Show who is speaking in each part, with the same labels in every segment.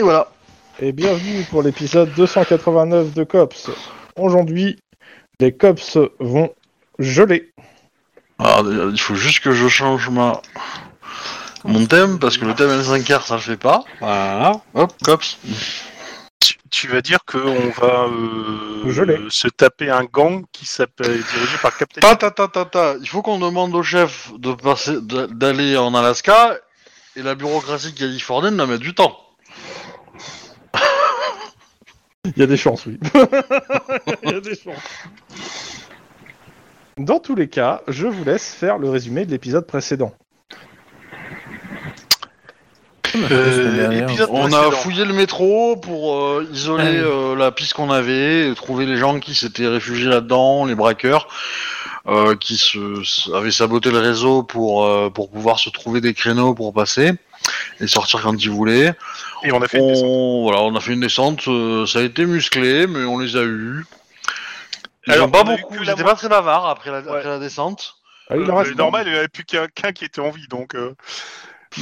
Speaker 1: voilà.
Speaker 2: et bienvenue pour l'épisode 289 de Cops. Aujourd'hui, les Cops vont geler.
Speaker 1: Alors, euh, il faut juste que je change ma... mon thème, parce que le thème L5 r ça le fait pas.
Speaker 3: Voilà.
Speaker 1: Hop, cops.
Speaker 4: Tu, tu vas dire qu'on va euh,
Speaker 2: Je l'ai.
Speaker 4: euh, se taper un gang qui s'appelle dirigé par Captain.
Speaker 1: Ta, ta, ta, ta, ta. Il faut qu'on demande au chef de passer, de- d'aller en Alaska, et la bureaucratie californienne la met du temps.
Speaker 2: Il y a des chances, oui. Il y a des chances. Dans tous les cas, je vous laisse faire le résumé de l'épisode précédent.
Speaker 4: Euh, épisode
Speaker 1: On a
Speaker 4: précédent. Ah
Speaker 1: fouillé le métro pour euh, isoler euh, la piste qu'on avait, et trouver les gens qui s'étaient réfugiés là-dedans, les braqueurs euh, qui se, s- avaient saboté le réseau pour euh, pour pouvoir se trouver des créneaux pour passer et sortir quand ils voulaient.
Speaker 4: Et on a fait une descente.
Speaker 1: On, voilà, on a fait une descente, euh, ça a été musclé, mais on les a eus. Ils
Speaker 4: Alors,
Speaker 1: ont pas
Speaker 4: on a eu
Speaker 1: beaucoup,
Speaker 4: que
Speaker 1: ils
Speaker 4: la
Speaker 1: étaient pas très bavards après la,
Speaker 4: Ouais.
Speaker 1: après la descente.
Speaker 2: Ah, il en
Speaker 4: Euh,
Speaker 2: reste
Speaker 4: mais normal, il n'y en avait plus qu'un qu'un qui était en vie, donc. euh,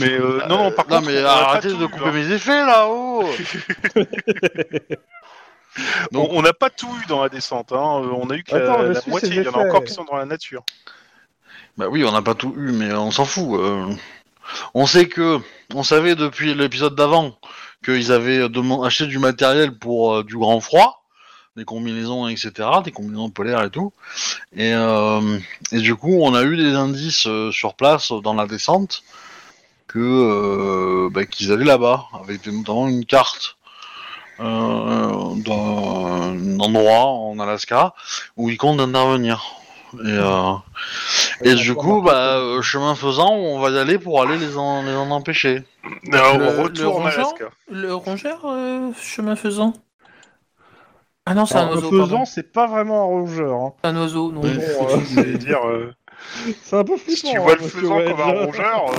Speaker 4: Mais euh, non, non, par
Speaker 1: non
Speaker 4: contre,
Speaker 1: mais
Speaker 4: on a pas
Speaker 1: arrêtez
Speaker 4: tout
Speaker 1: de
Speaker 4: eu,
Speaker 1: couper
Speaker 4: hein.
Speaker 1: mes effets là-haut. Donc-
Speaker 4: On on n'a pas tout eu dans la descente. hein, euh, On a eu que la-
Speaker 2: Attends, je
Speaker 4: la
Speaker 2: suis
Speaker 4: moitié.
Speaker 2: ses
Speaker 4: Il y en a
Speaker 2: effets.
Speaker 4: encore qui sont dans la nature.
Speaker 1: Bah oui, on n'a pas tout eu, mais on s'en fout. euh. on sait que, on savait depuis l'épisode d'avant qu'ils avaient deman- acheté du matériel pour euh, du grand froid, des combinaisons, etc., des combinaisons polaires et tout. Et, euh, et du coup, on a eu des indices euh, sur place euh, dans la descente que euh, bah, qu'ils allaient là-bas, avec notamment une carte euh, d'un endroit en Alaska où ils comptent intervenir. Et, euh, et du coup, bah, euh, chemin faisant, on va y aller pour aller les en, les en empêcher.
Speaker 4: Non,
Speaker 5: le-
Speaker 4: on
Speaker 5: le
Speaker 4: retourne en
Speaker 5: rongeur
Speaker 4: Alaska.
Speaker 5: Le rongeur, euh, chemin faisant Ah non, c'est un
Speaker 2: En
Speaker 5: oiseau.
Speaker 2: faisant,
Speaker 5: pardon.
Speaker 2: c'est pas vraiment un rongeur. hein.
Speaker 5: C'est un oiseau, non.
Speaker 1: Oui.
Speaker 2: Bon, euh,
Speaker 4: J'allais dire, euh,
Speaker 2: c'est un peu flippant.
Speaker 4: si tu
Speaker 2: hein,
Speaker 4: vois le
Speaker 2: monsieur
Speaker 4: faisant comme un
Speaker 2: Wedge.
Speaker 4: rongeur, euh,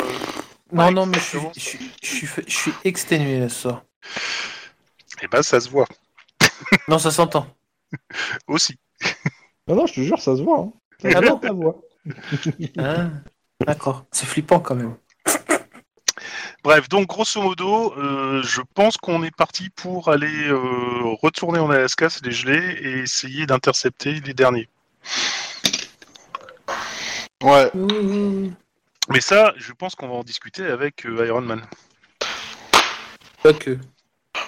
Speaker 5: Non,
Speaker 4: Ouais,
Speaker 5: non, mais je suis,
Speaker 4: exactement.
Speaker 5: je, suis- je suis, fa- je suis exténué là ce soir.
Speaker 4: eh ben ça se voit
Speaker 5: Non, ça s'entend.
Speaker 4: aussi.
Speaker 2: Non, non, je te jure, ça se voit. hein. Ça se
Speaker 5: Ah
Speaker 2: voit
Speaker 5: bon
Speaker 2: ta voix.
Speaker 5: Ah, D'accord. C'est flippant quand même.
Speaker 4: Bref, donc grosso modo, euh, je pense qu'on est parti pour aller euh, retourner en Alaska, se les geler et essayer d'intercepter les derniers.
Speaker 1: Ouais.
Speaker 4: Mais ça, je pense qu'on va en discuter avec euh, Iron Man.
Speaker 5: Pas que.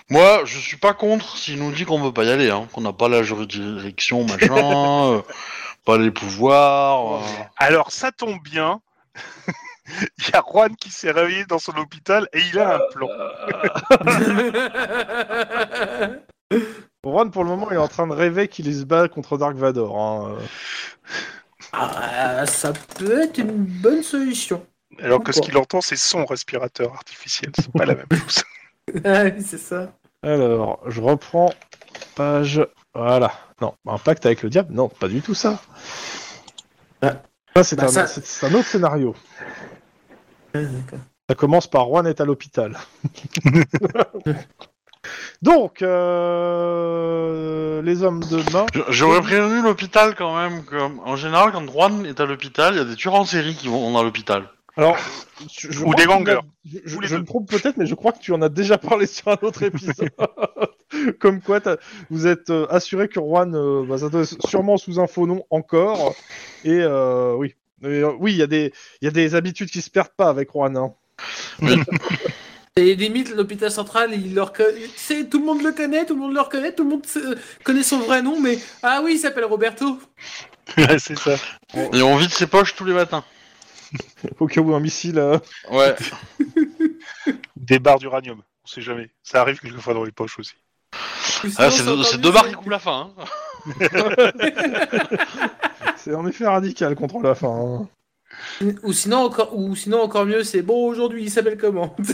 Speaker 1: Moi, je suis pas contre s'il nous dit qu'on veut pas y aller, hein, qu'on n'a pas la juridiction, machin, euh, pas les pouvoirs. euh.
Speaker 4: Alors ça tombe bien, il y a Juan qui s'est réveillé dans son hôpital et il a un plan.
Speaker 2: Ron, pour le moment, il est en train de rêver qu'il se bat contre Dark Vador. hein.
Speaker 5: Ah, ça peut être une bonne solution.
Speaker 4: Alors que ce qu'il entend, c'est son respirateur artificiel, c'est pas la même chose.
Speaker 5: Ah oui, c'est ça.
Speaker 2: Alors, je reprends page. Voilà. Non, un pacte avec le diable Non, pas du tout ça.
Speaker 5: Ah.
Speaker 2: Ça, c'est
Speaker 5: Bah,
Speaker 2: un,
Speaker 5: ça-
Speaker 2: c'est- c'est un autre scénario.
Speaker 5: Ah, d'accord.
Speaker 2: Ça commence par Juan est à l'hôpital. Donc, euh, les hommes de main.
Speaker 1: Je- J'aurais prévenu l'hôpital quand même. Que, en général, quand Juan est à l'hôpital, il y a des tueurs en série qui vont dans l'hôpital.
Speaker 2: Alors, je- je
Speaker 4: Ou
Speaker 2: crois
Speaker 4: des
Speaker 2: que tu m'as-
Speaker 4: gangers.
Speaker 2: Je, je-
Speaker 4: Ou les
Speaker 2: je
Speaker 4: deux.
Speaker 2: me trompe peut-être, mais je crois que tu en as déjà parlé sur un autre épisode. Comme quoi, t'as- vous êtes euh, assuré que Juan, euh, bah, ça doit être sûrement sous un faux nom encore. Et euh, oui, Et, euh, oui, il y a des, il y a des habitudes qui se perdent pas avec Juan. hein.
Speaker 5: Et limite, l'hôpital central, il leur... co- tu sais, tout le monde le connaît, tout le monde le reconnaît, tout le monde euh, connaît son vrai nom, mais... Ah oui, il s'appelle Roberto.
Speaker 4: Ouais, c'est ça.
Speaker 1: Et on vide ses poches tous les matins.
Speaker 2: Au cas où un missile. euh,
Speaker 1: Ouais.
Speaker 4: Des barres d'uranium, on sait jamais. Ça arrive quelquefois dans les poches aussi.
Speaker 1: Ah, c'est deux, c'est deux barres qui coulent la fin. hein.
Speaker 2: C'est en effet radical contre la fin. hein.
Speaker 5: Ou sinon, encore, ou sinon encore mieux, c'est bon aujourd'hui, il s'appelle comment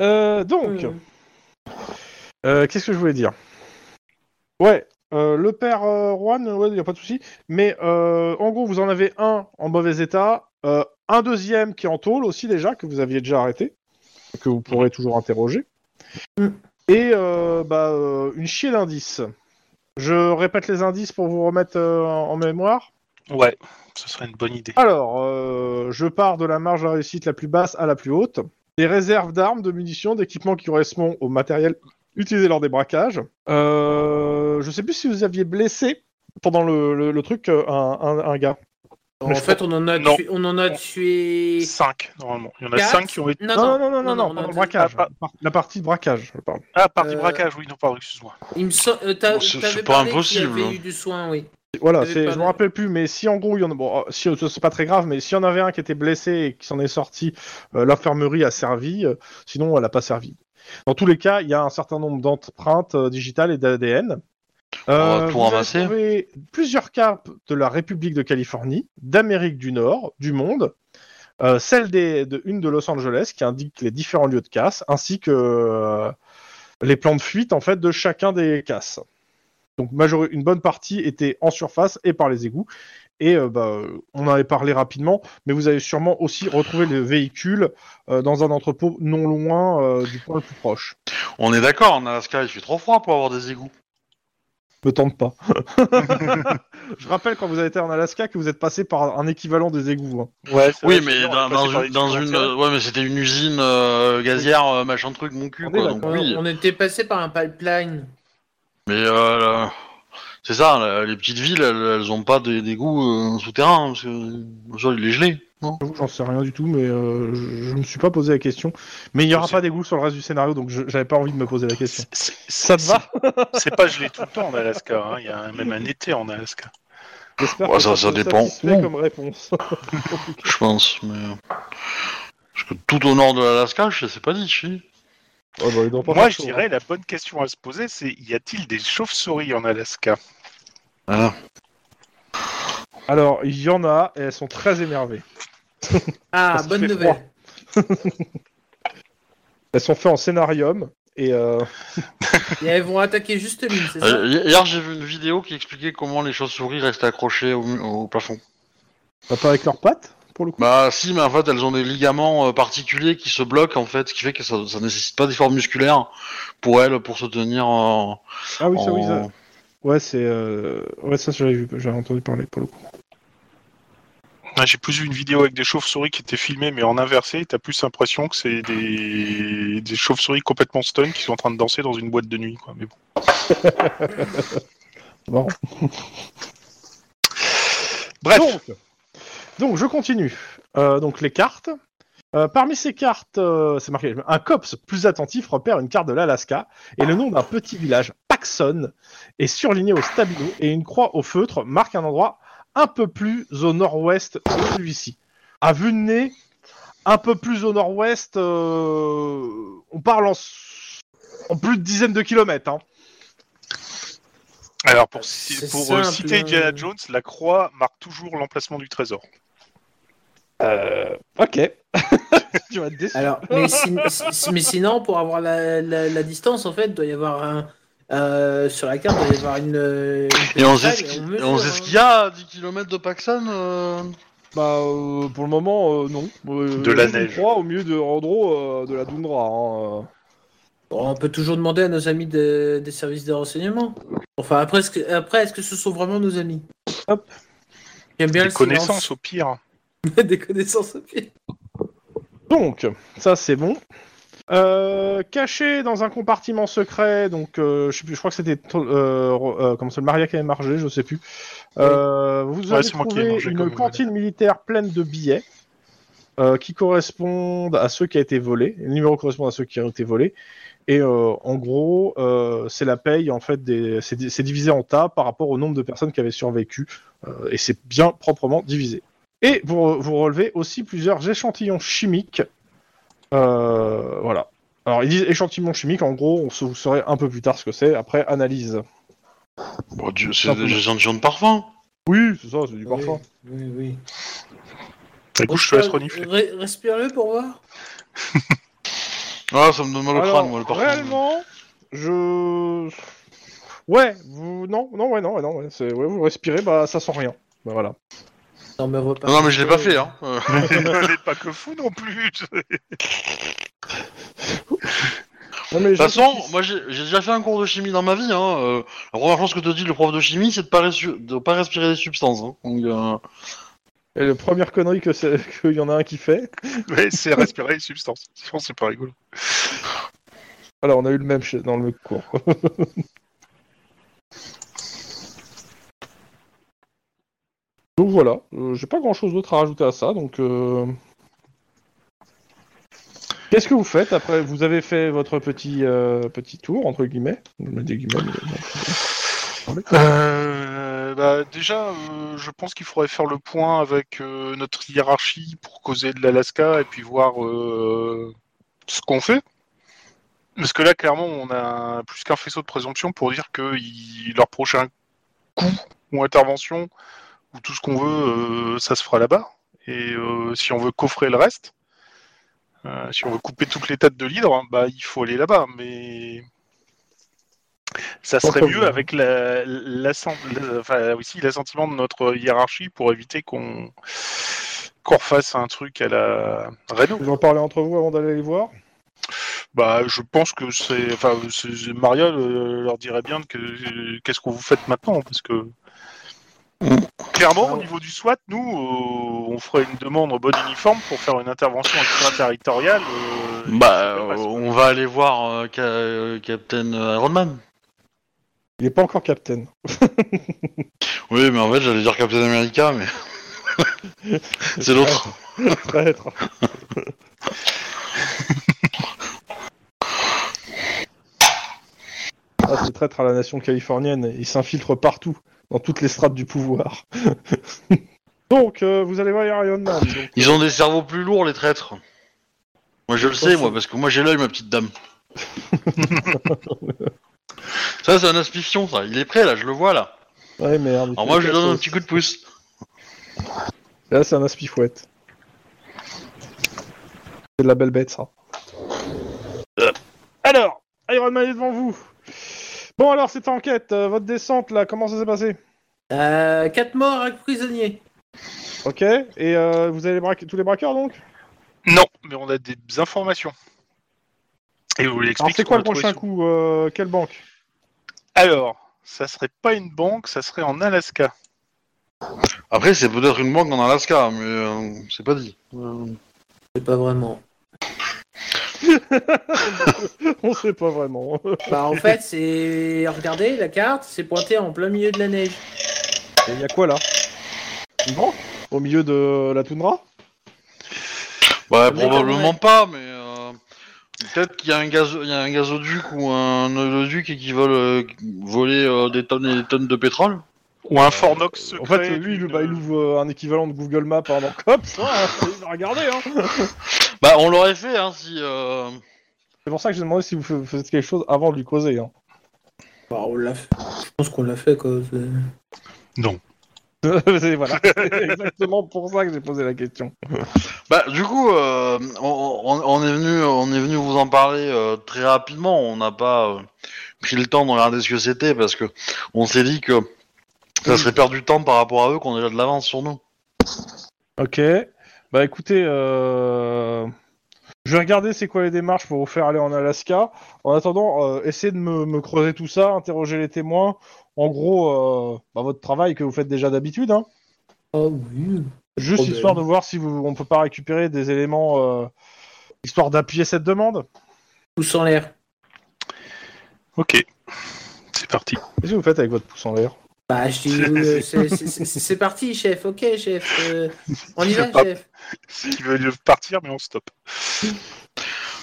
Speaker 2: Euh, donc, euh, qu'est-ce que je voulais dire Ouais, euh, le père euh, Juan, il n'y a pas de souci. Mais euh, en gros, vous en avez un en mauvais état, euh, un deuxième qui est en tôle aussi déjà, que vous aviez déjà arrêté, que vous pourrez toujours interroger.
Speaker 5: Mm.
Speaker 2: Et euh, bah, euh, une chier d'indices. Je répète les indices pour vous remettre euh, en en mémoire.
Speaker 4: Ouais, ce serait une bonne idée.
Speaker 2: Alors, euh, je pars de la marge de réussite la plus basse à la plus haute. des réserves d'armes, de munitions, d'équipements qui correspondent au matériel utilisé lors des braquages. Euh, je sais plus si vous aviez blessé pendant le, le- le truc euh, un, un- un gars.
Speaker 5: En fait, on en a
Speaker 4: Non.
Speaker 5: tué. On en a tué.
Speaker 4: 5 normalement. Il y en a
Speaker 5: Quatre.
Speaker 4: 5 qui ont été.
Speaker 5: Non,
Speaker 2: Non,
Speaker 5: non,
Speaker 2: non, non, non, non,
Speaker 5: non,
Speaker 2: pendant
Speaker 5: non,
Speaker 2: le braquage.
Speaker 4: ah,
Speaker 2: La partie braquage, je parle.
Speaker 4: Ah, partie
Speaker 5: Euh,
Speaker 4: braquage, oui, non, pardon, excuse-moi.
Speaker 5: Il me semble. euh, t'as-
Speaker 1: Bon, c'est-
Speaker 5: t'avais
Speaker 1: c'est pas
Speaker 5: parlé qu'il
Speaker 1: impossible,
Speaker 5: y
Speaker 1: hein.
Speaker 5: avait eu du soin, oui.
Speaker 2: Voilà,
Speaker 5: Vous avez
Speaker 2: c'est-
Speaker 5: pas
Speaker 2: je me
Speaker 5: de-
Speaker 2: rappelle plus, mais si en gros, il y en a, bon, euh, si euh, c'est pas très grave, mais s'il y en avait un qui était blessé et qui s'en est sorti, euh, l'infirmerie a servi, euh, sinon elle a pas servi. Dans tous les cas, il y a un certain nombre d'empreintes euh, digitales et d'ADN.
Speaker 1: va tout
Speaker 2: Euh, vous avez
Speaker 1: ramasser.
Speaker 2: trouvé plusieurs cas p- de la République de Californie, d'Amérique du Nord, du monde, euh, celle des, de une de Los Angeles qui indique les différents lieux de casse, ainsi que euh, les plans de fuite en fait de chacun des casses. Donc majori- une bonne partie était en surface et par les égouts. Et euh, bah, euh, on en avait parlé rapidement, mais vous avez sûrement aussi retrouvé le véhicule euh, dans un entrepôt non loin euh, du point le plus proche.
Speaker 1: On est d'accord, en Alaska, il fait trop froid pour avoir des égouts.
Speaker 2: Me tente pas. Je rappelle quand vous avez été en Alaska que vous êtes passé par un équivalent des égouts. hein.
Speaker 4: Ouais, c'est
Speaker 1: Oui,
Speaker 4: vrai,
Speaker 1: mais
Speaker 4: c'est
Speaker 1: dans,
Speaker 4: bien,
Speaker 1: dans
Speaker 4: on est passé par
Speaker 1: une, dans
Speaker 4: les
Speaker 1: une- euh,
Speaker 4: frontières.
Speaker 1: ouais, mais c'était une usine euh, gazière, euh, machin truc, mon cul,
Speaker 2: On
Speaker 4: Ah,
Speaker 2: est
Speaker 1: quoi.
Speaker 2: d'accord.
Speaker 1: Donc oui.
Speaker 5: On était passé par un pipeline.
Speaker 1: Mais euh, là, c'est ça, là, les petites villes, elles, elles ont pas des, des goûts euh, souterrains, hein, parce que le sol il est gelé. Non
Speaker 2: J'avoue, J'en sais rien du tout, mais euh, je, je me suis pas posé la question. Mais il n'y aura
Speaker 4: Je sais.
Speaker 2: pas d'égouts sur le reste du scénario, donc je- j'avais pas envie de me poser la question.
Speaker 4: C'est- c'est-
Speaker 2: Ça te
Speaker 4: c'est-
Speaker 2: va
Speaker 4: C'est pas gelé tout le temps en Alaska. hein. Il y a même un été en Alaska.
Speaker 2: J'espère
Speaker 1: Ouais,
Speaker 2: que
Speaker 1: ça-
Speaker 2: ça,
Speaker 1: ça
Speaker 2: te
Speaker 1: dépend
Speaker 2: satisfait
Speaker 1: où.
Speaker 2: comme réponse.
Speaker 1: Je pense, mais. Parce que tout au nord de l'Alaska, je sais pas dit, si.
Speaker 2: Ouais, bah, ils doivent pas
Speaker 4: Moi,
Speaker 2: faire
Speaker 4: je
Speaker 2: chaud,
Speaker 4: dirais la bonne question à se poser, c'est y a-t-il des chauves-souris en Alaska
Speaker 1: Ah.
Speaker 2: hein. Alors, il y en a, et elles sont très énervées.
Speaker 5: Ah,
Speaker 2: Parce qu'il
Speaker 5: bonne
Speaker 2: fait
Speaker 5: nouvelle.
Speaker 2: Elles sont faites en scénarium, et euh,
Speaker 5: Et elles vont attaquer juste l'île, c'est ça
Speaker 1: Euh, hi- hier, j'ai vu une vidéo qui expliquait comment les chauves-souris restent accrochées au, mu- au plafond.
Speaker 2: bah, pas avec leurs pattes, pour le coup.
Speaker 1: Bah, si, mais en fait, elles ont des ligaments euh, particuliers qui se bloquent, en fait, ce qui fait que ça, ça nécessite pas d'effort musculaire pour elles pour se tenir en.
Speaker 2: Ah oui, ça,
Speaker 1: en-
Speaker 2: oui, ça- Ouais, c'est... euh, Ouais, ça, j'avais vu, j'avais entendu parler, pour le coup.
Speaker 4: Ah, J'ai plus vu une vidéo avec des chauves-souris qui étaient filmées, mais en inversé, t'as plus l'impression que c'est des, des chauves-souris complètement stun qui sont en train de danser dans une boîte de nuit. Quoi. Mais bon.
Speaker 2: Marrant.
Speaker 4: Bref,
Speaker 2: Donc, donc, je continue. Euh, donc, les cartes. Euh, parmi ces cartes, euh, c'est marqué un copse plus attentif repère une carte de l'Alaska et le nom d'un petit village, Paxson, est surligné au stabilo et une croix au feutre marque un endroit un peu plus au nord-ouest de celui-ci. À vue de nez, un peu plus au nord-ouest, euh, on parle en, s- en plus de dizaines de kilomètres. hein.
Speaker 4: alors pour, ci-
Speaker 5: C'est
Speaker 4: pour, euh,
Speaker 5: simple,
Speaker 4: citer
Speaker 5: hein.
Speaker 4: Indiana Jones, la croix marque toujours l'emplacement du trésor.
Speaker 2: Ok. tu vas être déçu.
Speaker 5: Alors, mais, si- si- mais sinon, pour avoir la, la- la distance, en fait, doit y avoir un. euh, sur la carte, doit y avoir une. euh, une
Speaker 1: Et on sait
Speaker 5: pétale
Speaker 1: ce qui-
Speaker 5: et
Speaker 1: et
Speaker 5: mesure,
Speaker 1: on sait ce
Speaker 5: hein.
Speaker 1: qu'il y a à 10 km de Paxson euh,
Speaker 2: Bah, euh, pour le moment, euh, non. Euh,
Speaker 4: De la
Speaker 2: je
Speaker 4: neige.
Speaker 2: crois au milieu de, en gros, euh, de la toundra. hein, euh.
Speaker 5: Bon, on peut toujours demander à nos amis de- des services de renseignement. Enfin, après, est-ce que, après, est-ce que ce sont vraiment nos amis
Speaker 2: Hop.
Speaker 5: J'aime bien
Speaker 4: Des
Speaker 5: le
Speaker 4: connaissances
Speaker 5: silence.
Speaker 4: au pire.
Speaker 5: des connaissances au pied.
Speaker 2: Donc, ça c'est bon. Euh, caché dans un compartiment secret, donc euh, je sais plus, je crois que c'était euh, ro- euh, comment ça, le Maria qui avait margé, je sais plus. Euh, vous
Speaker 4: Ouais,
Speaker 2: avez
Speaker 4: c'est moi qui ai
Speaker 2: trouvé
Speaker 4: margé, comme
Speaker 2: une
Speaker 4: vous
Speaker 2: cantine militaire pleine de billets euh, qui correspondent à ceux qui a été volés. Les numéros correspondent à ceux qui ont été volés. Et euh, en gros, euh, c'est la paye en fait, des- c'est di- c'est divisé en tas par rapport au nombre de personnes qui avaient survécu, euh, et c'est bien proprement divisé. Et vous, vous relevez aussi plusieurs échantillons chimiques. Euh, voilà. Alors, ils disent échantillons chimiques, en gros, on se, vous saurez un peu plus tard ce que c'est, après analyse.
Speaker 1: Bon, Dieu, c'est
Speaker 2: Simplement.
Speaker 1: des échantillons de parfum.
Speaker 2: Oui, c'est ça, c'est du parfum.
Speaker 5: Oui, oui.
Speaker 4: Écoute, je te laisse renifler.
Speaker 5: Re- Respire-le pour voir.
Speaker 1: Ah, ça me donne mal au
Speaker 2: Alors,
Speaker 1: crâne, moi, le parfum.
Speaker 2: réellement, je... Ouais, vous... Non, non, ouais, non, ouais, non, ouais, c'est- ouais, vous respirez, bah, ça sent rien. Bah, voilà.
Speaker 5: Non, mais on voit pas.
Speaker 1: Non, non, mais je l'ai pas fait, hein. Euh,
Speaker 4: N'est pas que fou non plus.
Speaker 2: Non, mais
Speaker 1: De toute façon, moi j'ai j'ai déjà fait un cours de chimie dans ma vie. Hein. euh, la première chose que te dit le prof de chimie, c'est de pas, resu- de pas respirer des substances. hein. Donc, euh,
Speaker 2: Et la première connerie que c'est- qu'il y en a un qui fait.
Speaker 4: Ouais, c'est respirer les substances. Sinon, c'est pas rigolo.
Speaker 2: Alors, on a eu le même chez- dans le même cours. quoi. donc voilà, Euh, j'ai pas grand chose d'autre à rajouter à ça. Donc, euh, qu'est-ce que vous faites après Vous avez fait votre petit euh, petit tour entre guillemets. Je mets des guillemets, mais bon.
Speaker 4: Euh, bah, déjà, euh, je pense qu'il faudrait faire le point avec euh, notre hiérarchie pour causer de l'Alaska et puis voir euh, ce qu'on fait. Parce que là, clairement, on a plus qu'un faisceau de présomption pour dire que il- leur prochain coup ou intervention ou tout ce qu'on veut, euh, ça se fera là-bas. Et euh, si on veut coffrer le reste, euh, si on veut couper toutes les têtes de l'hydre, hein, bah, il faut aller là-bas. Mais ça serait
Speaker 2: Pourquoi
Speaker 4: mieux
Speaker 2: vous-
Speaker 4: avec la- l'assemble- enfin, aussi l'assentiment de notre hiérarchie pour éviter qu'on qu'on refasse un truc à la Renault.
Speaker 2: Vous en parlez entre vous avant d'aller les voir.
Speaker 4: Bah, je pense que c'est. Enfin, c'est- Maria euh, leur dirait bien que euh, qu'est-ce que vous faites maintenant, parce que.
Speaker 1: Mm.
Speaker 4: Clairement, au niveau du SWAT, nous, euh, on ferait une demande au bon uniforme pour faire une intervention extraterritoriale. euh,
Speaker 1: Bah,
Speaker 4: je sais
Speaker 1: euh,
Speaker 4: pas, c'est-
Speaker 1: on va aller voir euh, Ca- euh, Captain Iron Man.
Speaker 2: Il est pas encore capitaine.
Speaker 1: Oui, mais en fait, j'allais dire Captain America, mais c'est l'autre.
Speaker 2: Traître. Ah, c'est traître à la nation californienne. Il s'infiltre partout, dans toutes les strates du pouvoir. Donc, euh, vous allez voir Iron Man. donc.
Speaker 1: Ils ont des cerveaux plus lourds, les traîtres. Moi, je le sais, moi, parce que moi, j'ai l'œil, ma petite dame. ça, c'est un aspifion, ça. Il est prêt, là, je le vois, là.
Speaker 2: Ouais, merde.
Speaker 1: Alors, moi, je lui donne un petit coup de pouce.
Speaker 2: Là, c'est un aspifouette. C'est de la belle bête, ça. Euh, Alors, Iron Man est devant vous. Bon, alors, cette enquête, euh, votre descente, là, comment ça s'est passé
Speaker 5: Euh, Quatre morts, un prisonnier.
Speaker 2: Ok, et euh, vous avez les braque- tous les braqueurs donc
Speaker 4: Non, mais on a des informations. Et vous
Speaker 2: Alors
Speaker 4: l'expliquez.
Speaker 2: c'est quoi le prochain coup euh, Quelle banque
Speaker 4: Alors, ça serait pas une banque, ça serait en Alaska.
Speaker 1: Après, c'est peut-être une banque en Alaska, mais euh, c'est pas dit.
Speaker 5: C'est pas vraiment.
Speaker 2: On sait pas vraiment.
Speaker 5: Bah, en fait, c'est. Regardez la carte, c'est pointé en plein milieu de la neige.
Speaker 2: Et il y a quoi là Une banque Au milieu de la toundra
Speaker 1: Ouais,
Speaker 5: Mais quand
Speaker 1: Bah, probablement
Speaker 5: même.
Speaker 1: pas, mais euh, peut-être qu'il y, a un gazo- il y a un gazoduc ou un oléoduc et qui veulent euh, voler euh, des tonnes et des tonnes de pétrole.
Speaker 4: Ou un Fornox secret.
Speaker 2: Euh, En fait, lui, il,
Speaker 4: d'une-
Speaker 2: bah, il ouvre euh, un équivalent de Google Maps pendant Cops. hein, il va regarder, hein
Speaker 1: Bah, on l'aurait fait, hein, si... euh,
Speaker 2: C'est pour ça que j'ai demandé si vous fais- faisiez quelque chose avant de lui causer. Hein.
Speaker 5: Bah, on l'a fait. Je pense qu'on l'a fait, quoi. c'est-
Speaker 2: C'est- voilà, c'est exactement pour ça que j'ai posé la question.
Speaker 1: Bah, du coup, euh, on, on- on est venu, on est venu vous en parler euh, très rapidement. On n'a pas euh, pris le temps de regarder ce que c'était parce que on s'est dit que ça serait perdre du temps par rapport à eux, qu'on a déjà de l'avance sur nous.
Speaker 2: Ok. Bah écoutez, euh, je vais regarder c'est quoi les démarches pour vous faire aller en Alaska. En attendant, euh, essayez de me, me creuser tout ça, interroger les témoins. En gros, euh, bah, votre travail que vous faites déjà d'habitude. hein.
Speaker 5: Oh oui.
Speaker 2: Juste
Speaker 5: Problème.
Speaker 2: histoire de voir si vous, on peut pas récupérer des éléments, euh, histoire d'appuyer cette demande.
Speaker 5: Pouce en l'air.
Speaker 4: Ok, c'est parti.
Speaker 2: Qu'est-ce que vous faites avec votre pouce en l'air
Speaker 5: Bah, je dis, euh, c'est- c'est- c'est c'est parti, chef. Ok, chef. euh, on y
Speaker 4: Je
Speaker 5: va,
Speaker 4: pars.
Speaker 5: chef.
Speaker 4: S'il veut le partir, mais on stoppe.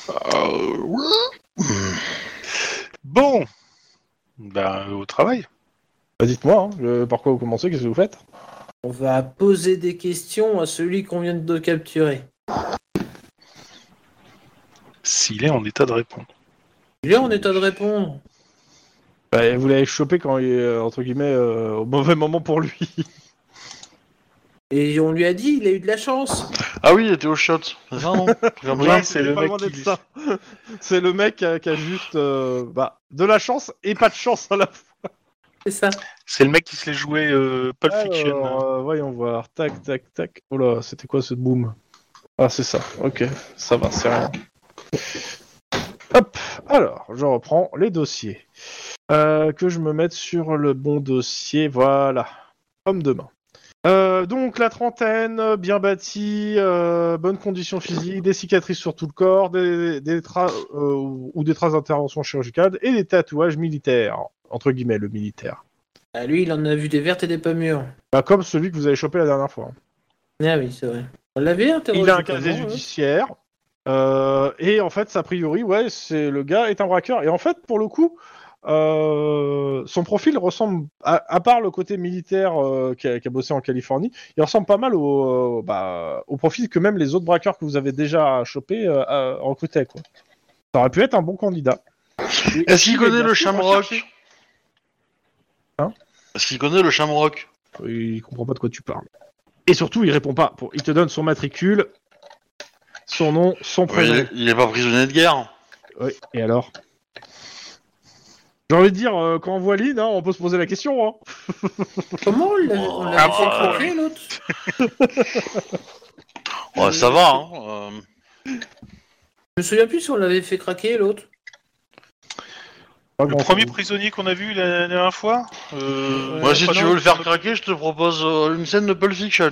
Speaker 4: Euh, Bon, bah au travail.
Speaker 2: bah, Dites-moi, hein, euh, par quoi vous commencez Qu'est-ce que vous faites
Speaker 5: On va poser des questions à celui qu'on vient de capturer.
Speaker 4: S'il est en état de répondre.
Speaker 5: Il est en état de répondre.
Speaker 2: Bah, Vous l'avez chopé quand il est, euh, entre guillemets, euh, au mauvais moment pour lui.
Speaker 5: Et on lui a dit, il a eu de la chance.
Speaker 1: Ah oui, il était au shot. C'est ça, non J'ai un peu
Speaker 4: Ouais,
Speaker 1: dit.
Speaker 4: c'est le
Speaker 2: pas
Speaker 4: mec
Speaker 2: loin
Speaker 4: qui
Speaker 2: d'être
Speaker 4: dit-
Speaker 2: ça. C'est le mec qui a, qui a juste euh, bah, de la chance et pas de chance à la fois.
Speaker 5: C'est ça.
Speaker 4: C'est le mec qui se l'est joué euh, Pulp Fiction.
Speaker 2: Alors, euh, voyons voir. Tac, tac, tac. Oh là, c'était quoi ce boom Ah, c'est ça. Ok, ça va, c'est rien. Hop. Alors, je reprends les dossiers. Euh, que je me mette sur le bon dossier. Voilà. Comme demain. Euh, donc la trentaine, bien bâtie, euh, bonne condition physique, des cicatrices sur tout le corps, des, des traces euh, ou ou des traces d'intervention chirurgicale et des tatouages militaires, entre guillemets le militaire.
Speaker 5: Ah, lui, il en a vu des vertes et des pas mûres.
Speaker 2: Bah, comme celui que vous avez chopé la dernière fois. hein.
Speaker 5: Ah oui, c'est vrai. On l'avait interrogé.
Speaker 2: Il a un
Speaker 5: comment,
Speaker 2: casier
Speaker 5: hein
Speaker 2: judiciaire. euh, et en fait, a priori, ouais, c'est le gars est un braqueur. Et en fait, pour le coup, euh, son profil ressemble, à, à part le côté militaire euh, qui, a, qui a bossé en Californie, il ressemble pas mal au, euh, bah, au profil que même les autres braqueurs que vous avez déjà chopé euh, euh, recrutaient. Quoi. Ça aurait pu être un bon candidat.
Speaker 1: Est-ce qu'il
Speaker 2: Il est
Speaker 1: connaît
Speaker 2: bien
Speaker 1: le
Speaker 2: sûr
Speaker 1: Shamrock
Speaker 2: recherché. Hein
Speaker 1: Est-ce qu'il connaît le Shamrock
Speaker 2: Il comprend pas de quoi tu parles. Et surtout, il répond pas. Pour- Il te donne son matricule, son nom, son
Speaker 1: Ouais, il
Speaker 2: prénom.
Speaker 1: est- Il est pas prisonnier de guerre.
Speaker 2: Ouais, et alors J'ai envie de dire, euh, quand on voit Lynn, hein, on peut se poser la question. Hein.
Speaker 5: Comment on l'avait on l'avait
Speaker 1: Ah,
Speaker 5: fait
Speaker 1: bon,
Speaker 5: croquer, l'autre
Speaker 1: Ouais, ça va, hein. euh.
Speaker 5: Je me souviens plus si on l'avait fait craquer l'autre.
Speaker 2: Ah
Speaker 4: Le premier
Speaker 2: euh,
Speaker 4: prisonnier qu'on a vu la dernière fois euh,
Speaker 1: Moi, si
Speaker 4: pas
Speaker 1: tu
Speaker 4: non,
Speaker 1: veux le faire
Speaker 4: on a-
Speaker 1: craquer, je te propose euh, une scène de Pulp Fiction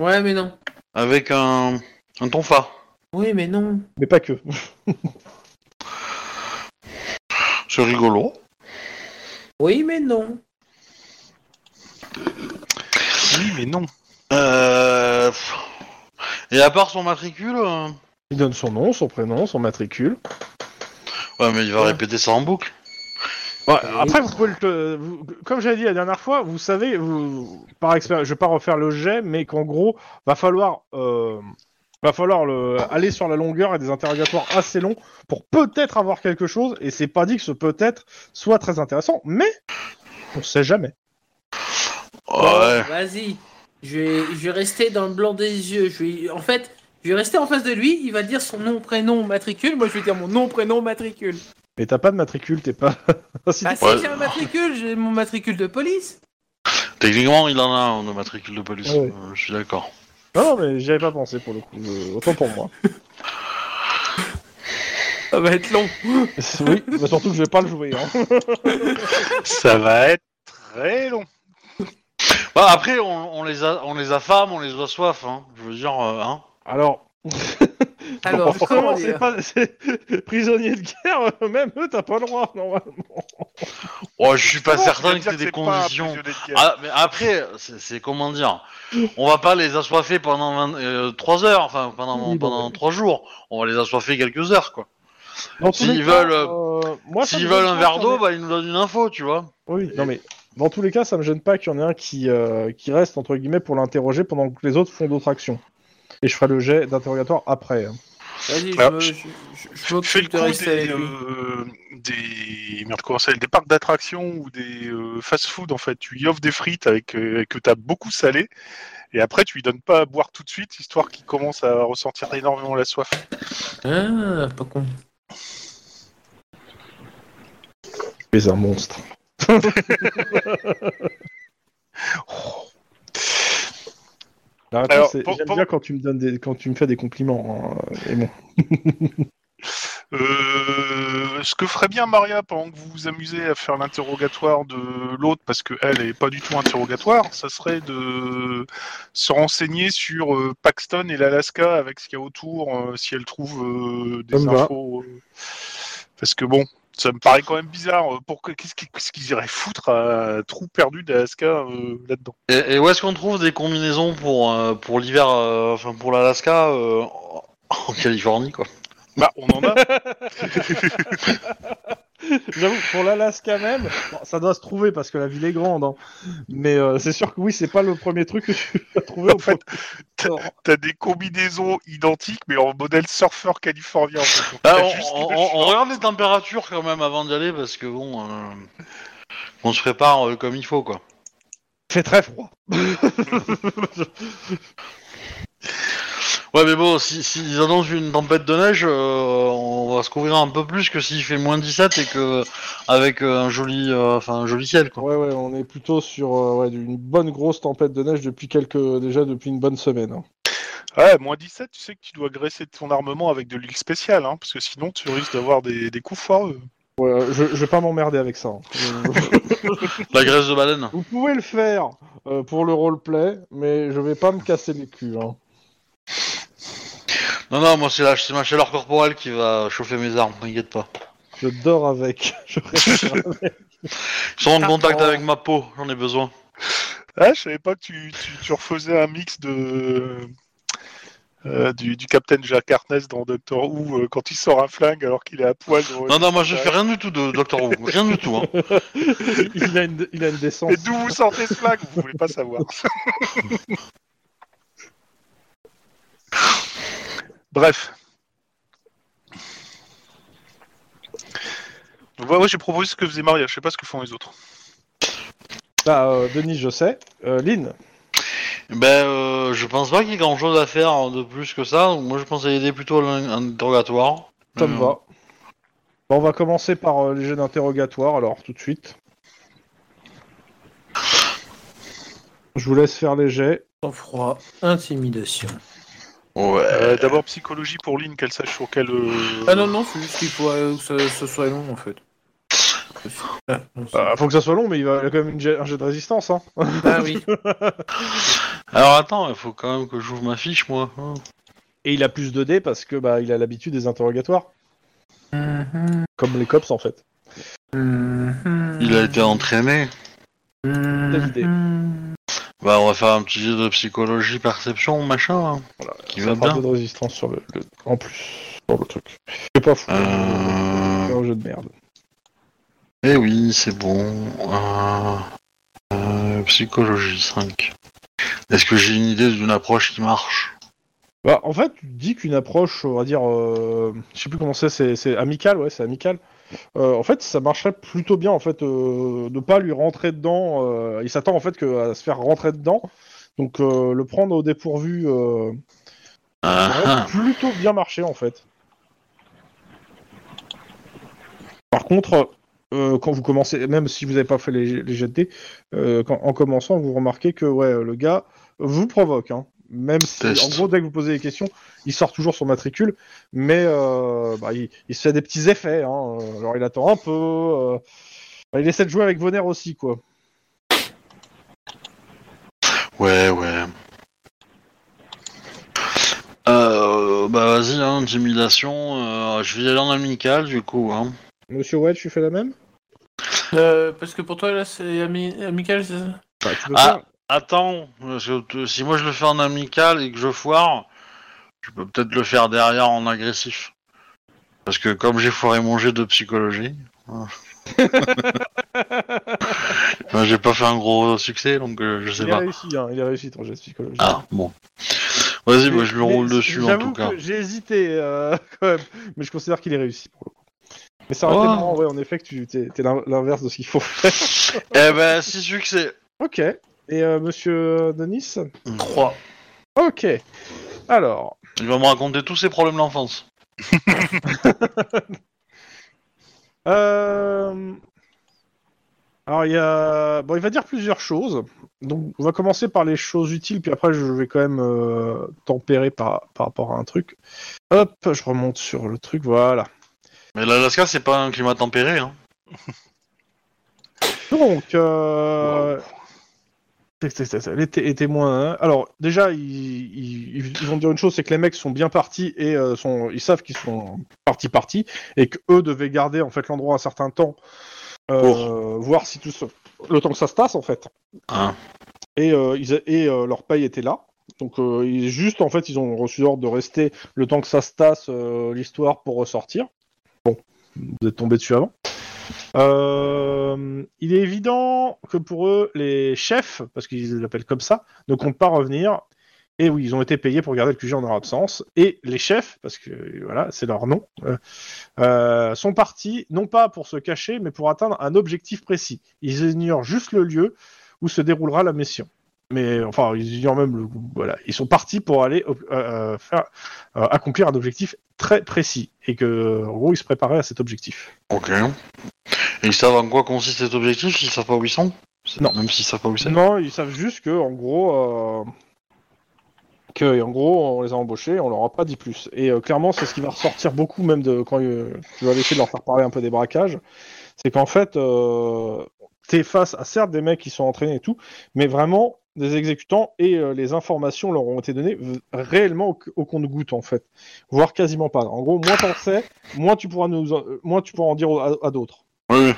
Speaker 5: Ouais, mais non.
Speaker 1: avec un, un tonfa.
Speaker 5: Oui, mais non.
Speaker 2: Mais pas que.
Speaker 1: C'est rigolo.
Speaker 5: Oui, mais non.
Speaker 4: Oui, mais non.
Speaker 1: Euh... pff. Et à part son matricule, euh,
Speaker 2: Il donne son nom, son prénom, son matricule.
Speaker 1: ouais, mais il va
Speaker 5: Ouais.
Speaker 1: répéter ça en boucle.
Speaker 2: Ouais, après, vous pouvez le- vous- comme j'avais dit la dernière fois, vous savez, vous, par expérience, je vais pas refaire le jet, mais qu'en gros, va falloir, euh, va falloir le, aller sur la longueur et des interrogatoires assez longs pour peut-être avoir quelque chose. Et c'est pas dit que ce peut-être soit très intéressant, mais on sait jamais.
Speaker 1: Ouais.
Speaker 5: Bon, Vas-y. Je vais, je vais rester dans le blanc des yeux. Je vais, en fait, je vais rester en face de lui. Il va dire son nom, prénom, matricule. Moi, je vais dire mon nom, prénom, matricule.
Speaker 2: Mais t'as pas de matricule, t'es pas. Si
Speaker 5: Bah, si
Speaker 1: Ouais.
Speaker 5: j'ai un matricule, j'ai mon matricule de police.
Speaker 1: Techniquement, il en a un de matricule de police.
Speaker 2: Ouais.
Speaker 1: euh, je suis d'accord.
Speaker 2: Non, non, mais j'y avais pas pensé pour le coup. euh, autant pour moi.
Speaker 5: Ça va être long.
Speaker 2: oui, mais surtout que je vais pas le jouer. Hein.
Speaker 4: Ça va être très long.
Speaker 1: Bah, après, on, on les a, on les affame, on les assoiffe. Hein. Je veux dire, euh, hein.
Speaker 2: Alors.
Speaker 5: Alors, euh,
Speaker 2: Pour
Speaker 5: comment
Speaker 2: commencer,
Speaker 5: dire
Speaker 2: pas- c'est prisonnier de guerre, euh, même eux, t'as pas le droit, normalement.
Speaker 1: Ouais, Oh, je suis pas
Speaker 4: Comment tu
Speaker 1: certain
Speaker 4: Oh, veux
Speaker 1: que
Speaker 4: dire
Speaker 1: t'aies des
Speaker 4: c'est pas un
Speaker 1: conditions.
Speaker 4: prisonnier de guerre
Speaker 1: Ah, mais après, c'est c'est comment dire On va pas les assoiffer pendant 3 heures, enfin pendant,
Speaker 2: Oui, bon,
Speaker 1: pendant
Speaker 2: ouais.
Speaker 1: 3 jours. On va les assoiffer quelques heures, quoi.
Speaker 2: Dans tous
Speaker 1: S'ils
Speaker 2: les cas,
Speaker 1: veulent,
Speaker 2: euh, moi, ça
Speaker 1: S'ils
Speaker 2: me gêne
Speaker 1: veulent un
Speaker 2: pas
Speaker 1: verre
Speaker 2: qu'il y en
Speaker 1: d'eau,
Speaker 2: ait-
Speaker 1: bah ils nous donnent une info, tu vois.
Speaker 2: Oui, non, mais dans tous les cas, ça me gêne pas qu'il y en ait un qui, euh, qui reste, entre guillemets, pour l'interroger pendant que les autres font d'autres actions. Et je ferai le jet d'interrogatoire après. hein.
Speaker 5: Vas-y, je
Speaker 4: Ah,
Speaker 5: me-
Speaker 4: je-
Speaker 5: je je- je
Speaker 4: Je fais le
Speaker 5: m'occupe de
Speaker 4: coup
Speaker 5: rester
Speaker 4: des,
Speaker 5: avec lui.
Speaker 4: euh, des- merde, comment ça s'appelle des parcs d'attractions ou des euh, fast-food en fait. Tu y offres des frites avec euh, que t'as beaucoup salé et après tu lui donnes pas à boire tout de suite histoire qu'il commence à ressentir énormément la soif.
Speaker 5: Ah, pas con.
Speaker 2: Tu es un monstre. La réponse
Speaker 4: Alors,
Speaker 2: est-
Speaker 4: pour-
Speaker 2: j'aime
Speaker 4: pour-
Speaker 2: bien quand tu me donnes des, quand tu me fais des compliments. hein, et bon.
Speaker 4: Euh, ce que ferait bien Maria pendant que vous vous amusez à faire l'interrogatoire de l'autre, parce qu'elle est pas du tout interrogatoire, ça serait de se renseigner sur euh, Paxton et l'Alaska avec ce qu'il y a autour, euh, si elle trouve euh, des
Speaker 2: Ça me va.
Speaker 4: infos. euh, parce que bon, ça me paraît quand même bizarre. euh, Pour que- qu'est-ce qu'ils qu'est-ce qu'ils iraient foutre à trou perdu d'Alaska euh, là-dedans
Speaker 1: Et, et où est-ce qu'on trouve des combinaisons pour, euh, pour l'hiver, euh, enfin pour l'Alaska euh, en Californie, quoi
Speaker 4: Bah, on en a.
Speaker 2: J'avoue, pour l'Alaska même, bon, ça doit se trouver parce que la ville est grande. hein. Mais euh, c'est sûr que oui, c'est pas le premier truc que tu vas trouver.
Speaker 4: En
Speaker 2: Au
Speaker 4: fait,
Speaker 2: premier abord.
Speaker 4: T'as des combinaisons identiques, mais en modèle surfeur californien. en fait. Donc,
Speaker 1: Ah,
Speaker 4: t'as
Speaker 1: on,
Speaker 4: juste
Speaker 1: on-
Speaker 4: l'image
Speaker 1: on- on regarde les températures quand même avant d'y aller parce que bon, euh, on se prépare euh, comme il faut quoi.
Speaker 2: fait très froid.
Speaker 1: Ouais, mais bon, s'ils si, s'ils annoncent une tempête de neige, euh, on va se couvrir un peu plus que s'il fait moins 17 et que avec euh, un joli, euh, enfin un joli ciel quoi.
Speaker 2: Ouais, ouais, on est plutôt sur euh, ouais, une bonne grosse tempête de neige depuis quelques déjà depuis une bonne semaine. hein.
Speaker 4: Ouais, moins 17, tu sais que tu dois graisser ton armement avec de l'huile spéciale, hein, parce que sinon tu risques d'avoir des, des coups foireux.
Speaker 2: Ouais, euh, je, je vais pas m'emmerder avec ça. hein.
Speaker 1: La graisse de baleine.
Speaker 2: Vous pouvez le faire euh, pour le roleplay, mais je vais pas me casser les culs. hein.
Speaker 1: Non, non, moi c'est la- c'est ma chaleur corporelle qui va chauffer mes armes, t'inquiète pas.
Speaker 2: Je dors avec. Je reste
Speaker 1: Ils sont en contact
Speaker 4: Oh.
Speaker 1: avec ma peau, j'en ai besoin.
Speaker 4: Ah, je savais pas que tu, tu, tu refaisais un mix de. euh, du, du Captain Jack Harkness dans Doctor Who euh, quand il sort un flingue alors qu'il est à poil. dans-
Speaker 1: Non, non, moi je fais rien du tout de Doctor Who, rien du tout. Hein.
Speaker 2: il, a une, il a une décence.
Speaker 4: Mais d'où vous sortez ce flingue Vous voulez pas savoir. Bref. Donc, ouais, ouais, j'ai proposé ce que faisait Maria. Je sais pas ce que font les autres.
Speaker 2: Bah, euh, Denis, je sais. Euh, Lynn,
Speaker 1: Ben, euh, je pense pas qu'il y ait grand chose à faire hein, de plus que ça, donc moi je pense à aider plutôt à l'in- un interrogatoire.
Speaker 2: ça me
Speaker 1: Euh,
Speaker 2: va. Bon, on va commencer par euh, les jeux d'interrogatoire, alors, tout de suite. Je vous laisse faire les jets.
Speaker 5: Sans froid, intimidation.
Speaker 1: Ouais.
Speaker 4: Euh, D'abord psychologie pour Lynn, qu'elle sache sur quel. euh,
Speaker 5: Ah non, non, c'est juste qu'il faut euh, que ce, ce soit long en fait. Ah, non, c'est-
Speaker 2: Euh, faut que ça soit long, mais il, va, il a quand même une jet- un jet de résistance. Hein.
Speaker 5: ah oui.
Speaker 1: Alors attends, il faut quand même que j'ouvre ma fiche moi.
Speaker 2: Et il a plus de dés parce que bah, il a l'habitude des interrogatoires,
Speaker 5: Mhm,
Speaker 2: comme les cops en fait.
Speaker 5: mhm,
Speaker 1: Il a été entraîné.
Speaker 5: mhm.
Speaker 2: Telle idée.
Speaker 1: Bah, on va faire un petit jeu de psychologie, perception, machin. hein. Qui va
Speaker 2: Ça part
Speaker 1: bien.
Speaker 2: de résistance sur le, le- en plus sur le truc. C'est pas fou.
Speaker 1: Euh.
Speaker 2: C'est un jeu de merde.
Speaker 1: Eh oui, c'est bon. Euh, euh, psychologie 5. Est-ce que j'ai une idée d'une approche qui marche
Speaker 2: Bah, en fait, tu te dis qu'une approche, on va dire, euh, je sais plus comment c'est, c'est, c'est amical, ouais, c'est amical. Euh, en fait, ça marcherait plutôt bien, en fait, euh, de pas lui rentrer dedans. euh, il s'attend en fait que, à se faire rentrer dedans, donc euh, le prendre au dépourvu, euh, ça aurait
Speaker 1: Ah, ah.
Speaker 2: plutôt bien marché en fait. Par contre, euh, quand vous commencez, même si vous n'avez pas fait les, les jets de dés, euh, quand- en commençant, vous remarquez que ouais, le gars vous provoque. hein. Même si,
Speaker 1: Test.
Speaker 2: en gros, dès que vous posez des questions, il sort toujours son matricule, mais euh, bah, il, il se fait des petits effets. hein. Euh, Alors, il attend un peu. euh, bah, il essaie de jouer avec vos nerfs aussi, quoi.
Speaker 1: Ouais, ouais. Euh, bah vas-y, hein, intimidation. euh, je vais y aller en amical du coup. Hein.
Speaker 2: Monsieur Wedge, tu fais la même
Speaker 5: Euh, parce que pour toi là, c'est ami- amical, c'est ça
Speaker 2: Bah, tu peux
Speaker 1: Ah.
Speaker 2: faire.
Speaker 1: Attends, parce que t- si moi je le fais en amical et que je foire, je peux peut-être le faire derrière en agressif. Parce que comme j'ai foiré mon jet de psychologie, hein. Enfin, j'ai pas fait un gros succès, donc euh, je sais
Speaker 2: Il a
Speaker 1: pas.
Speaker 2: réussi, hein, il a réussi ton jet de psychologie.
Speaker 1: Ah, bon. Vas-y,
Speaker 2: Mais-
Speaker 1: moi, je lui
Speaker 2: mais
Speaker 1: roule dessus en
Speaker 2: j'avoue
Speaker 1: tout cas.
Speaker 2: que J'ai hésité euh, quand même, mais je considère qu'il est réussi pour le coup. Mais ça aurait
Speaker 1: Oh.
Speaker 2: été marrant, ouais, en effet, que tu t'es t'es l'in- l'inverse de ce qu'il faut faire.
Speaker 1: Eh ben, six succès.
Speaker 2: Ok. Et euh, monsieur Denis
Speaker 5: 3.
Speaker 2: Ok. Alors,
Speaker 1: Il va me raconter tous ses problèmes d'enfance.
Speaker 2: euh, alors il y a, bon, il va dire plusieurs choses. Donc, on va commencer par les choses utiles, puis après, je vais quand même euh, tempérer par, par rapport à un truc. Hop, je remonte sur le truc, voilà.
Speaker 1: Mais l'Alaska, c'est pas un climat tempéré. Hein.
Speaker 2: Donc, euh... tac, tac, tac, tac, les, té- les témoins. hein. Alors, déjà, ils, ils- ils vont dire une chose, c'est que les mecs sont bien partis et euh, sont, ils savent qu'ils sont partis partis et que eux devaient garder en fait l'endroit un certain temps, euh, voir si tout se... le temps que ça se passe en fait.
Speaker 1: Hein.
Speaker 2: Et, euh, ils a- et euh, leur paye était là. Donc, euh, ils- juste en fait, ils ont reçu l'ordre de rester le temps que ça se tasse euh, l'histoire pour ressortir. Bon, vous êtes tombé dessus avant. Euh, il est évident que pour eux, les chefs, parce qu'ils l'appellent comme ça, ne comptent pas revenir. Et oui, ils ont été payés pour garder le QG en leur absence. Et les chefs, parce que euh, voilà, c'est leur nom, euh, euh, sont partis, non pas pour se cacher, mais pour atteindre un objectif précis. Ils ignorent juste le lieu où se déroulera la mission. Mais enfin, ils ignorent même le. Voilà, ils sont partis pour aller euh, euh, faire, euh, accomplir un objectif très précis. Et que, en gros, ils se préparaient à cet objectif.
Speaker 1: Ok. Et ils savent en quoi consiste cet objectif Ils savent pas où ils sont
Speaker 2: Non.
Speaker 1: Même s'ils savent pas où c'est
Speaker 2: Non, ils savent juste que, en gros, euh, que en gros on les a embauchés, on leur a pas dit plus. Et euh, clairement c'est ce qui va ressortir beaucoup même de quand euh, tu vas essayer de leur faire parler un peu des braquages, c'est qu'en fait euh, t'es face à certes des mecs qui sont entraînés et tout, mais vraiment des exécutants et euh, les informations leur ont été données v- réellement au, au compte-goutte en fait, voire quasiment pas. En gros moins t'en sais, moins tu pourras nous, en- euh, moins tu pourras en dire au- à- à d'autres
Speaker 1: Oui.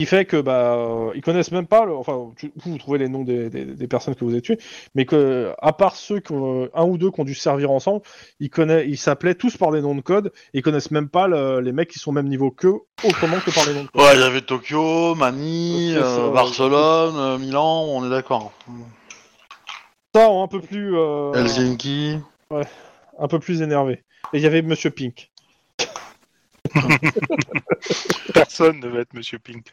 Speaker 2: qui fait que bah euh, ils connaissent même pas le- enfin tu- vous, vous trouvez les noms des, des- des personnes que vous avez tuées mais que à part ceux qui ont, euh, un ou deux qui ont dû servir ensemble ils connaissent ils s'appelaient tous par des noms de code et ils connaissent même pas le- les mecs qui sont au même niveau qu'eux autrement que par les noms de code
Speaker 1: Ouais, il y avait Tokyo, Manille,
Speaker 2: Ok, ça
Speaker 1: euh,
Speaker 2: va.
Speaker 1: Barcelone, euh, Milan, on est d'accord.
Speaker 2: ça en un peu plus euh,
Speaker 1: Helsinki.
Speaker 2: un peu plus énervé et il y avait Monsieur Pink
Speaker 4: Personne ne va être Monsieur Pink.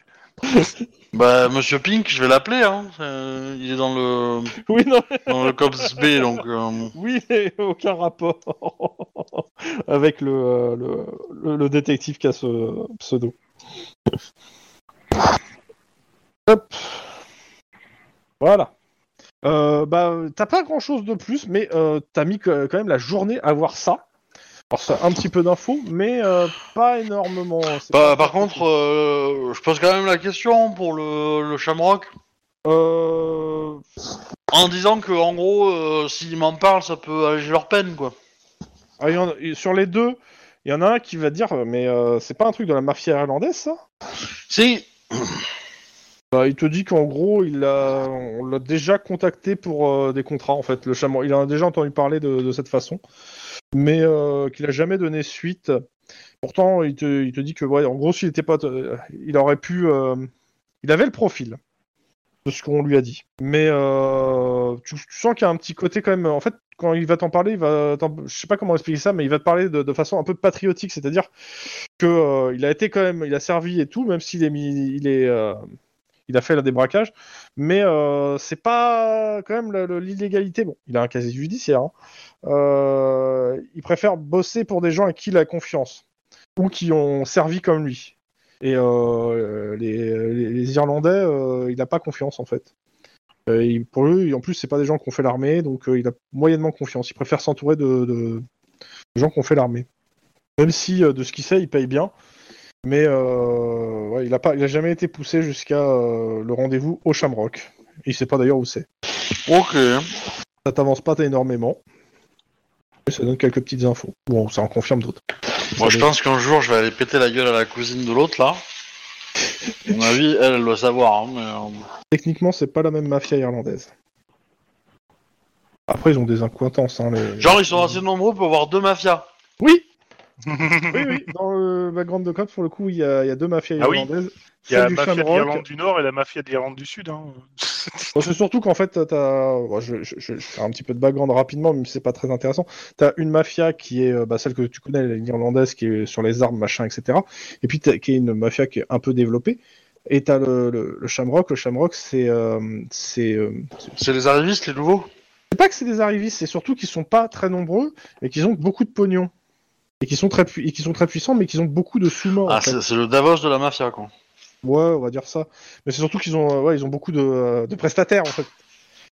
Speaker 1: Bah, Monsieur Pink, je vais l'appeler, hein. Euh, il est dans le,
Speaker 2: oui non
Speaker 1: dans le COPS B, donc. euh,
Speaker 2: oui mais aucun rapport avec le, euh, le, le- le détective qui a ce pseudo hop voilà Euh, bah t'as pas grand chose de plus mais euh, t'as mis que- quand même la journée à voir ça alors ça un petit peu d'infos mais euh, pas énormément C'est
Speaker 1: Bah,
Speaker 2: pas-
Speaker 1: par contre, euh, je pose quand même la question pour le, le Shamrock.
Speaker 2: Euh,
Speaker 1: En disant que, en gros, euh, s'ils m'en parlent, ça peut alléger leur peine, quoi.
Speaker 2: Ah, il y en a- sur les deux, il y en a un qui va dire mais euh, c'est pas un truc de la mafia irlandaise ça
Speaker 1: Si,
Speaker 2: Bah, il te dit qu'en gros, il a, on l'a déjà contacté pour euh, des contrats, en fait. Le chameau, il en a déjà entendu parler de, de cette façon, mais euh, qu'il a jamais donné suite. Pourtant, il te, il te dit que, ouais, en gros, s'il était pas, euh, il aurait pu, euh, il avait le profil de ce qu'on lui a dit. Mais euh, tu, tu sens qu'il y a un petit côté quand même. En fait, quand il va t'en parler, il va, t'en- je sais pas comment expliquer ça, mais il va te parler de, de façon un peu patriotique, c'est-à-dire que euh, il a été quand même, il a servi et tout, même s'il est, mis- il est euh, il a fait la débraquage, mais euh, c'est pas quand même le- le- l'illégalité. Bon, il a un casier judiciaire. hein. Euh, il préfère bosser pour des gens à qui il a confiance ou qui ont servi comme lui. Et euh, les, les- les Irlandais, euh, il n'a pas confiance en fait. Euh, il- pour eux, en plus, c'est pas des gens qui ont fait l'armée, donc euh, il a moyennement confiance. Il préfère s'entourer de, de- de gens qui ont fait l'armée. Même si euh, de ce qu'il sait, il paye bien. Mais euh, ouais, il n'a pas, il a jamais été poussé jusqu'à euh, le rendez-vous au Shamrock. Il sait pas d'ailleurs où c'est.
Speaker 1: ok.
Speaker 2: Ça t'avance pas énormément. Et ça donne quelques petites infos. Bon, ça en confirme d'autres.
Speaker 1: Moi, je
Speaker 2: Ça
Speaker 1: pense qu'un jour, je vais aller péter la gueule à la cousine de l'autre, là. À mon avis, elle, elle doit savoir. hein, mais, euh,
Speaker 2: Techniquement, c'est pas la même mafia irlandaise. Après, ils ont des incointances. Hein, les...
Speaker 1: Genre, ils sont assez nombreux pour avoir deux mafias.
Speaker 2: Oui Oui, oui. Dans le background de Cop, pour le coup, il y, a il y a deux mafias
Speaker 4: Ah oui.
Speaker 2: irlandaises.
Speaker 4: Il y
Speaker 2: celle
Speaker 4: a la
Speaker 2: du
Speaker 4: mafia
Speaker 2: Shamrock.
Speaker 4: d'Irlande du Nord et la mafia d'Irlande du Sud. Hein.
Speaker 2: Bon, c'est surtout qu'en fait, t'as... bon, je, je, je- je fais un petit peu de background rapidement, même si c'est pas très intéressant. T'as une mafia qui est euh, bah, celle que tu connais, l'irlandaise, qui est sur les armes, machin, etc. Et puis t'as- qui est une mafia qui est un peu développée. Et t'as le, le, le Shamrock. Le Shamrock, c'est, euh, c'est, euh,
Speaker 1: C'est les arrivistes, les nouveaux
Speaker 2: c'est pas que c'est des arrivistes, c'est surtout qu'ils sont pas très nombreux, mais qu'ils ont beaucoup de pognon. Et qui sont très, pui- et qui sont très puissants, mais qu'ils ont beaucoup de sous-morts. en
Speaker 1: Ah,
Speaker 2: fait.
Speaker 1: c'est c'est le Davos de la mafia, quoi.
Speaker 2: Ouais, on va dire ça. Mais c'est surtout qu'ils ont, euh, ouais, ils ont beaucoup de, euh, de prestataires, en fait.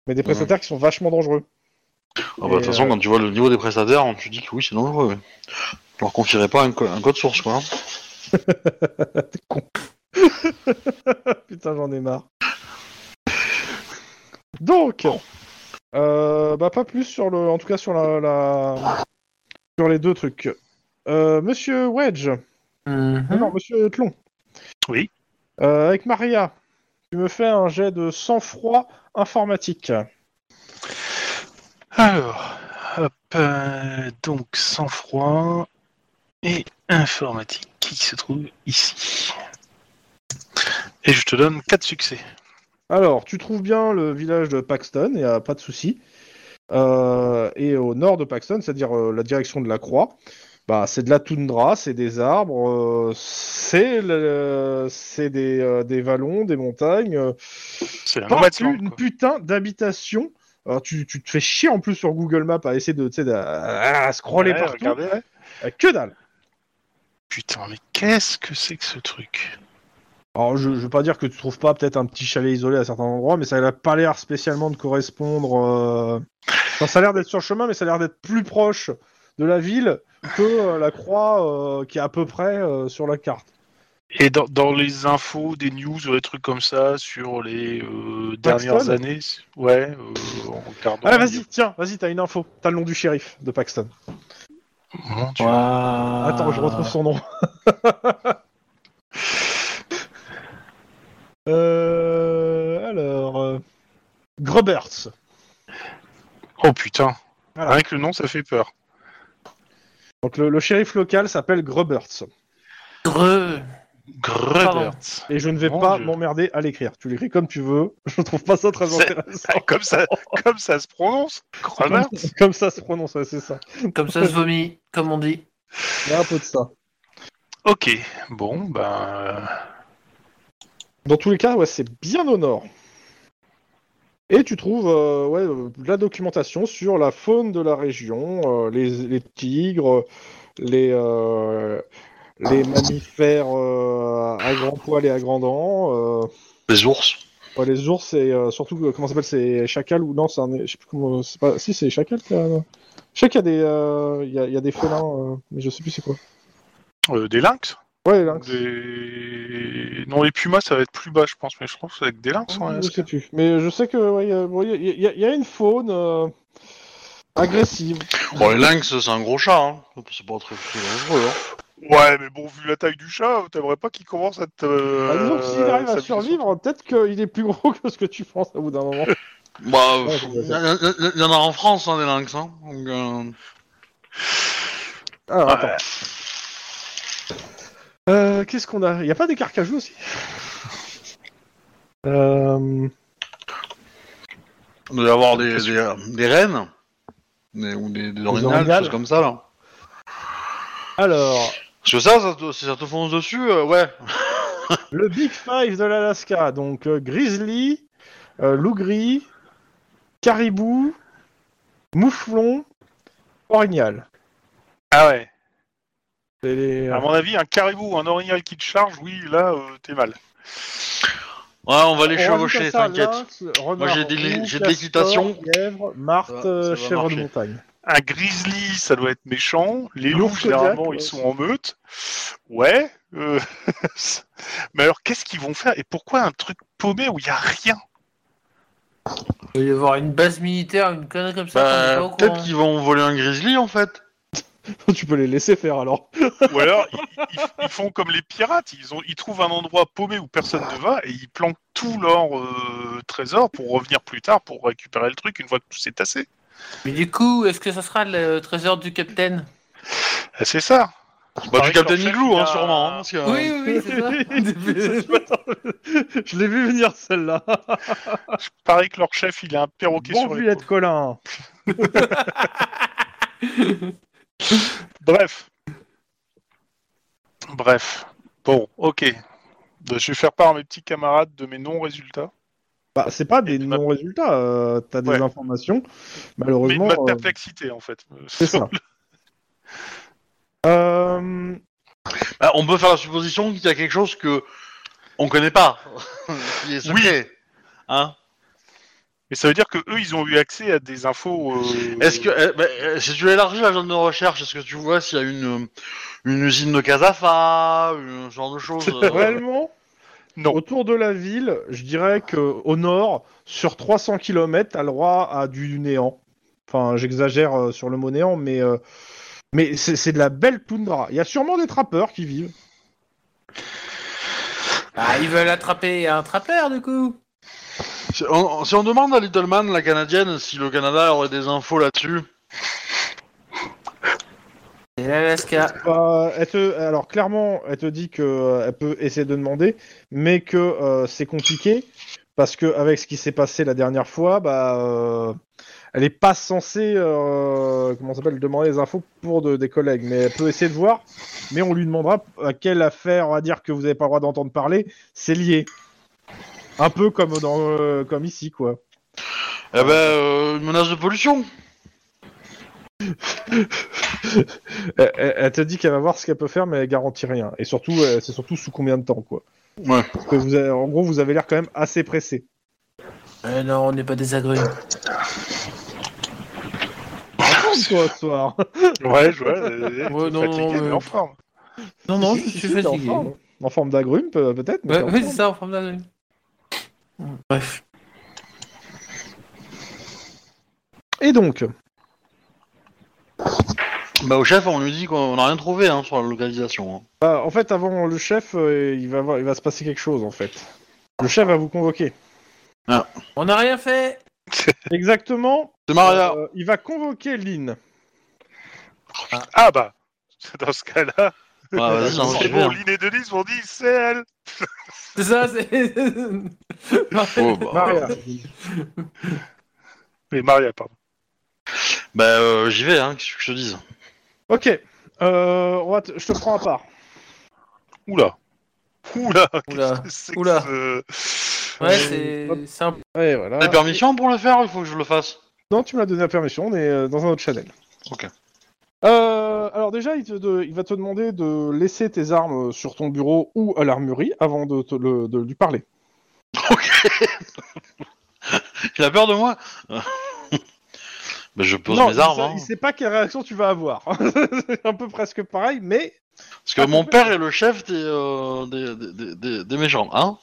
Speaker 2: Mais des prestataires qui sont vachement dangereux.
Speaker 1: Ah bah, de toute
Speaker 2: Et,
Speaker 1: façon,
Speaker 2: euh,
Speaker 1: quand tu vois le niveau des prestataires, tu dis que oui, c'est dangereux. ouais. Je leur confierais pas un, co- un code source, quoi. hein.
Speaker 2: Putain, j'en ai marre. Donc, euh, bah pas plus sur le, en tout cas sur la, la- sur les deux trucs. Euh, Monsieur Wedge,
Speaker 5: Hein
Speaker 2: Ah
Speaker 5: Mhm.
Speaker 2: non, Monsieur Tlon.
Speaker 4: Oui.
Speaker 2: Euh, avec Maria, tu me fais un jet de sang-froid informatique.
Speaker 4: Alors, hop, euh, donc sang froid et informatique qui se trouve ici. Et je te donne 4 succès.
Speaker 2: Alors, tu trouves bien le village de Paxton, il n'y a pas de souci. Euh, et au nord de Paxton, c'est-à-dire euh, la direction de la Croix, bah, c'est de la toundra, c'est des arbres, euh, c'est le- c'est des, euh, des vallons, des montagnes. euh,
Speaker 4: C'est un
Speaker 2: pas
Speaker 4: nomade
Speaker 2: plus une putain d'habitation. Alors, tu, tu te fais chier en plus sur Google Maps à essayer de, tu sais, d'a- à, à scroller partout. Euh, Que dalle
Speaker 4: Putain, mais qu'est-ce que c'est que ce truc
Speaker 2: Alors, je, je veux pas dire que tu trouves pas peut-être un petit chalet isolé à certains endroits, mais ça n'a pas l'air spécialement de correspondre. euh, Enfin, ça a l'air d'être sur le chemin, mais ça a l'air d'être plus proche de la ville que euh, la croix euh, qui est à peu près euh, sur la carte.
Speaker 4: Et dans, dans les infos, des news, des trucs comme ça sur les euh, dernières
Speaker 2: Paxton
Speaker 4: années, ouais, euh, en regardant.
Speaker 2: Ah, vas-y, tiens, vas-y, t'as une info. T'as le nom du shérif de Paxton. Oh
Speaker 4: Mon Dieu.
Speaker 5: Ah.
Speaker 2: Attends, je retrouve son nom. Euh, alors. euh, Gruberts.
Speaker 4: Oh putain.
Speaker 2: Voilà.
Speaker 4: Rien que le nom, ça fait peur.
Speaker 2: Donc le, le shérif local s'appelle Gruberts.
Speaker 5: Dreux.
Speaker 4: Grebert.
Speaker 2: Et je ne vais
Speaker 4: Mon
Speaker 2: pas
Speaker 4: Dieu.
Speaker 2: m'emmerder à l'écrire. Tu l'écris comme tu veux. Je trouve pas ça très
Speaker 4: C'est-
Speaker 2: intéressant.
Speaker 4: Ah, Comme ça, comme ça se prononce. Grebert.
Speaker 2: Comme ça se prononce, ouais, c'est ça.
Speaker 5: Comme ça se vomit, comme on dit.
Speaker 2: Il y a un peu de ça.
Speaker 4: Ok. Bon, ben.
Speaker 2: Dans tous les cas, ouais, c'est bien au nord. Et tu trouves euh, ouais, euh, de la documentation sur la faune de la région, euh, les, les tigres, les, euh,
Speaker 4: Ah.
Speaker 2: les mammifères euh, à grand poil et à grand dents, euh,
Speaker 1: Les ours.
Speaker 2: ouais, les ours et euh, surtout, euh, comment ça s'appelle, c'est chacal ou non, c'est un, je sais plus comment, c'est pas, si c'est chacal, qu'il y a, non. je sais qu'il y a des, euh, il y a, il y a des félins, euh, mais je sais plus c'est quoi.
Speaker 4: euh, des lynx.
Speaker 2: Ouais, les lynx.
Speaker 4: Des... Non, les pumas, ça va être plus bas, je pense, mais je pense que c'est avec des lynx. en
Speaker 2: Je
Speaker 4: Alaska.
Speaker 2: sais plus. Mais je sais que ouais, y, a- bon, y a- y a- y a une faune euh, agressive.
Speaker 1: Bon, les lynx, c'est un gros chat, hein. C'est pas très très dangereux, hein.
Speaker 4: Ouais, mais bon, vu la taille du chat, t'aimerais pas qu'il commence à te. euh,
Speaker 2: Par exemple, Ah, s'il arrive à
Speaker 4: s'appuyer sur-
Speaker 2: survivre, peut-être qu'il est plus gros que ce que tu penses à bout d'un moment.
Speaker 1: Bah,
Speaker 2: Ouais, c'est vrai,
Speaker 1: il y, y- y- y en a en France, hein, des lynx, hein. Donc, euh,
Speaker 2: Alors,
Speaker 4: Ouais.
Speaker 2: attends. Euh, Qu'est-ce qu'on a Il n'y a pas des carcajous aussi Euh,
Speaker 1: Il doit y avoir des, des, euh, des rennes. Des- ou des, des orignales, des
Speaker 2: orignales.
Speaker 1: choses comme ça, là.
Speaker 2: Alors,
Speaker 1: Parce que ça, ça te, si ça te fonce dessus, euh, ouais.
Speaker 2: le Big Five de l'Alaska. Donc, euh, grizzly, euh, loup gris, caribou, mouflon, orignal.
Speaker 4: Ah ouais.
Speaker 2: C'est les- euh,
Speaker 1: Ah,
Speaker 4: À mon avis, un caribou ou un orignal qui te charge, oui, là, euh, t'es mal.
Speaker 1: Ouais, on va les
Speaker 2: On rajoute
Speaker 1: chevaucher,
Speaker 2: à ça
Speaker 1: t'inquiète.
Speaker 2: lynx, renard
Speaker 1: Moi, j'ai des-
Speaker 2: roux,
Speaker 1: j'ai de
Speaker 2: castor,
Speaker 1: l'équitation.
Speaker 2: Lièvre, Marthe,
Speaker 1: Ça va- ça
Speaker 2: euh,
Speaker 1: va
Speaker 2: chèvre de
Speaker 1: marcher.
Speaker 2: montagne.
Speaker 4: Un grizzly, ça doit être méchant. Les
Speaker 2: L'ours
Speaker 4: loups,
Speaker 2: Kodiak,
Speaker 4: généralement,
Speaker 2: ouais.
Speaker 4: ils sont en meute. Ouais. euh, Mais alors, qu'est-ce qu'ils vont faire Et pourquoi un truc paumé où il n'y a rien
Speaker 5: Il va y avoir une base militaire, une connerie comme ça.
Speaker 1: Bah,
Speaker 5: qu'on est pas au
Speaker 1: peut-être
Speaker 5: courant.
Speaker 1: qu'ils vont voler un grizzly, en fait.
Speaker 2: tu peux les laisser faire alors.
Speaker 4: Ou alors, ils, ils- ils font comme les pirates. Ils, ont, ils trouvent un endroit paumé où personne ne va et ils planquent tout leur euh, trésor pour revenir plus tard pour récupérer le truc une fois que tout s'est tassé.
Speaker 5: Mais du coup, est-ce que ça sera le trésor du capitaine
Speaker 4: Ah, C'est ça.
Speaker 1: Bah,
Speaker 4: paraît
Speaker 1: du
Speaker 4: que leur
Speaker 1: Captain
Speaker 4: chef,
Speaker 1: Igloo,
Speaker 4: il
Speaker 1: hein,
Speaker 4: a-
Speaker 1: sûrement. hein, parce que, euh,
Speaker 5: Oui, oui, oui, c'est ça.
Speaker 2: Je l'ai vu venir celle-là.
Speaker 4: Pareil que leur chef, il a un perroquet
Speaker 2: bon
Speaker 4: sur
Speaker 2: vu, être
Speaker 4: l'épaule.
Speaker 2: Colin.
Speaker 4: Bref. Bref. Bon, ok. Bah, Je vais faire part à mes petits camarades de mes non-résultats.
Speaker 2: Bah, c'est pas des
Speaker 4: Et ma-
Speaker 2: non-résultats. euh, T'as des
Speaker 4: Ouais.
Speaker 2: informations.
Speaker 4: Mais de
Speaker 2: Malheureusement,
Speaker 4: ma
Speaker 2: euh,
Speaker 4: perplexité, en fait.
Speaker 2: c'est ça. Euh,
Speaker 1: bah, on peut faire la supposition qu'il y a quelque chose que on connaît pas. qui est secret. Hein
Speaker 4: Mais ça veut dire que eux, ils ont eu accès à des infos. euh,
Speaker 1: Est-ce que eh, bah, eh, si tu élargis la zone de recherche, est-ce que tu vois s'il y a une, euh, une usine de casafa, une- ce genre de choses euh,
Speaker 2: Réellement,
Speaker 4: Non.
Speaker 2: autour de la ville, je dirais que au nord, sur 300 km, t'as le droit à du néant. Enfin, j'exagère euh, sur le mot néant, mais, euh, mais c'est c'est de la belle toundra. Il y a sûrement des trappeurs qui vivent.
Speaker 5: Ah, ils veulent attraper un trappeur, du coup.
Speaker 1: Si on, si on demande à Littleman, la canadienne, si le Canada aurait des infos là-dessus,
Speaker 5: Et l'Alaska.
Speaker 2: Bah, elle te- alors clairement, elle te dit que euh, elle peut essayer de demander, mais que euh, c'est compliqué parce que avec ce qui s'est passé la dernière fois, bah, euh, elle est pas censée euh, comment ça s'appelle demander les infos pour de- des collègues, mais elle peut essayer de voir. Mais on lui demandera à quelle affaire, on va dire que vous n'avez pas le droit d'entendre parler, c'est lié. Un peu comme dans euh, comme ici quoi.
Speaker 1: Eh ben, euh, une menace de pollution.
Speaker 2: Elle, elle- elle te dit qu'elle va voir ce qu'elle peut faire, mais elle garantit rien. Et surtout, euh, c'est surtout sous combien de temps quoi.
Speaker 1: Ouais.
Speaker 2: Parce que vous avez- en gros, vous avez l'air
Speaker 5: Euh,
Speaker 2: quand même assez pressé.
Speaker 5: Eh non, on n'est pas des agrumes.
Speaker 2: forme, toi, ce soir.
Speaker 4: Ouais, je vois. euh,
Speaker 5: Ouais,
Speaker 4: t'es
Speaker 5: non,
Speaker 4: fatigué,
Speaker 5: non,
Speaker 4: mais
Speaker 5: euh,
Speaker 4: en forme.
Speaker 5: Non, non, je
Speaker 2: Si,
Speaker 5: suis
Speaker 2: si, t'es
Speaker 5: fatigué.
Speaker 2: En forme, En forme d'agrumes, peut- peut-être mais
Speaker 5: Ouais,
Speaker 2: t'es en
Speaker 5: ouais,
Speaker 2: forme.
Speaker 5: c'est ça, en forme d'agrumes. Bref.
Speaker 2: Et donc,
Speaker 1: Bah, au chef, on lui dit qu'on n'a rien trouvé hein, sur la localisation. hein.
Speaker 2: bah, en fait, avant le chef, euh, il va, avoir- il va se passer quelque chose, en fait. Le chef va vous convoquer.
Speaker 5: On n'a rien fait
Speaker 2: Exactement.
Speaker 1: C'est Maria.
Speaker 2: euh, il va convoquer Lynn.
Speaker 4: Ah bah, dans ce cas-là,
Speaker 1: Ouais, Ah, vas-y, lance
Speaker 4: c'est
Speaker 1: le
Speaker 4: bon,
Speaker 1: dé.
Speaker 4: Lynn et Denise m'ont dit, c'est elle.
Speaker 5: C'est ça, c'est.
Speaker 1: Oh, bah.
Speaker 2: Maria.
Speaker 4: Mais Maria, pardon.
Speaker 1: Bah, euh, j'y vais, hein, qu'est-ce que je te dise
Speaker 2: Ok. Euh, on va te- je te prends à part.
Speaker 4: Oula. Oula. qu'est-ce
Speaker 5: Oula.
Speaker 4: que c'est que euh,
Speaker 5: Oula.
Speaker 4: ce-
Speaker 5: Ouais, c'est
Speaker 2: Hop.
Speaker 5: c'est un
Speaker 2: Ouais, voilà.
Speaker 1: T'as permission pour le faire ou il faut que je le fasse
Speaker 2: Non, tu m'as donné la permission, on est euh, dans un autre channel.
Speaker 1: Ok.
Speaker 2: Euh, alors déjà, il, te- de- il va te demander de laisser tes armes euh, sur ton bureau ou à l'armurerie avant de, te, le- de lui parler.
Speaker 1: Il a peur de moi Bah, je pose
Speaker 2: non,
Speaker 1: mes armes.
Speaker 2: il, sait,
Speaker 1: hein.
Speaker 2: il sait pas quelle réaction tu vas avoir. C'est un peu presque pareil, mais
Speaker 1: Parce que mon père est le chef des, euh, des, des- des- des- des méchants, hein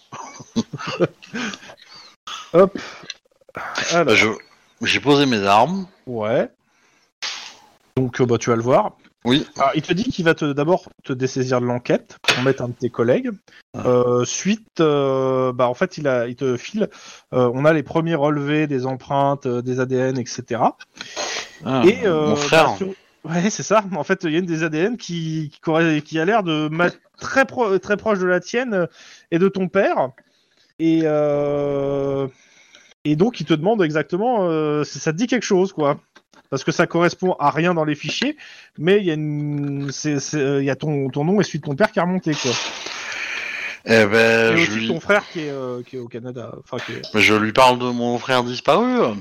Speaker 2: alors,
Speaker 1: Bah, je- J'ai posé mes armes.
Speaker 2: ouais. Donc euh, bah, tu vas le voir.
Speaker 1: Oui.
Speaker 2: Alors, il te dit qu'il va te d'abord te dessaisir de l'enquête pour mettre un de tes collègues. Euh, suite, euh, bah, en fait, il, a, il te file. euh, on a les premiers relevés des empreintes, euh, des ADN, etc.
Speaker 1: Ah,
Speaker 2: Et euh,
Speaker 1: mon frère.
Speaker 2: bah, sur- Ouais, c'est ça. En fait, il y a une des ADN qui, qui, corré- qui a l'air de ma- très, pro- très proche de la tienne euh, et de ton père. Et, euh, et donc, il te demande exactement euh, si ça te dit quelque chose, quoi. Parce que ça correspond à rien dans les fichiers, mais il y a, une... c'est- c'est- euh, il y a ton, ton nom et celui de ton père qui est remonté, quoi.
Speaker 1: Eh ben,
Speaker 2: et
Speaker 1: je
Speaker 2: aussi
Speaker 1: lui...
Speaker 2: ton frère qui est, euh, qui est au Canada. Enfin, qui est-
Speaker 1: je lui parle de mon frère disparu, euh,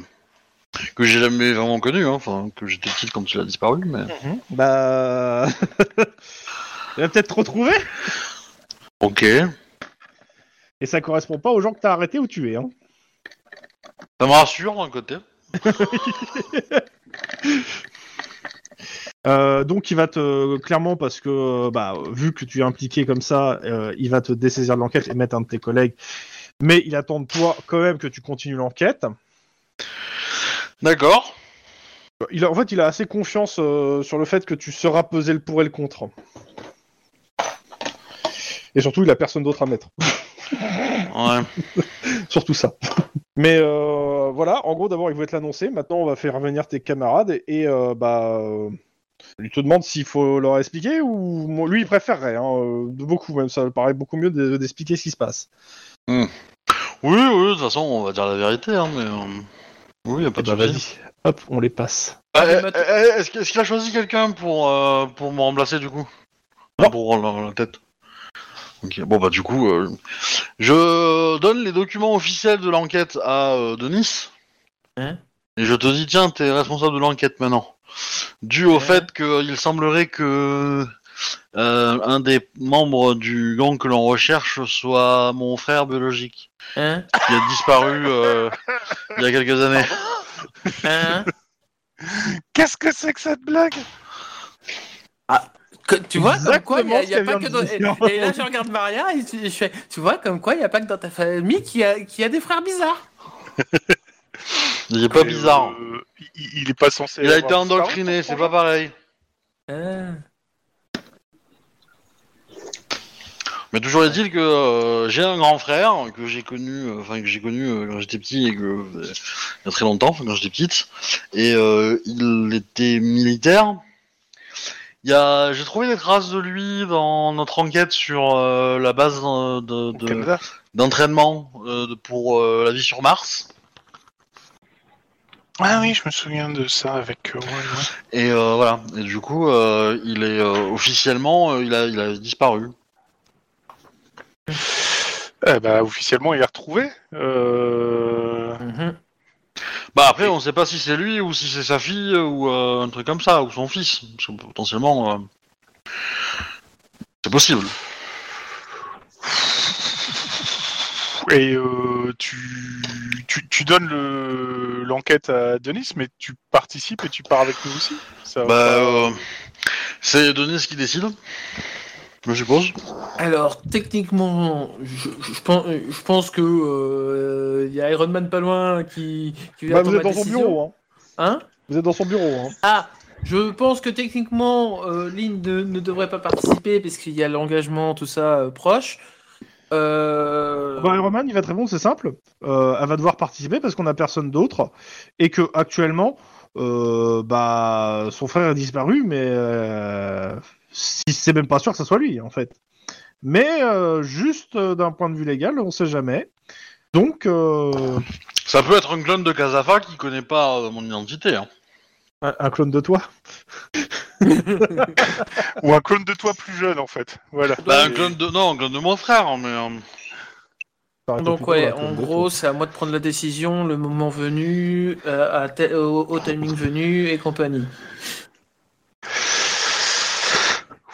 Speaker 1: que j'ai jamais vraiment connu, hein, enfin, que j'étais petite quand il a disparu, mais...
Speaker 2: Bah. il va peut-être te retrouver.
Speaker 1: Ok.
Speaker 2: Et ça correspond pas aux gens que t'as arrêtés ou tués, hein.
Speaker 1: Ça me rassure d'un côté.
Speaker 2: Euh, donc il va te clairement parce que euh, bah, vu que tu es impliqué comme ça, euh, il va te dessaisir de l'enquête et mettre un de tes collègues. Mais il attend de toi quand même que tu continues l'enquête.
Speaker 1: D'accord.
Speaker 2: Il a- en fait, il a assez confiance euh, sur le fait que tu seras pesé le pour et le contre. Et surtout, il a personne d'autre à mettre
Speaker 1: Ouais.
Speaker 2: sur tout ça. Mais euh, voilà, en gros, d'abord, il voulait te l'annoncer. Maintenant, on va faire revenir tes camarades et, euh, bah, euh, il te demande s'il faut leur expliquer ou moi, lui, il préférerait, hein, euh, de beaucoup même. Ça me paraît beaucoup mieux de- d'expliquer ce qui se passe.
Speaker 1: Oui, oui, de toute façon, on va dire la vérité, hein, mais... euh, Oui, y a pas de
Speaker 2: Eh ben,
Speaker 1: souci.
Speaker 2: vas-y, hop, on les passe.
Speaker 1: Ah,
Speaker 5: Allez,
Speaker 1: eh,
Speaker 5: mat-
Speaker 1: eh, Est-ce que- est-ce qu'il a choisi quelqu'un pour, euh, pour me remplacer du coup
Speaker 2: Non.
Speaker 1: Pour la, la tête. Ok, bon bah du coup, euh, je donne les documents officiels de l'enquête à euh, Denis.
Speaker 5: Hein
Speaker 1: et je te dis, tiens, t'es responsable de l'enquête maintenant. Dû au
Speaker 5: Ouais.
Speaker 1: fait qu'il semblerait que euh, un des membres du gang que l'on recherche soit mon frère biologique,
Speaker 5: Hein
Speaker 1: qui a disparu euh, il y a quelques années.
Speaker 5: Hein
Speaker 4: Qu'est-ce que c'est que cette blague
Speaker 5: Que- tu vois, comme quoi, il y a, il y a
Speaker 2: Exactement
Speaker 5: pas
Speaker 2: ce
Speaker 5: que
Speaker 2: qu'elle
Speaker 5: dans...
Speaker 2: vient de
Speaker 5: et, et là, je regarde Maria et tu- je fais, tu vois, comme quoi, il y a pas que dans ta famille qui a, qui a des frères bizarres.
Speaker 1: Il est pas
Speaker 4: Mais,
Speaker 1: bizarre.
Speaker 4: euh, il, il est pas censé.
Speaker 1: Il a
Speaker 4: avoir
Speaker 1: été
Speaker 4: disparu,
Speaker 1: endoctriné,
Speaker 4: ton
Speaker 1: c'est pas pareil.
Speaker 5: Hein
Speaker 1: Mais toujours est-il que euh, j'ai un grand frère que j'ai connu, euh, enfin que j'ai connu euh, quand j'étais petit et que euh, il y a très longtemps, enfin, quand j'étais petite, et euh, il était militaire. Il y a, j'ai trouvé des traces de lui dans notre enquête sur euh, la base euh, de-
Speaker 4: au
Speaker 1: de-
Speaker 4: Canada.
Speaker 1: d'entraînement euh, de- pour euh, la vie sur Mars.
Speaker 4: Ah oui, je me souviens de ça avec. euh, ouais, ouais.
Speaker 1: Et euh, voilà. Et du coup, euh, il est euh, officiellement, euh, il a, il a disparu.
Speaker 4: Eh bah, officiellement, il est retrouvé. Euh,
Speaker 5: Mhm.
Speaker 1: Bah après, on sait pas si c'est lui ou si c'est sa fille ou euh, un truc comme ça ou son fils. Parce que potentiellement, euh, c'est possible.
Speaker 4: Et euh, tu, tu, tu donnes le- l'enquête à Denis, mais tu participes et tu pars avec nous aussi. Ça, va
Speaker 1: Bah,
Speaker 4: pas-
Speaker 1: euh, c'est Denis qui décide, je suppose.
Speaker 5: Alors, techniquement, je, je- je pense, je pense que euh, il y a Iron Man pas loin qui, qui vient
Speaker 2: Bah,
Speaker 5: attendre
Speaker 2: vous êtes
Speaker 5: ma
Speaker 2: dans son
Speaker 5: décision.
Speaker 2: bureau, hein.
Speaker 5: Hein
Speaker 2: Vous êtes dans son bureau, hein.
Speaker 5: Ah, je pense que techniquement, euh, Lynn ne, ne devrait pas participer parce qu'il y a l'engagement, tout ça, euh, proche. Euh,
Speaker 2: Bah, Iron Man, il va te répondre, c'est simple. Euh, elle va devoir participer parce qu'on a personne d'autre et que actuellement, euh, bah, son frère a disparu, mais euh, si c'est même pas sûr que ça soit lui en fait. Mais euh, juste euh, d'un point de vue légal, on sait jamais. Donc, euh,
Speaker 1: Ça peut être un clone de Casafa qui connaît pas euh, mon identité. Hein.
Speaker 2: un, un clone de toi.
Speaker 4: Ou un clone de toi plus jeune, en fait. Voilà.
Speaker 1: Bah, un clone de. Non, un clone de mon frère, mais. euh,
Speaker 2: Ah,
Speaker 5: Donc ouais, en gros, c'est à moi de prendre la décision, le moment venu, euh, à te- au, au timing venu et compagnie.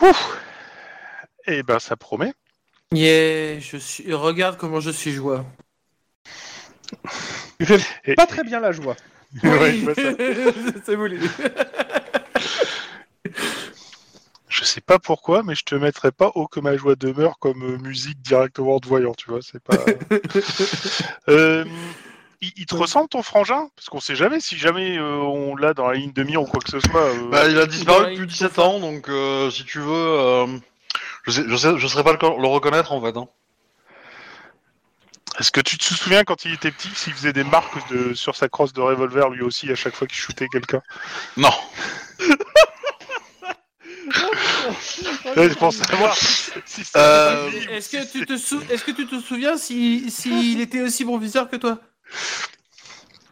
Speaker 4: Ouf. Eh ben, ça promet.
Speaker 5: Yeah, je suis. Regarde comment je suis joie.
Speaker 2: tu fais
Speaker 4: Et-
Speaker 2: pas très bien la joie.
Speaker 4: Ouais, je vois ça.
Speaker 5: c'est voulu.
Speaker 4: Je sais pas pourquoi, mais je te mettrai pas Oh que ma joie demeure comme euh, musique directement de voyant, tu vois. C'est pas. Euh, il, il te ressemble ton frangin Parce qu'on sait jamais si jamais euh, on l'a dans la ligne de mire ou quoi que ce soit. euh,
Speaker 1: Bah, il a disparu
Speaker 5: Ouais,
Speaker 1: depuis
Speaker 5: ils
Speaker 1: 17
Speaker 5: sont
Speaker 1: ans, donc euh, si tu veux, euh, je sais, je sais, je saurais pas le, co- le reconnaître en fait. Hein.
Speaker 4: Est-ce que tu te souviens quand il était petit s'il faisait des marques de, sur sa crosse de revolver lui aussi à chaque fois qu'il shootait quelqu'un
Speaker 1: Non.
Speaker 4: Ouais, Je pense savoir si c'est
Speaker 1: Euh,
Speaker 5: Est-ce que tu te sou- est-ce que tu te souviens si s'il était aussi bon viseur que toi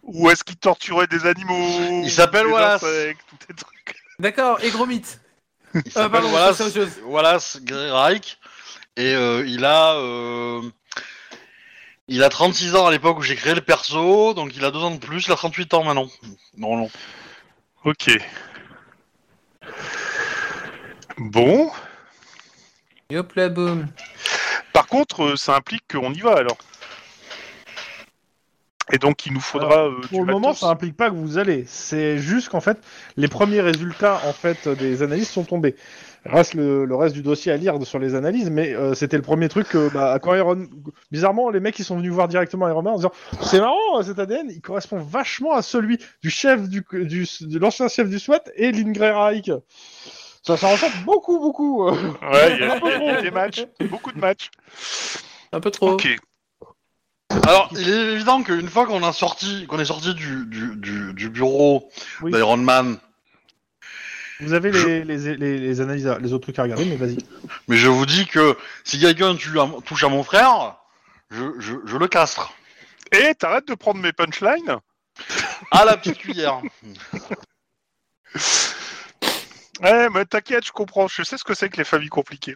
Speaker 4: Ou est-ce qu'il torturait des animaux
Speaker 1: Il s'appelle
Speaker 4: des
Speaker 1: Wallace.
Speaker 4: insectes, ou des trucs
Speaker 5: D'accord, et gros mythe. Ah,
Speaker 1: Il s'appelle
Speaker 5: pardon,
Speaker 1: Wallace,
Speaker 5: ça, c'est autre
Speaker 1: Wallace Gray Reich, et euh, il a. euh, il a 36 ans à l'époque où j'ai créé le perso, donc il a 2 ans de plus, il a 38 ans maintenant. Non, non.
Speaker 4: Ok. Bon.
Speaker 5: Yop la boum.
Speaker 4: Par contre, euh, ça implique qu'on y va alors. Et donc il nous faudra euh, du
Speaker 2: Pour le moment,
Speaker 4: matos.
Speaker 2: ça implique pas que vous allez. C'est juste qu'en fait, les premiers résultats en fait des analyses sont tombés. Reste le, le reste du dossier à lire sur les analyses, mais euh, c'était le premier truc que, bah, quand Iron. Bizarrement, les mecs ils sont venus voir directement Iron Man en disant c'est marrant hein, cet ADN, il correspond vachement à celui du chef du, du, de l'ancien chef du SWAT et Lynn Grey Reich. Ça, ça ressemble beaucoup, beaucoup. euh.
Speaker 4: Ouais, il y, a- il y a- il y a des matchs, beaucoup de matchs.
Speaker 5: Un peu trop.
Speaker 4: Ok.
Speaker 1: Alors, il est évident qu'une fois qu'on a sorti, qu'on est sorti du, du, du, du bureau
Speaker 2: Oui.
Speaker 1: d'Iron Man,
Speaker 2: Vous avez les, les, les, les analyses, à- les autres trucs à regarder, mais vas-y.
Speaker 1: mais je vous dis que si quelqu'un tue à- touche à mon frère, je, je, je le castre.
Speaker 4: Et t'arrêtes de prendre mes punchlines
Speaker 1: À la petite cuillère.
Speaker 4: Ouais, mais t'inquiète, je comprends. Je sais ce que c'est que les familles compliquées.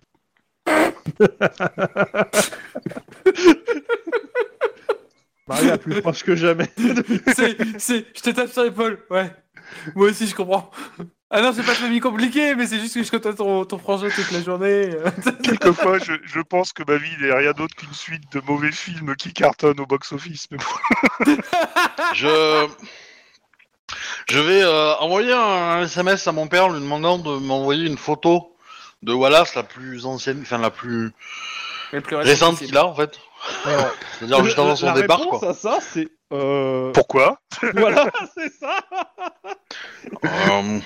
Speaker 2: Maria plus proche que jamais.
Speaker 5: C'est, c'est, je te tape sur l'épaule. Ouais. Moi aussi, je comprends. Ah non, c'est pas de famille compliquée, mais c'est juste que je côtoie ton, ton frangin toute la journée.
Speaker 4: Quelquefois, je, je pense que ma vie n'est rien d'autre qu'une suite de mauvais films qui cartonnent au box-office. Mais bon.
Speaker 1: Je. Je vais euh, envoyer un SMS à mon père lui demandant de m'envoyer une photo de Wallace, la plus ancienne, enfin la plus
Speaker 5: Mais plus
Speaker 1: récente qu'il a en fait.
Speaker 2: Alors,
Speaker 1: C'est-à-dire juste avant son
Speaker 2: la
Speaker 1: départ
Speaker 2: réponse
Speaker 1: quoi.
Speaker 2: à ça, c'est. euh,
Speaker 4: Pourquoi
Speaker 2: voilà, c'est ça.
Speaker 1: Euh,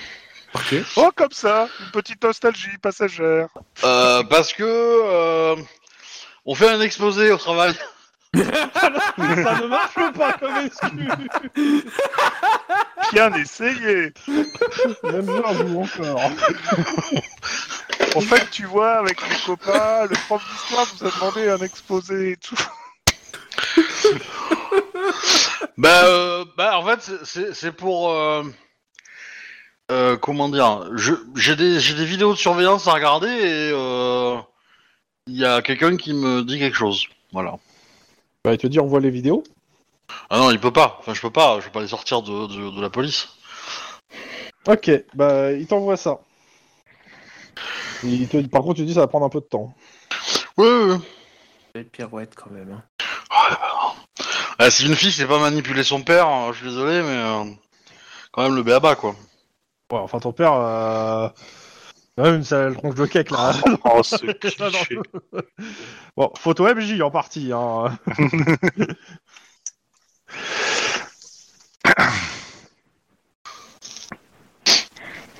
Speaker 4: Oh, comme ça Une petite nostalgie passagère.
Speaker 1: euh, parce que. euh, on fait un exposé au travail.
Speaker 2: Ça ne marche pas comme excuse.
Speaker 4: Bien essayé
Speaker 2: Même genre, vous encore.
Speaker 4: En fait, tu vois, avec mes copains, le prof d'histoire nous a demandé un exposé et tout.
Speaker 1: Bah, euh, bah en fait, c'est- c'est- c'est pour. euh, euh, comment dire je- J'ai des, j'ai des vidéos de surveillance à regarder et. euh, Il y a quelqu'un qui me dit quelque chose. Voilà.
Speaker 2: Bah, il te dit, on voit les vidéos.
Speaker 1: Ah non, il peut pas. Enfin, je peux pas. Je peux pas les sortir de, de, de la police.
Speaker 2: Ok, bah, il t'envoie ça. Il te- Par contre, tu dis, ça va prendre un peu de temps.
Speaker 1: Oui, oui, oui.
Speaker 5: pirouette quand même. hein.
Speaker 1: Ah, Ah, si une fille sait pas manipuler son père, euh, je suis désolé, mais euh, quand même le béaba quoi.
Speaker 2: Ouais, enfin, ton père. Euh... quand même une sale tronche de cake là.
Speaker 4: Oh, ce
Speaker 2: Ah, non.
Speaker 4: cliché.
Speaker 2: bon, photo MJ en partie. Hein.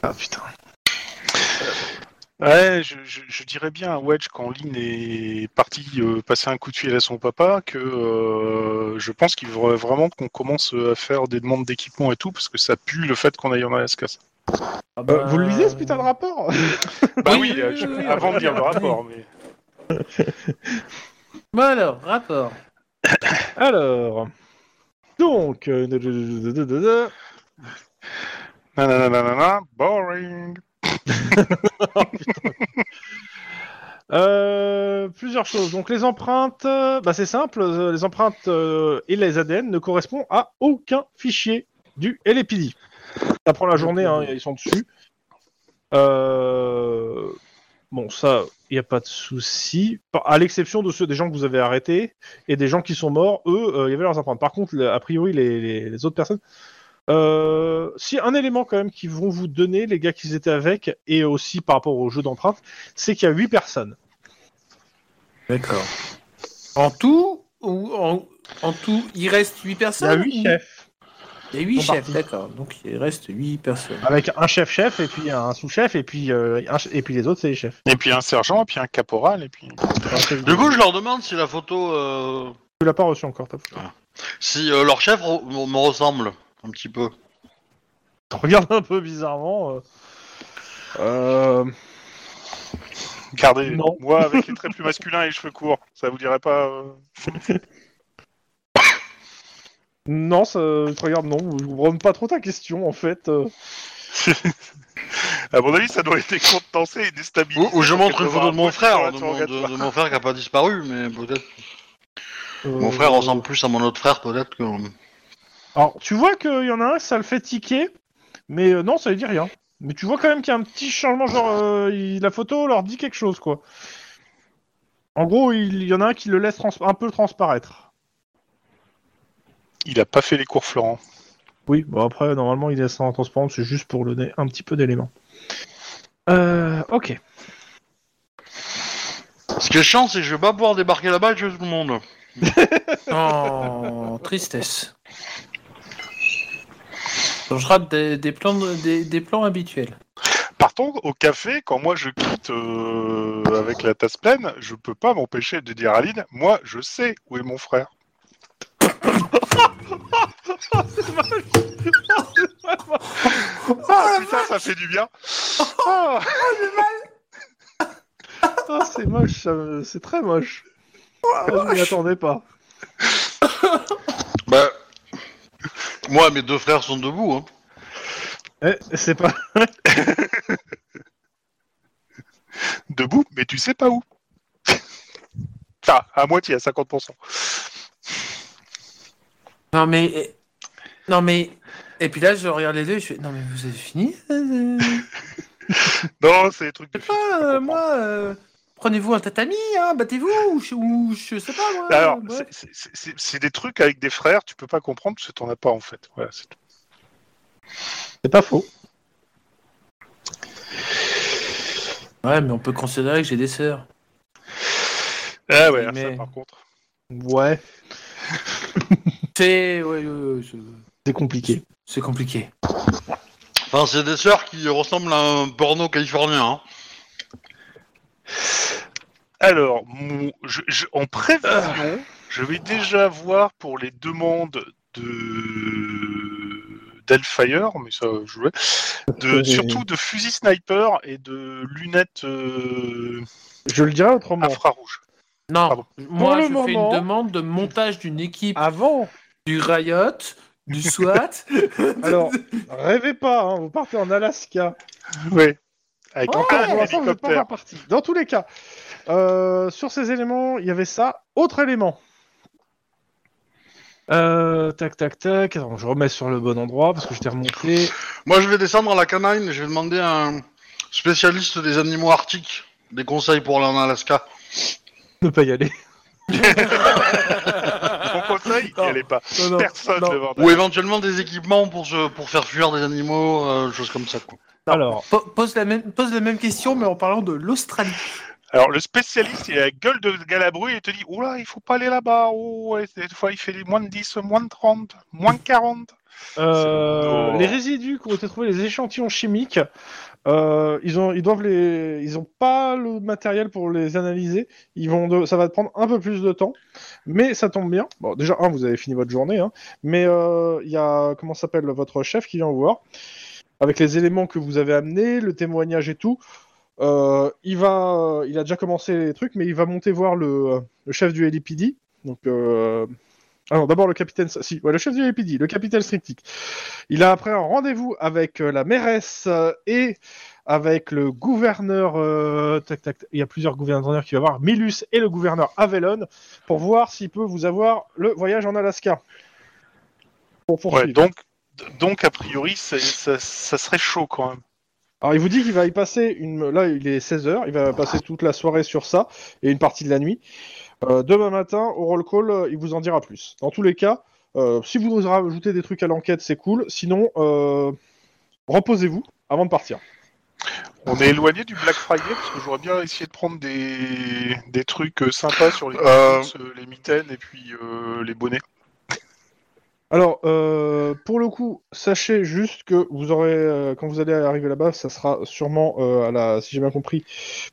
Speaker 2: ah putain.
Speaker 4: Ouais, je, je- je dirais bien à Wedge quand Lynn est parti euh, passer un coup de fil à son papa que euh, je pense qu'il faudrait vraiment qu'on commence euh, à faire des demandes d'équipement et tout parce que ça pue le fait qu'on aille en Alaska. ça.
Speaker 5: Ah
Speaker 2: Euh,
Speaker 5: bah,
Speaker 2: vous le lisez ce putain de rapport
Speaker 4: Bah
Speaker 5: Oui,
Speaker 4: oui,
Speaker 5: oui,
Speaker 4: euh,
Speaker 5: oui,
Speaker 4: je-
Speaker 5: oui,
Speaker 4: avant de dire le
Speaker 5: oui.
Speaker 4: rapport, mais
Speaker 5: Bon alors, rapport.
Speaker 2: Alors. Donc. euh, de- de- de- de- de- de- de-
Speaker 4: nanana, nanana, boring.
Speaker 2: Euh, plusieurs choses. Donc les empreintes, euh, bah, c'est simple, euh, les empreintes euh, et les ADN ne correspondent à aucun fichier du LAPD. Ça prend la journée, hein, ils sont dessus. Euh, Bon, ça, il n'y a pas de souci, Par- à l'exception de ceux des gens que vous avez arrêtés et des gens qui sont morts, eux, euh, il y avait leurs empreintes. Par contre, le- a priori, les, les- les autres personnes. Euh, si un élément quand même qu'ils vont vous donner, les gars qu'ils étaient avec, et aussi par rapport au jeu d'empreintes, c'est qu'il y a 8 personnes.
Speaker 5: D'accord. En tout ou en, en tout, il reste 8
Speaker 2: Il y a
Speaker 5: personnes
Speaker 2: huit chefs.
Speaker 5: Il y a huit
Speaker 2: Bon,
Speaker 5: chefs,
Speaker 2: parti.
Speaker 5: d'accord. Donc il reste 8 personnes.
Speaker 2: Avec un chef-chef, et puis un sous-chef, et, puis euh, un ch- et puis les autres, c'est les chefs.
Speaker 4: Et puis un sergent, et puis un caporal, et puis.
Speaker 1: Du coup, je leur demande si la photo, euh,
Speaker 2: tu l'as pas reçu encore, ta photo.
Speaker 1: si euh, leur chef re- me ressemble un petit peu.
Speaker 2: T'en regardes un peu bizarrement. euh. Euh,
Speaker 4: Regardez,
Speaker 2: Non.
Speaker 4: moi avec les traits plus masculins et les cheveux courts, ça vous dirait pas. euh,
Speaker 2: Non, ça, tu regardes, non, je comprends pas trop ta question, en fait. euh.
Speaker 4: À mon avis, ça doit être contensé et déstabilisé.
Speaker 1: Ou, ou je montre une photo de mon frère, de mon, de-
Speaker 4: Interrogatoire.
Speaker 1: de mon frère qui a pas disparu, mais peut-être.
Speaker 2: Euh,
Speaker 1: Mon frère ressemble plus à mon autre frère, peut-être que. euh.
Speaker 2: Alors, tu vois qu'il y en a un, ça le fait tiquer, mais euh, non, ça lui dit rien. Mais tu vois quand même qu'il y a un petit changement, genre, euh, il- la photo leur dit quelque chose, quoi. En gros, il il y en a un qui le laisse trans- un peu transparaître.
Speaker 4: Il a pas fait les cours Florent.
Speaker 2: Oui, bon après, normalement, il laisse ça en transparent, c'est juste pour donner un petit peu d'éléments. Euh, ok.
Speaker 1: Ce qui est chiant, c'est que je vais pas pouvoir débarquer là-bas et tuer tout le monde.
Speaker 5: Oh, tristesse. Donc, je rate des, des plans, de- des, des plans habituels.
Speaker 4: Partons au café, quand moi je quitte euh, avec la tasse pleine, je peux pas m'empêcher de dire à Aline, moi je sais où est mon frère. Ah putain, ça fait du bien. Ah.
Speaker 2: Ah, c'est moche, ça me- c'est très moche. je m'y attendais pas.
Speaker 1: Bah. Moi, mes deux frères sont debout. Hein.
Speaker 2: Eh, c'est pas.
Speaker 4: Debout, mais tu sais pas où. Enfin, à moitié, à 50%.
Speaker 5: Non mais... eh, Non mais... Et puis là, je regarde les deux et je fais... Non mais vous avez fini euh,
Speaker 4: Non, c'est des trucs de fille.
Speaker 5: Ah, euh, moi... euh, Prenez-vous un tatami, hein, battez-vous, ou je, ou je sais pas, moi. euh,
Speaker 4: Alors,
Speaker 5: bref.
Speaker 4: c'est- c'est- c'est- c'est c'est des trucs avec des frères, tu peux pas comprendre parce que t'en as pas en fait. Voilà, c'est tout.
Speaker 2: C'est pas faux.
Speaker 5: Ouais, mais on peut considérer que j'ai des sœurs.
Speaker 4: Ah ouais,
Speaker 5: Mais-
Speaker 4: ça par contre.
Speaker 2: Ouais,
Speaker 5: C'est... Ouais, ouais, ouais, c'est-
Speaker 2: c'est compliqué.
Speaker 5: c'est compliqué.
Speaker 1: Enfin, c'est des sœurs qui ressemblent à un porno californien. Hein.
Speaker 4: Alors, mon- je- je- en prévision, je vais déjà voir pour les demandes de d'Hellfire, mais ça, je vais, de, surtout de fusil sniper et de lunettes euh,
Speaker 2: Je le dirais autrement.
Speaker 4: infrarouges.
Speaker 5: Non,
Speaker 4: Pardon.
Speaker 5: moi
Speaker 2: Pour le
Speaker 5: je fais
Speaker 2: moment-
Speaker 5: une demande de montage d'une équipe
Speaker 2: Avant,
Speaker 5: du Riot, du SWAT.
Speaker 2: alors, rêvez pas, hein, vous partez en Alaska.
Speaker 4: Oui. Avec
Speaker 2: Oh,
Speaker 4: encore
Speaker 2: pour
Speaker 4: un
Speaker 2: l'instant, vous êtes pas encore
Speaker 4: hélicoptère.
Speaker 2: parti. Dans tous les cas, euh, sur ces éléments, il y avait ça. Autre élément. Euh, tac, tac, tac. Attends, je remets sur le bon endroit parce que je t'ai remonté.
Speaker 1: Moi, je vais descendre à la canine et je vais demander à un spécialiste des animaux arctiques des conseils pour aller en Alaska.
Speaker 2: Ne pas y aller.
Speaker 4: Pourquoi conseil, n'y
Speaker 5: Non.
Speaker 4: allez pas.
Speaker 5: Non, non,
Speaker 4: Personne
Speaker 5: non.
Speaker 4: ne vendait.
Speaker 1: Ou éventuellement des équipements pour, se- pour faire fuir des animaux, euh, choses comme ça. Quoi.
Speaker 2: Alors,
Speaker 5: Po- Pose la, même, pose la même question, mais en parlant de l'Australie.
Speaker 4: Alors, le spécialiste, il a la gueule de Galabru et il te dit Oula, il faut pas aller là-bas. Oh, ouais, des fois, il fait des moins de 10, moins de 30, moins de 40.
Speaker 2: euh,
Speaker 4: C'est-
Speaker 2: les résidus qui ont été trouvés, les échantillons chimiques, euh, ils ont, ils doivent les, ils ont pas le matériel pour les analyser. Ils vont, de- ça va prendre un peu plus de temps, mais ça tombe bien. Bon, déjà un, vous avez fini votre journée, hein, mais euh, il y a comment ça s'appelle votre chef qui vient vous voir avec les éléments que vous avez amenés, le témoignage et tout. Euh, il va, il a déjà commencé les trucs, mais il va monter voir le, euh, le chef du LPD. Donc euh, Ah non, d'abord le capitaine. Si, ouais, le chef du LPD, le capitaine Striptic. Il a après un rendez-vous avec euh, la mairesse euh, et avec le gouverneur. euh, tac, tac, il y a plusieurs gouverneurs qui va voir. Milus et le gouverneur Avellon pour voir s'il peut vous avoir le voyage en Alaska. Pour
Speaker 4: Ouais,
Speaker 2: poursuivre.
Speaker 4: donc, donc, a priori, c'est- ça, ça serait chaud quand même.
Speaker 2: Alors, il vous dit qu'il va y passer une. Là, il est 16h, il va passer toute la soirée sur ça et une partie de la nuit. Euh, demain matin, au roll call, euh, il vous en dira plus. Dans tous les cas, euh, si vous rajoutez des trucs à l'enquête, c'est cool. Sinon, euh, reposez-vous avant de partir.
Speaker 4: On est éloigné du Black Friday parce que j'aurais bien essayé de prendre des, des trucs euh, sympas sur les,
Speaker 1: Euh.
Speaker 4: courses, euh, les mitaines et puis euh, les bonnets.
Speaker 2: Alors, euh, pour le coup, sachez juste que vous aurez, euh, quand vous allez arriver là-bas, ça sera sûrement, euh, à la, si j'ai bien compris,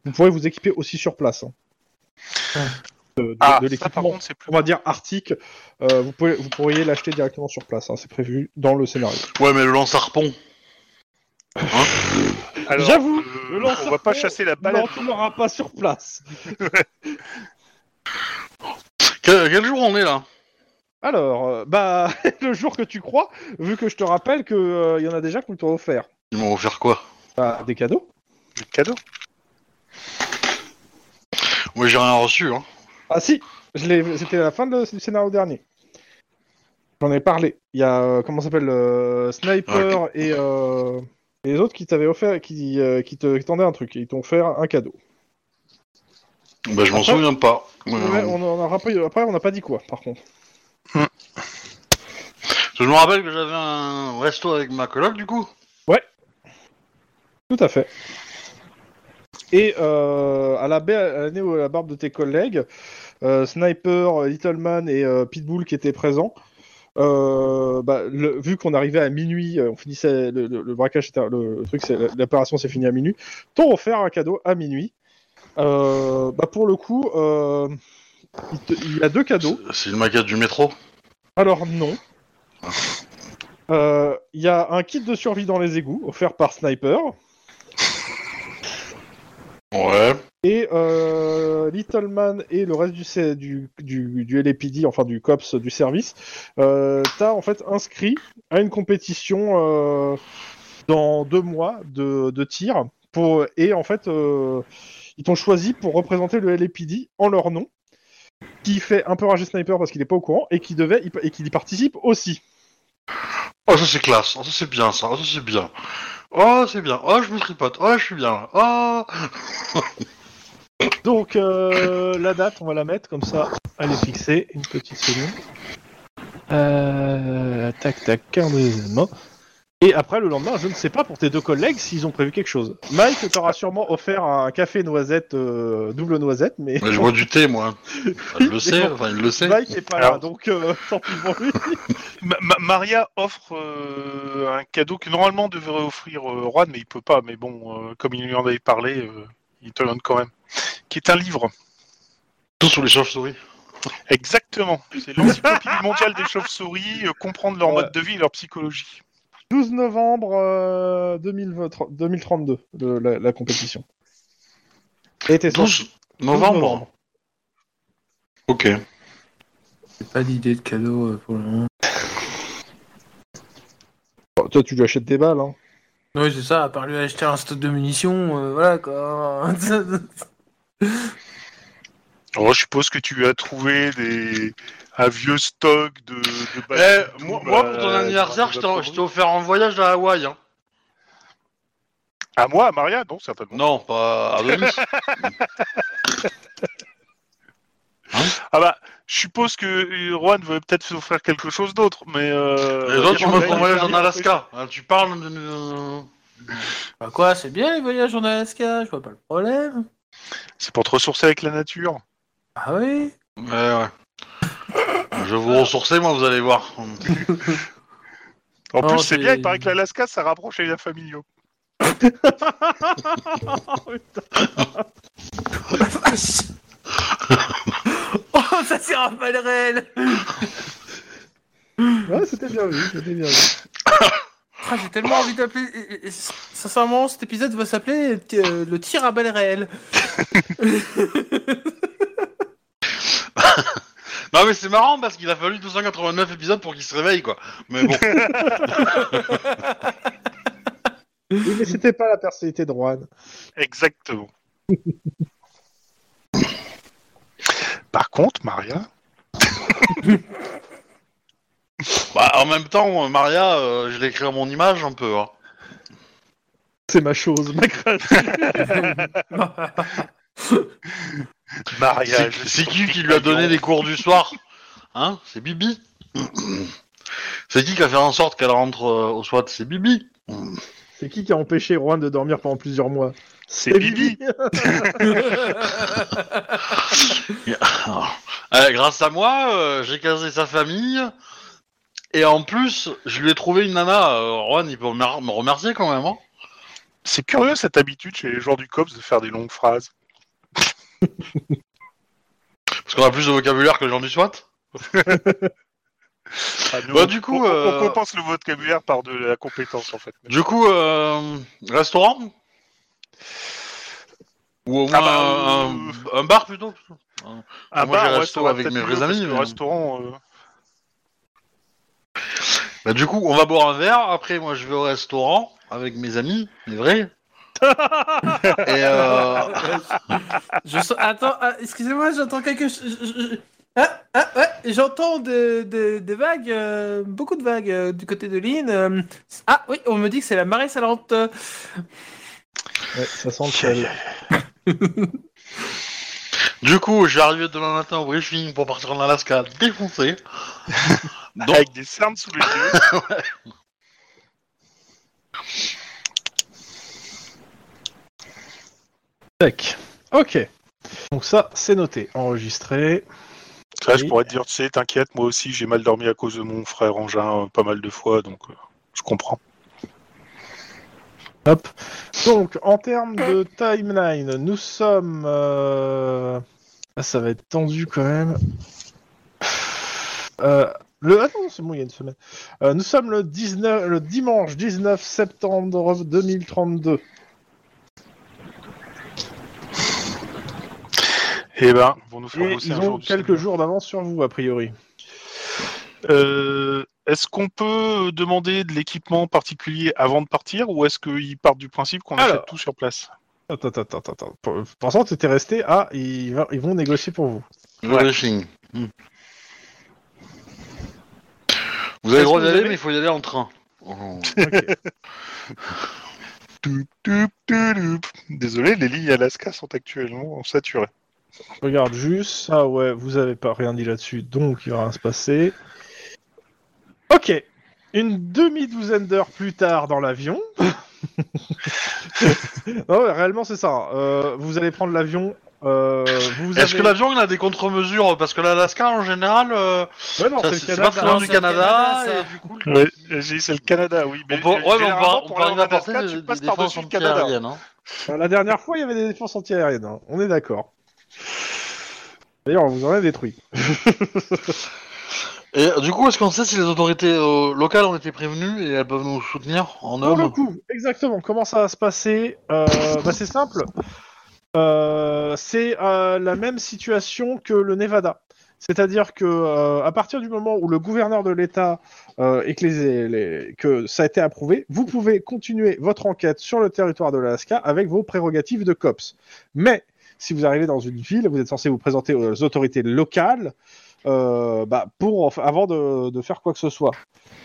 Speaker 2: vous pourrez vous équiper aussi sur place. hein. De, de-
Speaker 4: Ah,
Speaker 2: de
Speaker 4: ça par
Speaker 2: l'équipement
Speaker 4: contre, c'est plus.
Speaker 2: on va dire arctique, euh, vous, pouvez, vous pourriez l'acheter directement sur place, hein, c'est prévu dans le scénario.
Speaker 1: Ouais, mais le lance-harpon.
Speaker 4: Alors,
Speaker 2: J'avoue,
Speaker 4: euh,
Speaker 2: le lanceur
Speaker 4: on va pas
Speaker 2: pro,
Speaker 4: chasser la
Speaker 2: Non,
Speaker 4: balade.
Speaker 2: tu l'auras pas sur place.
Speaker 1: Quel, quel jour on est là
Speaker 2: Alors, euh, bah, le jour que tu crois, vu que je te rappelle qu'il y en a déjà qui t'ont offert
Speaker 1: Ils m'ont offert quoi
Speaker 2: Bah, des cadeaux.
Speaker 4: Le cadeau.
Speaker 1: Moi j'ai rien reçu. Hein.
Speaker 2: Ah si, je l'ai- c'était à la fin de- du scénario dernier. J'en ai parlé. Il y a, euh, comment ça s'appelle, euh, Sniper et, euh, et les autres qui t'avaient offert, qui, euh, qui te qui tendaient un truc, et ils t'ont offert un cadeau.
Speaker 1: Bah, je m'en
Speaker 2: Après-
Speaker 1: souviens pas. Euh,
Speaker 2: Ouais, on en a rappelé- après, on n'a pas dit quoi, par contre.
Speaker 1: Je me rappelle que j'avais un resto avec ma coloc du coup.
Speaker 2: Tout à fait. Et euh, à la baie, à la nez ou à la barbe de tes collègues, euh, Sniper, Littleman et euh, Pitbull qui étaient présents, euh, bah, le- vu qu'on arrivait à minuit, euh, on finissait le, le- le braquage, était- le, le truc, c'est- l'opération s'est finie à minuit, t'ont offert un cadeau à minuit. Euh, bah, pour le coup, euh, il, te- il y a deux cadeaux.
Speaker 1: C'est- C'est une maquette du métro.
Speaker 2: Alors non. Euh, Il y a un kit de survie dans les égouts offert par Sniper.
Speaker 1: Ouais.
Speaker 2: Et euh, Little Man et le reste du, C- du, du, du LAPD, enfin du COPS, du service, euh, t'as en fait inscrit à une compétition euh, dans deux mois de, de tir. Pour, et en fait, euh, ils t'ont choisi pour représenter le LAPD en leur nom, qui fait un peu rager Sniper parce qu'il n'est pas au courant et qui devait y pa- et qu'il y participe aussi.
Speaker 1: Oh ça c'est classe. Oh ça c'est bien ça. Oh ça c'est bien. Oh c'est bien. Oh je me tripote. Oh je suis bien là. Oh.
Speaker 3: Donc, euh, la date, on va la mettre comme ça. Elle est fixée. Une petite seconde. Euh, tac, tac, carrément. Et après, le lendemain, je ne sais pas pour tes deux collègues s'ils ont prévu quelque chose.
Speaker 2: Mike t'aura sûrement offert un café noisette, euh, double noisette, mais
Speaker 1: Mais je bois du thé moi. Enfin, je le sais. Enfin il le sait.
Speaker 2: Mike est pas là,
Speaker 4: Alors-
Speaker 2: donc euh, tant pis pour lui.
Speaker 4: Ma- Ma- Maria offre euh, un cadeau que normalement devrait offrir euh, Juan, mais il peut pas. Mais bon, euh, comme il lui en avait parlé, euh, il te le donne quand même. Qui est un livre.
Speaker 1: Tout sous les chauves-souris.
Speaker 4: Exactement. C'est l'encyclopédie mondiale des chauves-souris, euh, comprendre leur
Speaker 2: Ouais.
Speaker 4: mode de vie et leur psychologie.
Speaker 2: 12 novembre euh, 2020 2032, le- la, la compétition. Et t'es sorti
Speaker 1: 12 novembre. Ok.
Speaker 5: J'ai pas d'idée de cadeau euh, pour le moment.
Speaker 2: Bon, toi, tu lui achètes des balles. Hein.
Speaker 5: Oui, c'est ça, à part lui acheter un stock de munitions, euh, voilà quoi.
Speaker 4: Alors, Oh, je suppose que tu as trouvé des... un vieux stock de. de
Speaker 1: Eh,
Speaker 4: balles de
Speaker 1: moi,
Speaker 4: double
Speaker 1: moi, bah,
Speaker 4: à-
Speaker 1: pour ton anniversaire,
Speaker 4: de
Speaker 1: je t'en-
Speaker 4: vaporeuse.
Speaker 1: je t'ai offert un voyage à Hawaï. hein.
Speaker 4: À moi, à Maria Non, certainement.
Speaker 1: Non, pas à Denis.
Speaker 4: Ah bah, je suppose que euh, Juan veut peut-être s'offrir quelque chose d'autre, mais... Euh,
Speaker 1: Les autres, tu
Speaker 4: il y a
Speaker 1: me
Speaker 4: pas
Speaker 1: font
Speaker 4: de-
Speaker 1: voyage en Alaska. Ah, tu parles de. euh,
Speaker 5: Bah quoi, c'est bien les voyages en Alaska, je vois pas le problème.
Speaker 4: C'est pour te ressourcer avec la nature.
Speaker 5: Ah oui
Speaker 1: Ouais, Eh, ouais. Je vais vous ressourcer, moi, vous allez voir.
Speaker 4: En
Speaker 5: Non,
Speaker 4: plus, c'est
Speaker 5: c'est-
Speaker 4: bien, il paraît que l'Alaska, ça rapproche les liens familiaux.
Speaker 5: Oh, ça sert à pas le réel
Speaker 6: Ouais, c'était bien vu, c'était bien vu.
Speaker 5: Ah, J'ai tellement envie d'appeler... et- et- Sincèrement, cet épisode va s'appeler euh, le tir à balles réelles.
Speaker 1: Non, mais c'est marrant parce qu'il a fallu 289 épisodes pour qu'il se réveille, quoi. Mais bon.
Speaker 6: Oui, mais c'était pas la personnalité de Juan.
Speaker 4: Exactement. Par contre, Maria,
Speaker 1: Bah, en même temps, euh, Maria, euh, je l'ai écrit à mon image un peu. hein.
Speaker 2: C'est ma chose, ma crête.
Speaker 4: Maria, Ah,
Speaker 1: C'est c'est qui qui lui a donné les cours du soir Hein C'est Bibi. C'est qui qui a fait en sorte qu'elle rentre euh, au SWAT C'est Bibi.
Speaker 6: C'est qui qui a empêché Juan de dormir pendant plusieurs mois
Speaker 4: C'est Bibi.
Speaker 2: hein
Speaker 1: Euh, grâce à moi, euh, j'ai casé sa famille. Et en plus, je lui ai trouvé une nana. Euh, Juan, il peut me me remercier quand même. hein.
Speaker 4: C'est curieux cette habitude chez les joueurs du COPS de faire des longues phrases.
Speaker 1: parce qu'on a plus de vocabulaire que les gens du SWAT. Bah, du coup,
Speaker 4: Ah, on, on-
Speaker 1: euh,
Speaker 4: on compense le vocabulaire par de la compétence en fait.
Speaker 1: Du coup, euh, restaurant Ou au moins
Speaker 4: Ah bah,
Speaker 1: un- un, bar plutôt
Speaker 4: Ah
Speaker 1: moi, j'ai un resto
Speaker 4: ouais,
Speaker 1: avec
Speaker 4: peut-être
Speaker 1: mes
Speaker 4: mieux,
Speaker 1: vrais
Speaker 4: parce
Speaker 1: amis,
Speaker 4: que
Speaker 1: mais-
Speaker 4: restaurant. euh,
Speaker 1: Bah, du coup, on va boire un verre. Après, moi, je vais au restaurant avec mes amis, c'est vrai. et euh,
Speaker 5: Je sens- Attends, ah, excusez-moi, j'entends quelque chose... je- je- je- Ah, ah, ouais, j'entends de- de- des vagues, euh, beaucoup de vagues euh, du côté de l'île. euh. Ah oui, on me dit que c'est la marée salante. euh.
Speaker 6: Ouais, ça sent le sel.
Speaker 1: du coup, je vais arriver demain matin au briefing pour partir en Alaska défoncé. Donc-
Speaker 4: Avec des cernes sous les yeux.
Speaker 2: Tac. Ok. Donc ça, c'est noté, enregistré.
Speaker 4: Ça, je
Speaker 2: Oui.
Speaker 4: pourrais te dire, tu sais, t'inquiète, moi aussi j'ai mal dormi à cause de mon frère Angin euh, pas mal de fois, donc euh, je comprends.
Speaker 2: Donc, en termes de timeline, nous sommes... euh, Là, ça va être tendu quand même. Euh, Le... Ah non, c'est bon, il y a une semaine. Euh, nous sommes le, 19... le dimanche 19 septembre 2032.
Speaker 4: Eh ben, ils vont nous faire
Speaker 2: Et
Speaker 4: bosser
Speaker 2: ils
Speaker 4: un
Speaker 2: ont
Speaker 4: jour du
Speaker 2: quelques
Speaker 4: Seigneur.
Speaker 2: jours d'avance sur vous, a priori.
Speaker 4: Euh, est-ce qu'on peut euh, demander de l'équipement particulier avant de partir ou est-ce qu'ils partent du principe qu'on
Speaker 2: Alors.
Speaker 4: achète tout sur place
Speaker 2: Attends, attends, attends, attends. Pour- Pour l'instant, t'étais resté à... Ils... va- ils vont négocier pour vous.
Speaker 1: Le briefing. Hmm. Vous avez le droit
Speaker 2: Est-ce que
Speaker 1: d'y aller,
Speaker 2: vous avez-
Speaker 1: mais il faut y aller en train. Oh.
Speaker 4: Toup, toup, toup. Désolé, les lignes Alaska sont actuellement saturées.
Speaker 2: Regarde juste, ça ouais, vous avez pas rien dit là-dessus, donc il va rien se passer. Ok, une demi-douzaine d'heures plus tard dans l'avion. non, ouais, réellement c'est ça. Euh, vous allez prendre l'avion. euh, vous
Speaker 1: Est-ce
Speaker 2: avez-
Speaker 1: que l'avion il a des contre-mesures Parce que l'Alaska en général, euh,
Speaker 2: Ouais, non,
Speaker 1: ça,
Speaker 2: c'est le
Speaker 1: c'est
Speaker 2: Canada.
Speaker 1: pas très loin
Speaker 5: Non,
Speaker 1: du
Speaker 5: c'est le
Speaker 1: Canada.
Speaker 5: Canada,
Speaker 1: et
Speaker 5: ça.
Speaker 1: du coup,
Speaker 4: Ouais, j'ai dit c'est le Canada, oui. Mais
Speaker 1: on peut, ouais, mais on
Speaker 4: généralement,
Speaker 1: va, on
Speaker 4: pour
Speaker 1: peut
Speaker 4: aller
Speaker 1: arriver
Speaker 4: en
Speaker 1: à porter
Speaker 4: Alaska,
Speaker 1: des,
Speaker 4: tu
Speaker 1: des
Speaker 4: passes
Speaker 1: défenses
Speaker 4: par-dessus le Canada.
Speaker 1: antiaériennes. Hein.
Speaker 2: Euh, La dernière fois, il y avait des défenses antiaériennes. hein. On est d'accord. D'ailleurs, on vous en a détruit.
Speaker 1: Et euh, du coup, est-ce qu'on sait si les autorités euh, locales ont été prévenues et elles peuvent nous soutenir en
Speaker 2: Pour le
Speaker 1: homme
Speaker 2: coup, exactement. Comment ça va se passer Euh, bah, C'est simple. Euh, c'est euh, la même situation que le Nevada. C'est-à-dire que euh, à partir du moment où le gouverneur de l'État euh, et que, les- les- que ça a été approuvé, vous pouvez continuer votre enquête sur le territoire de l'Alaska avec vos prérogatives de cops. Mais si vous arrivez dans une ville, vous êtes censé vous présenter aux autorités locales euh, bah, pour avant de- de faire quoi que ce soit.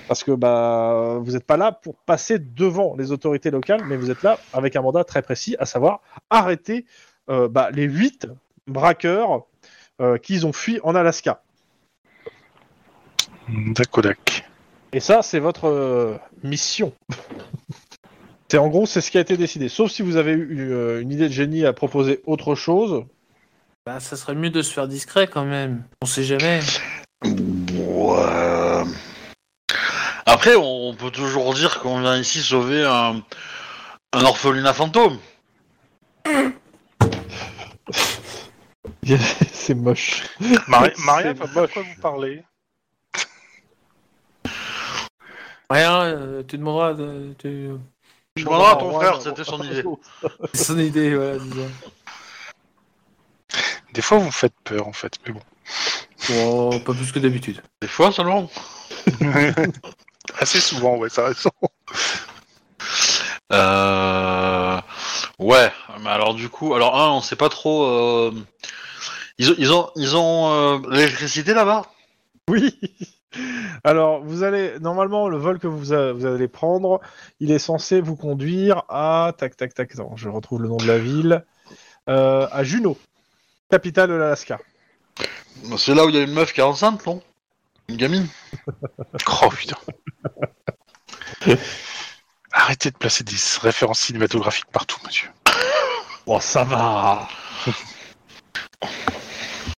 Speaker 2: Parce que bah, vous n'êtes pas là pour passer devant les autorités locales, mais vous êtes là avec un mandat très précis, à savoir arrêter euh, bah, les huit braqueurs euh, qu'ils ont fui en Alaska.
Speaker 4: Hmm, Dakodak.
Speaker 2: Et ça, c'est votre euh, mission. c'est en gros, c'est ce qui a été décidé. Sauf si vous avez eu euh, une idée de génie à proposer autre chose.
Speaker 5: Bah, ça serait mieux de se faire discret quand même. On sait jamais.
Speaker 1: Bon, euh, Après, on on peut toujours dire qu'on vient ici sauver un, un orphelinat fantôme.
Speaker 2: c'est moche.
Speaker 4: Maria,
Speaker 2: C'est
Speaker 4: Maria va
Speaker 2: moche.
Speaker 4: pas quoi vous parler.
Speaker 5: Rien, euh, tu demanderas. de- tu-
Speaker 1: Je demanderai à
Speaker 2: Ah,
Speaker 1: ton frère, c'était son idée.
Speaker 5: C'est son idée, voilà, disons.
Speaker 4: Des fois, vous me faites peur, en fait. Mais bon.
Speaker 5: Bon, pas plus que d'habitude.
Speaker 1: Des fois seulement.
Speaker 4: Assez souvent, ouais, ça reste.
Speaker 1: Euh... Ouais, mais alors du coup, alors un, on sait pas trop. euh, Ils ont, ils ont, ils ont euh, l'électricité là-bas.
Speaker 2: Oui. Alors, vous allez normalement le vol que vous, a- vous allez prendre, il est censé vous conduire à tac tac tac. Attends, je retrouve le nom de la ville. Euh, à Juneau, capitale de l'Alaska.
Speaker 1: C'est là où il y a une meuf qui est enceinte, non Une gamine.
Speaker 4: Oh putain. Arrêtez de placer des références cinématographiques partout, monsieur.
Speaker 2: Oh, ça va.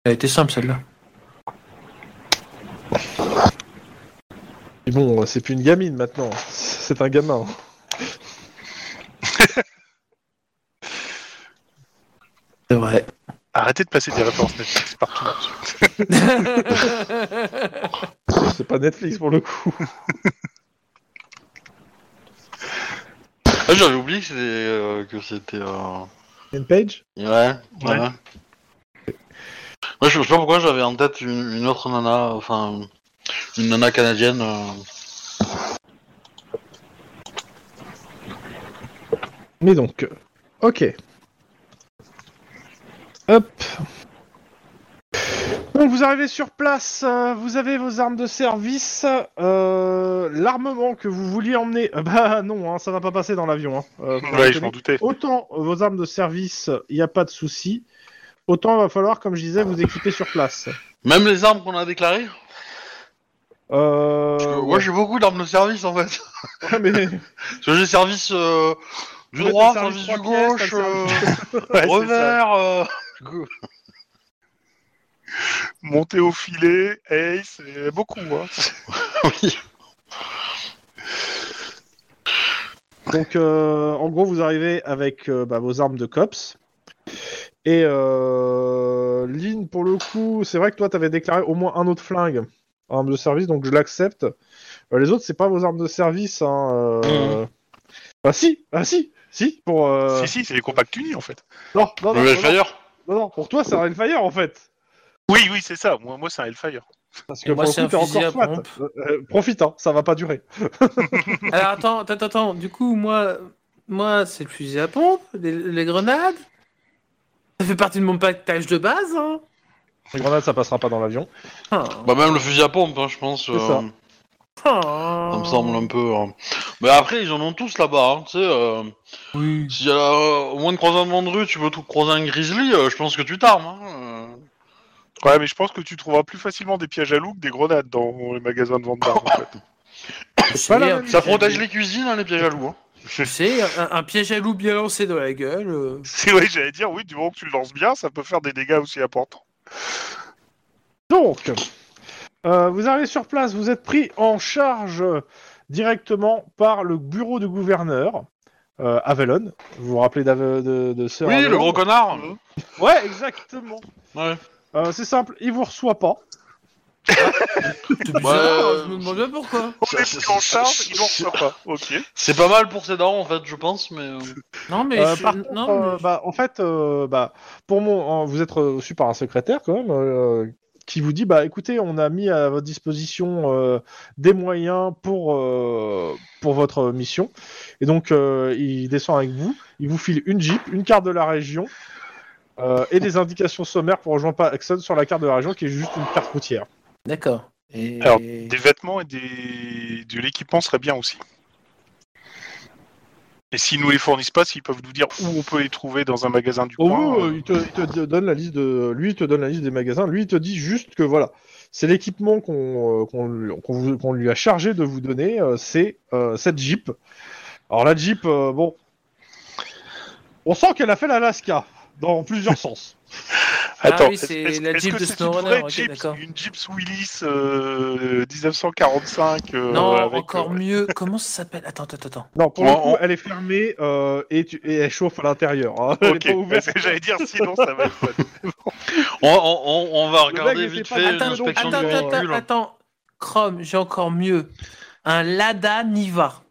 Speaker 5: Elle était simple celle-là.
Speaker 2: Mais bon, c'est plus une gamine maintenant. C'est un gamin. hein.
Speaker 5: C'est vrai.
Speaker 4: Arrêtez de placer des références Netflix partout. monsieur.
Speaker 2: C'est pas Netflix pour le coup.
Speaker 1: Ah, j'avais oublié que c'était. euh, que c'était euh,
Speaker 2: Une page
Speaker 1: Ouais. ouais. Moi, je je sais pas pourquoi j'avais en tête une, une autre nana, enfin une nana canadienne. euh,
Speaker 2: Mais donc, euh, ok. Hop. Donc vous arrivez sur place, euh, vous avez vos armes de service, euh, l'armement que vous vouliez emmener. euh, bah non, hein, ça va pas passer dans l'avion. hein, euh, pour
Speaker 4: Ouais,
Speaker 2: les
Speaker 4: je m'en
Speaker 2: connaître.
Speaker 4: doutais.
Speaker 2: Autant euh, vos armes de service, il n'y a pas de souci. Autant il va falloir, comme je disais, vous équiper sur place.
Speaker 1: Même les armes qu'on a déclarées.
Speaker 2: Euh,
Speaker 1: Parce
Speaker 4: Euh,
Speaker 1: que Moi,
Speaker 2: ouais,
Speaker 1: j'ai beaucoup d'armes de service en fait.
Speaker 2: Euh, mais-
Speaker 1: Parce que j'ai service euh, du
Speaker 2: Ouais,
Speaker 1: droit,
Speaker 2: t'as le
Speaker 1: service,
Speaker 2: service
Speaker 1: du
Speaker 2: trois pièces,
Speaker 1: gauche,
Speaker 2: t'as le
Speaker 1: euh,
Speaker 4: Ouais, c'est ça.
Speaker 1: revers. euh, go-
Speaker 4: Monter au filet, hey, c'est beaucoup. Hein.
Speaker 1: oui.
Speaker 2: Donc, euh, en gros, vous arrivez avec euh, bah, vos armes de cops. Et euh, Lynn, pour le coup, c'est vrai que toi, t'avais déclaré au moins un autre flingue en arme de service, donc je l'accepte. Euh, les autres, c'est pas vos armes de service. Hein, euh, Ah si, ah si, si, pour... euh,
Speaker 4: Hmm. Si, si, c'est les compacts unis en fait.
Speaker 2: Non, non, non,
Speaker 1: Le
Speaker 2: non,
Speaker 1: Hellfire.
Speaker 2: non, non, pour toi, c'est un Hellfire, en fait.
Speaker 4: Oui, oui, c'est ça. Moi, moi c'est un Hellfire.
Speaker 2: Parce
Speaker 5: Et
Speaker 2: pour
Speaker 5: moi,
Speaker 2: le
Speaker 5: c'est
Speaker 2: coup,
Speaker 5: un
Speaker 2: t'es
Speaker 5: fusil
Speaker 2: encore
Speaker 5: à
Speaker 2: SWAT.
Speaker 5: pompe.
Speaker 2: Euh, euh, profite, hein, ça va pas durer.
Speaker 5: Alors attends, attends, attends. Du coup, moi, moi, c'est le fusil à pompe, les, les grenades. Ça fait partie de mon package de base. Hein.
Speaker 2: Les grenades, ça passera pas dans l'avion.
Speaker 5: Ah,
Speaker 1: Bah même le fusil à pompe, hein, je pense.
Speaker 2: C'est ça.
Speaker 1: euh,
Speaker 5: ah.
Speaker 1: Ça me semble un peu. hein. Mais après, ils en ont tous là-bas. hein, tu sais, euh,
Speaker 4: hein.
Speaker 5: Oui.
Speaker 1: s'il y a euh, au moins de croisement de rue, tu peux tout croiser un grizzly, euh, je pense que tu t'armes. hein, euh.
Speaker 4: Ouais, mais je pense que tu trouveras plus facilement des pièges à loup que des grenades dans les magasins de vente d'armes. en fait.
Speaker 5: Je sais,
Speaker 2: Voilà,
Speaker 5: un
Speaker 1: Ça
Speaker 5: piège à
Speaker 1: protège
Speaker 5: loup.
Speaker 1: les cuisines, hein, les pièges à loups. hein.
Speaker 5: Je sais, un, un piège à loup bien lancé dans la gueule. euh.
Speaker 4: C'est vrai, j'allais dire, oui, du moment que tu le lances bien, ça peut faire des dégâts aussi importants.
Speaker 2: Donc, euh, vous arrivez sur place, vous êtes pris en charge euh, directement par le bureau du gouverneur, euh, Avalon. Vous vous rappelez d'Ave- de, de Sir
Speaker 1: Oui, le
Speaker 2: Avalon
Speaker 1: gros connard.
Speaker 2: Ouais, exactement.
Speaker 1: Ouais.
Speaker 2: Euh, c'est simple, il vous reçoit pas.
Speaker 5: C'est bizarre,
Speaker 1: euh,
Speaker 5: je me demande bien pourquoi.
Speaker 4: On
Speaker 1: Ça,
Speaker 4: est
Speaker 1: ça,
Speaker 4: pris en
Speaker 1: ça,
Speaker 4: charge,
Speaker 1: ça,
Speaker 4: il n'en reçoit pas. Ok.
Speaker 1: C'est pas mal pour ses dents, en fait, je pense, mais. euh,
Speaker 5: Non, mais.
Speaker 2: Euh,
Speaker 5: je-
Speaker 2: par contre,
Speaker 5: non,
Speaker 2: euh,
Speaker 5: mais-
Speaker 2: bah, en fait, euh, bah, pour mon, euh, vous êtes reçu par un secrétaire quand même, euh, qui vous dit, bah, écoutez, on a mis à votre disposition euh, des moyens pour euh, pour votre mission, et donc euh, il descend avec vous, il vous file une jeep, une carte de la région. euh, et des indications sommaires pour rejoindre Paxson sur la carte de la région qui est juste une carte routière.
Speaker 5: D'accord. Et... Ah
Speaker 4: Alors, Des vêtements et des... de l'équipement serait bien aussi. Et s'ils nous les fournissent pas, s'ils peuvent nous dire où on peut les trouver dans un magasin du
Speaker 5: Oh,
Speaker 2: Au
Speaker 4: coin.
Speaker 2: moins,
Speaker 4: euh,
Speaker 2: euh, il te, il te donne la liste de, lui, il te donne la liste des magasins. Lui, il te dit juste que voilà, c'est l'équipement qu'on euh, qu'on lui- qu'on vous- qu'on lui a chargé de vous donner, euh, c'est euh, cette Jeep. Alors la Jeep, euh, bon, on sent qu'elle a fait l'Alaska dans plusieurs sens.
Speaker 5: Ah
Speaker 4: Attends,
Speaker 5: oui, c'est
Speaker 4: est-ce-
Speaker 5: la
Speaker 4: est-ce
Speaker 5: Jeep
Speaker 4: que
Speaker 5: de
Speaker 4: c'est une
Speaker 5: SnowRunner,
Speaker 4: vraie
Speaker 5: ok,
Speaker 4: Jeep, Euh,
Speaker 5: d'accord.
Speaker 4: une Jeep Willys euh, 1945 euh,
Speaker 5: non,
Speaker 4: avec,
Speaker 5: encore
Speaker 4: euh,
Speaker 5: mieux. Comment ça s'appelle Attends, attends, attends.
Speaker 2: Non, pour le
Speaker 4: On-
Speaker 2: coup,
Speaker 4: on-
Speaker 2: elle est fermée euh, et, tu- et elle chauffe à l'intérieur. hein. Elle est
Speaker 4: Ok,
Speaker 2: pas ouverte.
Speaker 4: parce que j'allais dire sinon ça va être fun.
Speaker 1: On, on- on- on va
Speaker 2: Le
Speaker 1: regarder
Speaker 2: mec
Speaker 1: vite
Speaker 2: n'était pas
Speaker 1: fait
Speaker 2: dans
Speaker 1: une
Speaker 5: Attends,
Speaker 2: le-
Speaker 1: inspection
Speaker 5: attends,
Speaker 1: du
Speaker 5: attends,
Speaker 1: véhicule.
Speaker 5: attends,
Speaker 4: hein.
Speaker 5: attends. Chrome, j'ai encore mieux. Un Lada Niva.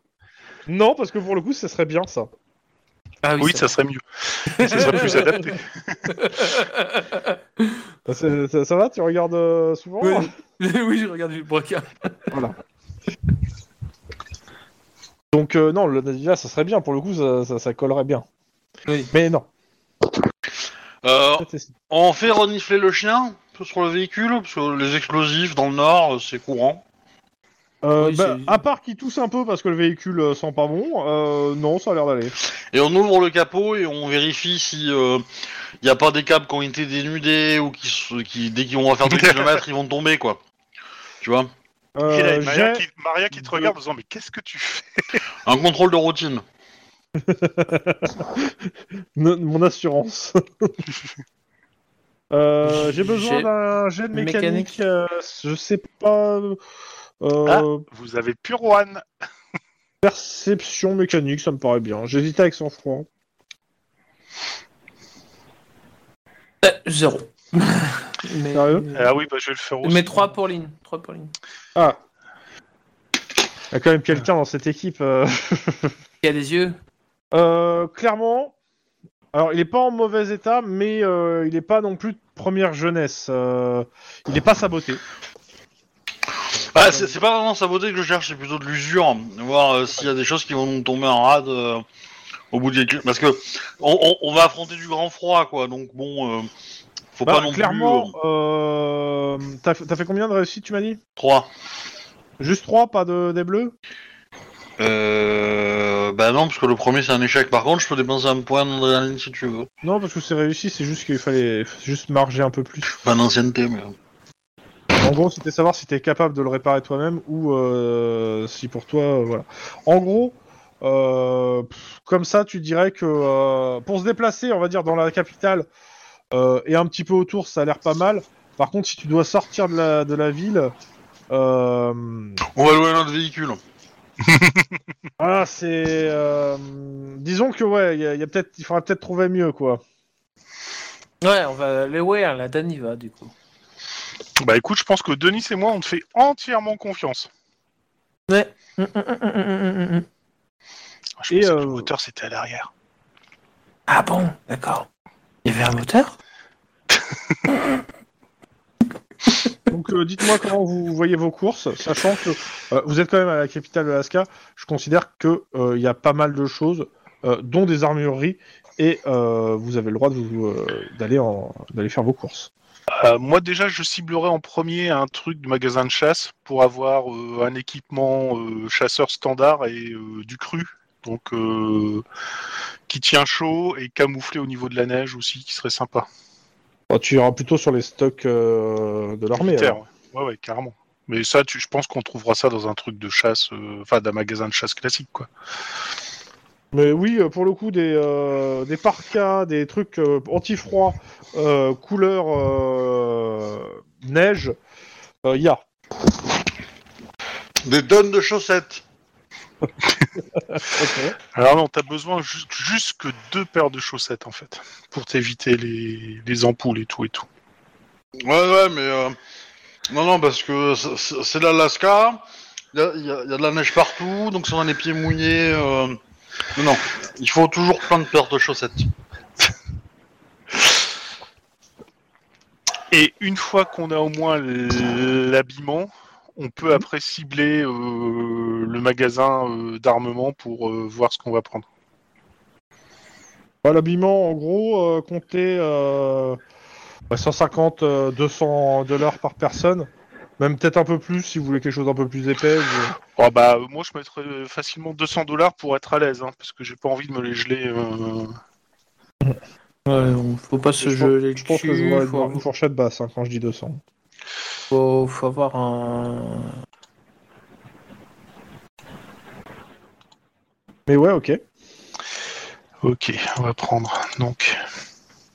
Speaker 2: Non, parce que pour le coup, ça serait bien ça.
Speaker 5: Ah
Speaker 4: Oui, ça serait mieux. ça serait plus adapté.
Speaker 2: Ça, ça- ça va Tu regardes euh, souvent
Speaker 5: Oui, oui, je regarde le brocard.
Speaker 2: Donc euh, non, le Nadia, ça serait bien. Pour le coup, ça, ça- ça collerait bien.
Speaker 5: Oui.
Speaker 2: Mais non.
Speaker 4: Ah.
Speaker 1: Euh,
Speaker 2: ça, c'est-
Speaker 1: on fait renifler le chien sur le véhicule parce que les explosifs dans le nord, euh, c'est courant.
Speaker 2: Euh,
Speaker 5: Oui,
Speaker 2: bah,
Speaker 5: c'est-
Speaker 2: à part qu'il tousse un peu parce que le véhicule euh, sent pas bon, euh, non, ça a l'air d'aller.
Speaker 1: Et on ouvre le capot et on vérifie si euh, y a pas des câbles qui ont été dénudés ou qui, se- qui dès qu'ils vont faire des kilomètres, ils vont tomber quoi. Tu vois
Speaker 2: Euh,
Speaker 4: Et là, Maria,
Speaker 2: j'ai-
Speaker 4: qui, Maria qui te regarde en disant mais qu'est-ce que tu fais
Speaker 1: Un contrôle de routine.
Speaker 2: N- Mon assurance. Euh, J'ai besoin
Speaker 5: J'ai-
Speaker 2: d'un jet de mécanique.
Speaker 5: mécanique.
Speaker 2: euh, je sais pas. euh,
Speaker 4: Ah. Vous avez plus Rouen.
Speaker 2: Perception mécanique, ça me paraît bien. J'hésitais avec son froid.
Speaker 5: Euh, zéro. Mais-
Speaker 2: Sérieux
Speaker 5: mais-
Speaker 4: Ah oui, bah, je vais le faire aussi.
Speaker 5: Mais 3 pour ligne. 3 pour ligne.
Speaker 2: Ah. Il y a quand même quelqu'un dans cette équipe. euh.
Speaker 5: Il y a des yeux.
Speaker 2: Euh, clairement, alors il est pas en mauvais état, mais euh, il est pas non plus de première jeunesse. Euh, il est pas saboté.
Speaker 1: Ah, c'est c'est pas vraiment saboter que je cherche, c'est plutôt de l'usure, voir euh, s'il y a des choses qui vont nous tomber en rade euh, au bout des parce que on, on- on va affronter du grand froid quoi, donc bon, euh, faut
Speaker 2: Bah,
Speaker 1: pas non
Speaker 2: clairement,
Speaker 1: plus. euh,
Speaker 2: euh, t'as t'as fait combien de réussites, tu m'as dit
Speaker 1: trois.
Speaker 2: Juste 3, pas de, des bleus
Speaker 1: Euh, bah non, parce que le premier c'est un échec. Par contre, je peux dépenser un point d'adrénaline si tu veux,
Speaker 2: Non, parce que c'est réussi, c'est juste qu'il fallait juste marger un peu plus.
Speaker 1: pas d'ancienneté, mais. euh.
Speaker 2: En gros, c'était savoir si t'es capable de le réparer toi-même ou euh, si pour toi, euh, voilà. En gros, euh, pff, comme ça, tu dirais que euh, pour se déplacer, on va dire dans la capitale euh, et un petit peu autour, ça a l'air pas mal. Par contre, si tu dois sortir de la, de la ville, euh,
Speaker 1: On va louer notre véhicule.
Speaker 2: voilà, Ah, c'est, euh, disons que ouais, il y a, il y a peut-être, il faudra peut-être trouver mieux, quoi.
Speaker 5: Ouais, on va les ouais, un Lada Niva du coup.
Speaker 4: Bah écoute, je pense que Denis et moi, on te fait entièrement confiance.
Speaker 5: Hum, hum, hum, hum, hum, hum, hum.
Speaker 4: Je
Speaker 2: Et,
Speaker 4: pensais que
Speaker 2: euh,
Speaker 4: le moteur, c'était à l'arrière.
Speaker 5: Ah bon, d'accord. Il y avait un moteur
Speaker 2: Donc euh, dites-moi comment vous voyez vos courses, sachant que euh, vous êtes quand même à la capitale de l'Alaska. Je considère qu'il y a pas mal de choses, euh, dont des armureries, et euh, vous avez le droit de vous, euh, d'aller en- d'aller faire vos courses.
Speaker 4: Euh, moi déjà, je ciblerais en premier un truc de magasin de chasse pour avoir euh, un équipement euh, chasseur standard et euh, du cru, donc euh, qui tient chaud et camouflé au niveau de la neige aussi, qui serait sympa.
Speaker 2: Bon, tu iras plutôt sur les stocks euh, de l'armée.
Speaker 4: Militaire,
Speaker 2: alors.
Speaker 4: ouais. ouais, ouais, carrément. Mais ça, tu- je pense qu'on trouvera ça dans un truc de chasse, euh, enfin d'un magasin de chasse classique, quoi.
Speaker 2: Mais oui, euh, pour le coup, des, euh, des parkas, des trucs euh, anti-froid, euh, couleur euh, neige, euh, il y a.
Speaker 1: Des tonnes de chaussettes.
Speaker 4: Alors non, t'as besoin ju- juste que deux paires de chaussettes en fait, pour t'éviter les, les ampoules et tout et tout.
Speaker 1: Ouais, ouais, mais euh, non, non, parce que c'est- c'est c'est l'Alaska. Il y a, y a- y a de la neige partout, donc si on a les pieds mouillés, euh, non, non, il faut toujours plein de paires de chaussettes.
Speaker 4: Et une fois qu'on a au moins l'habillement, on peut après cibler euh, le magasin euh, d'armement pour euh, voir ce qu'on va prendre.
Speaker 2: Bah, L'habillement, en gros, euh, comptez euh, bah, 150, euh, 200 dollars par personne. Même peut-être un peu plus si vous voulez quelque chose d'un peu plus épais. je-
Speaker 4: Oh bah moi je mettrais facilement 200 dollars pour être à l'aise, hein, parce que j'ai pas envie de me les geler. euh,
Speaker 5: Ouais, bon, faut pas se
Speaker 2: Je
Speaker 5: geler le
Speaker 2: Je pense que je
Speaker 5: cul,
Speaker 2: vois
Speaker 5: faut,
Speaker 2: une, une fourchette basse hein, quand je dis 200.
Speaker 5: faut- faut avoir un...
Speaker 2: Mais ouais, ok.
Speaker 4: Ok, on va prendre. Donc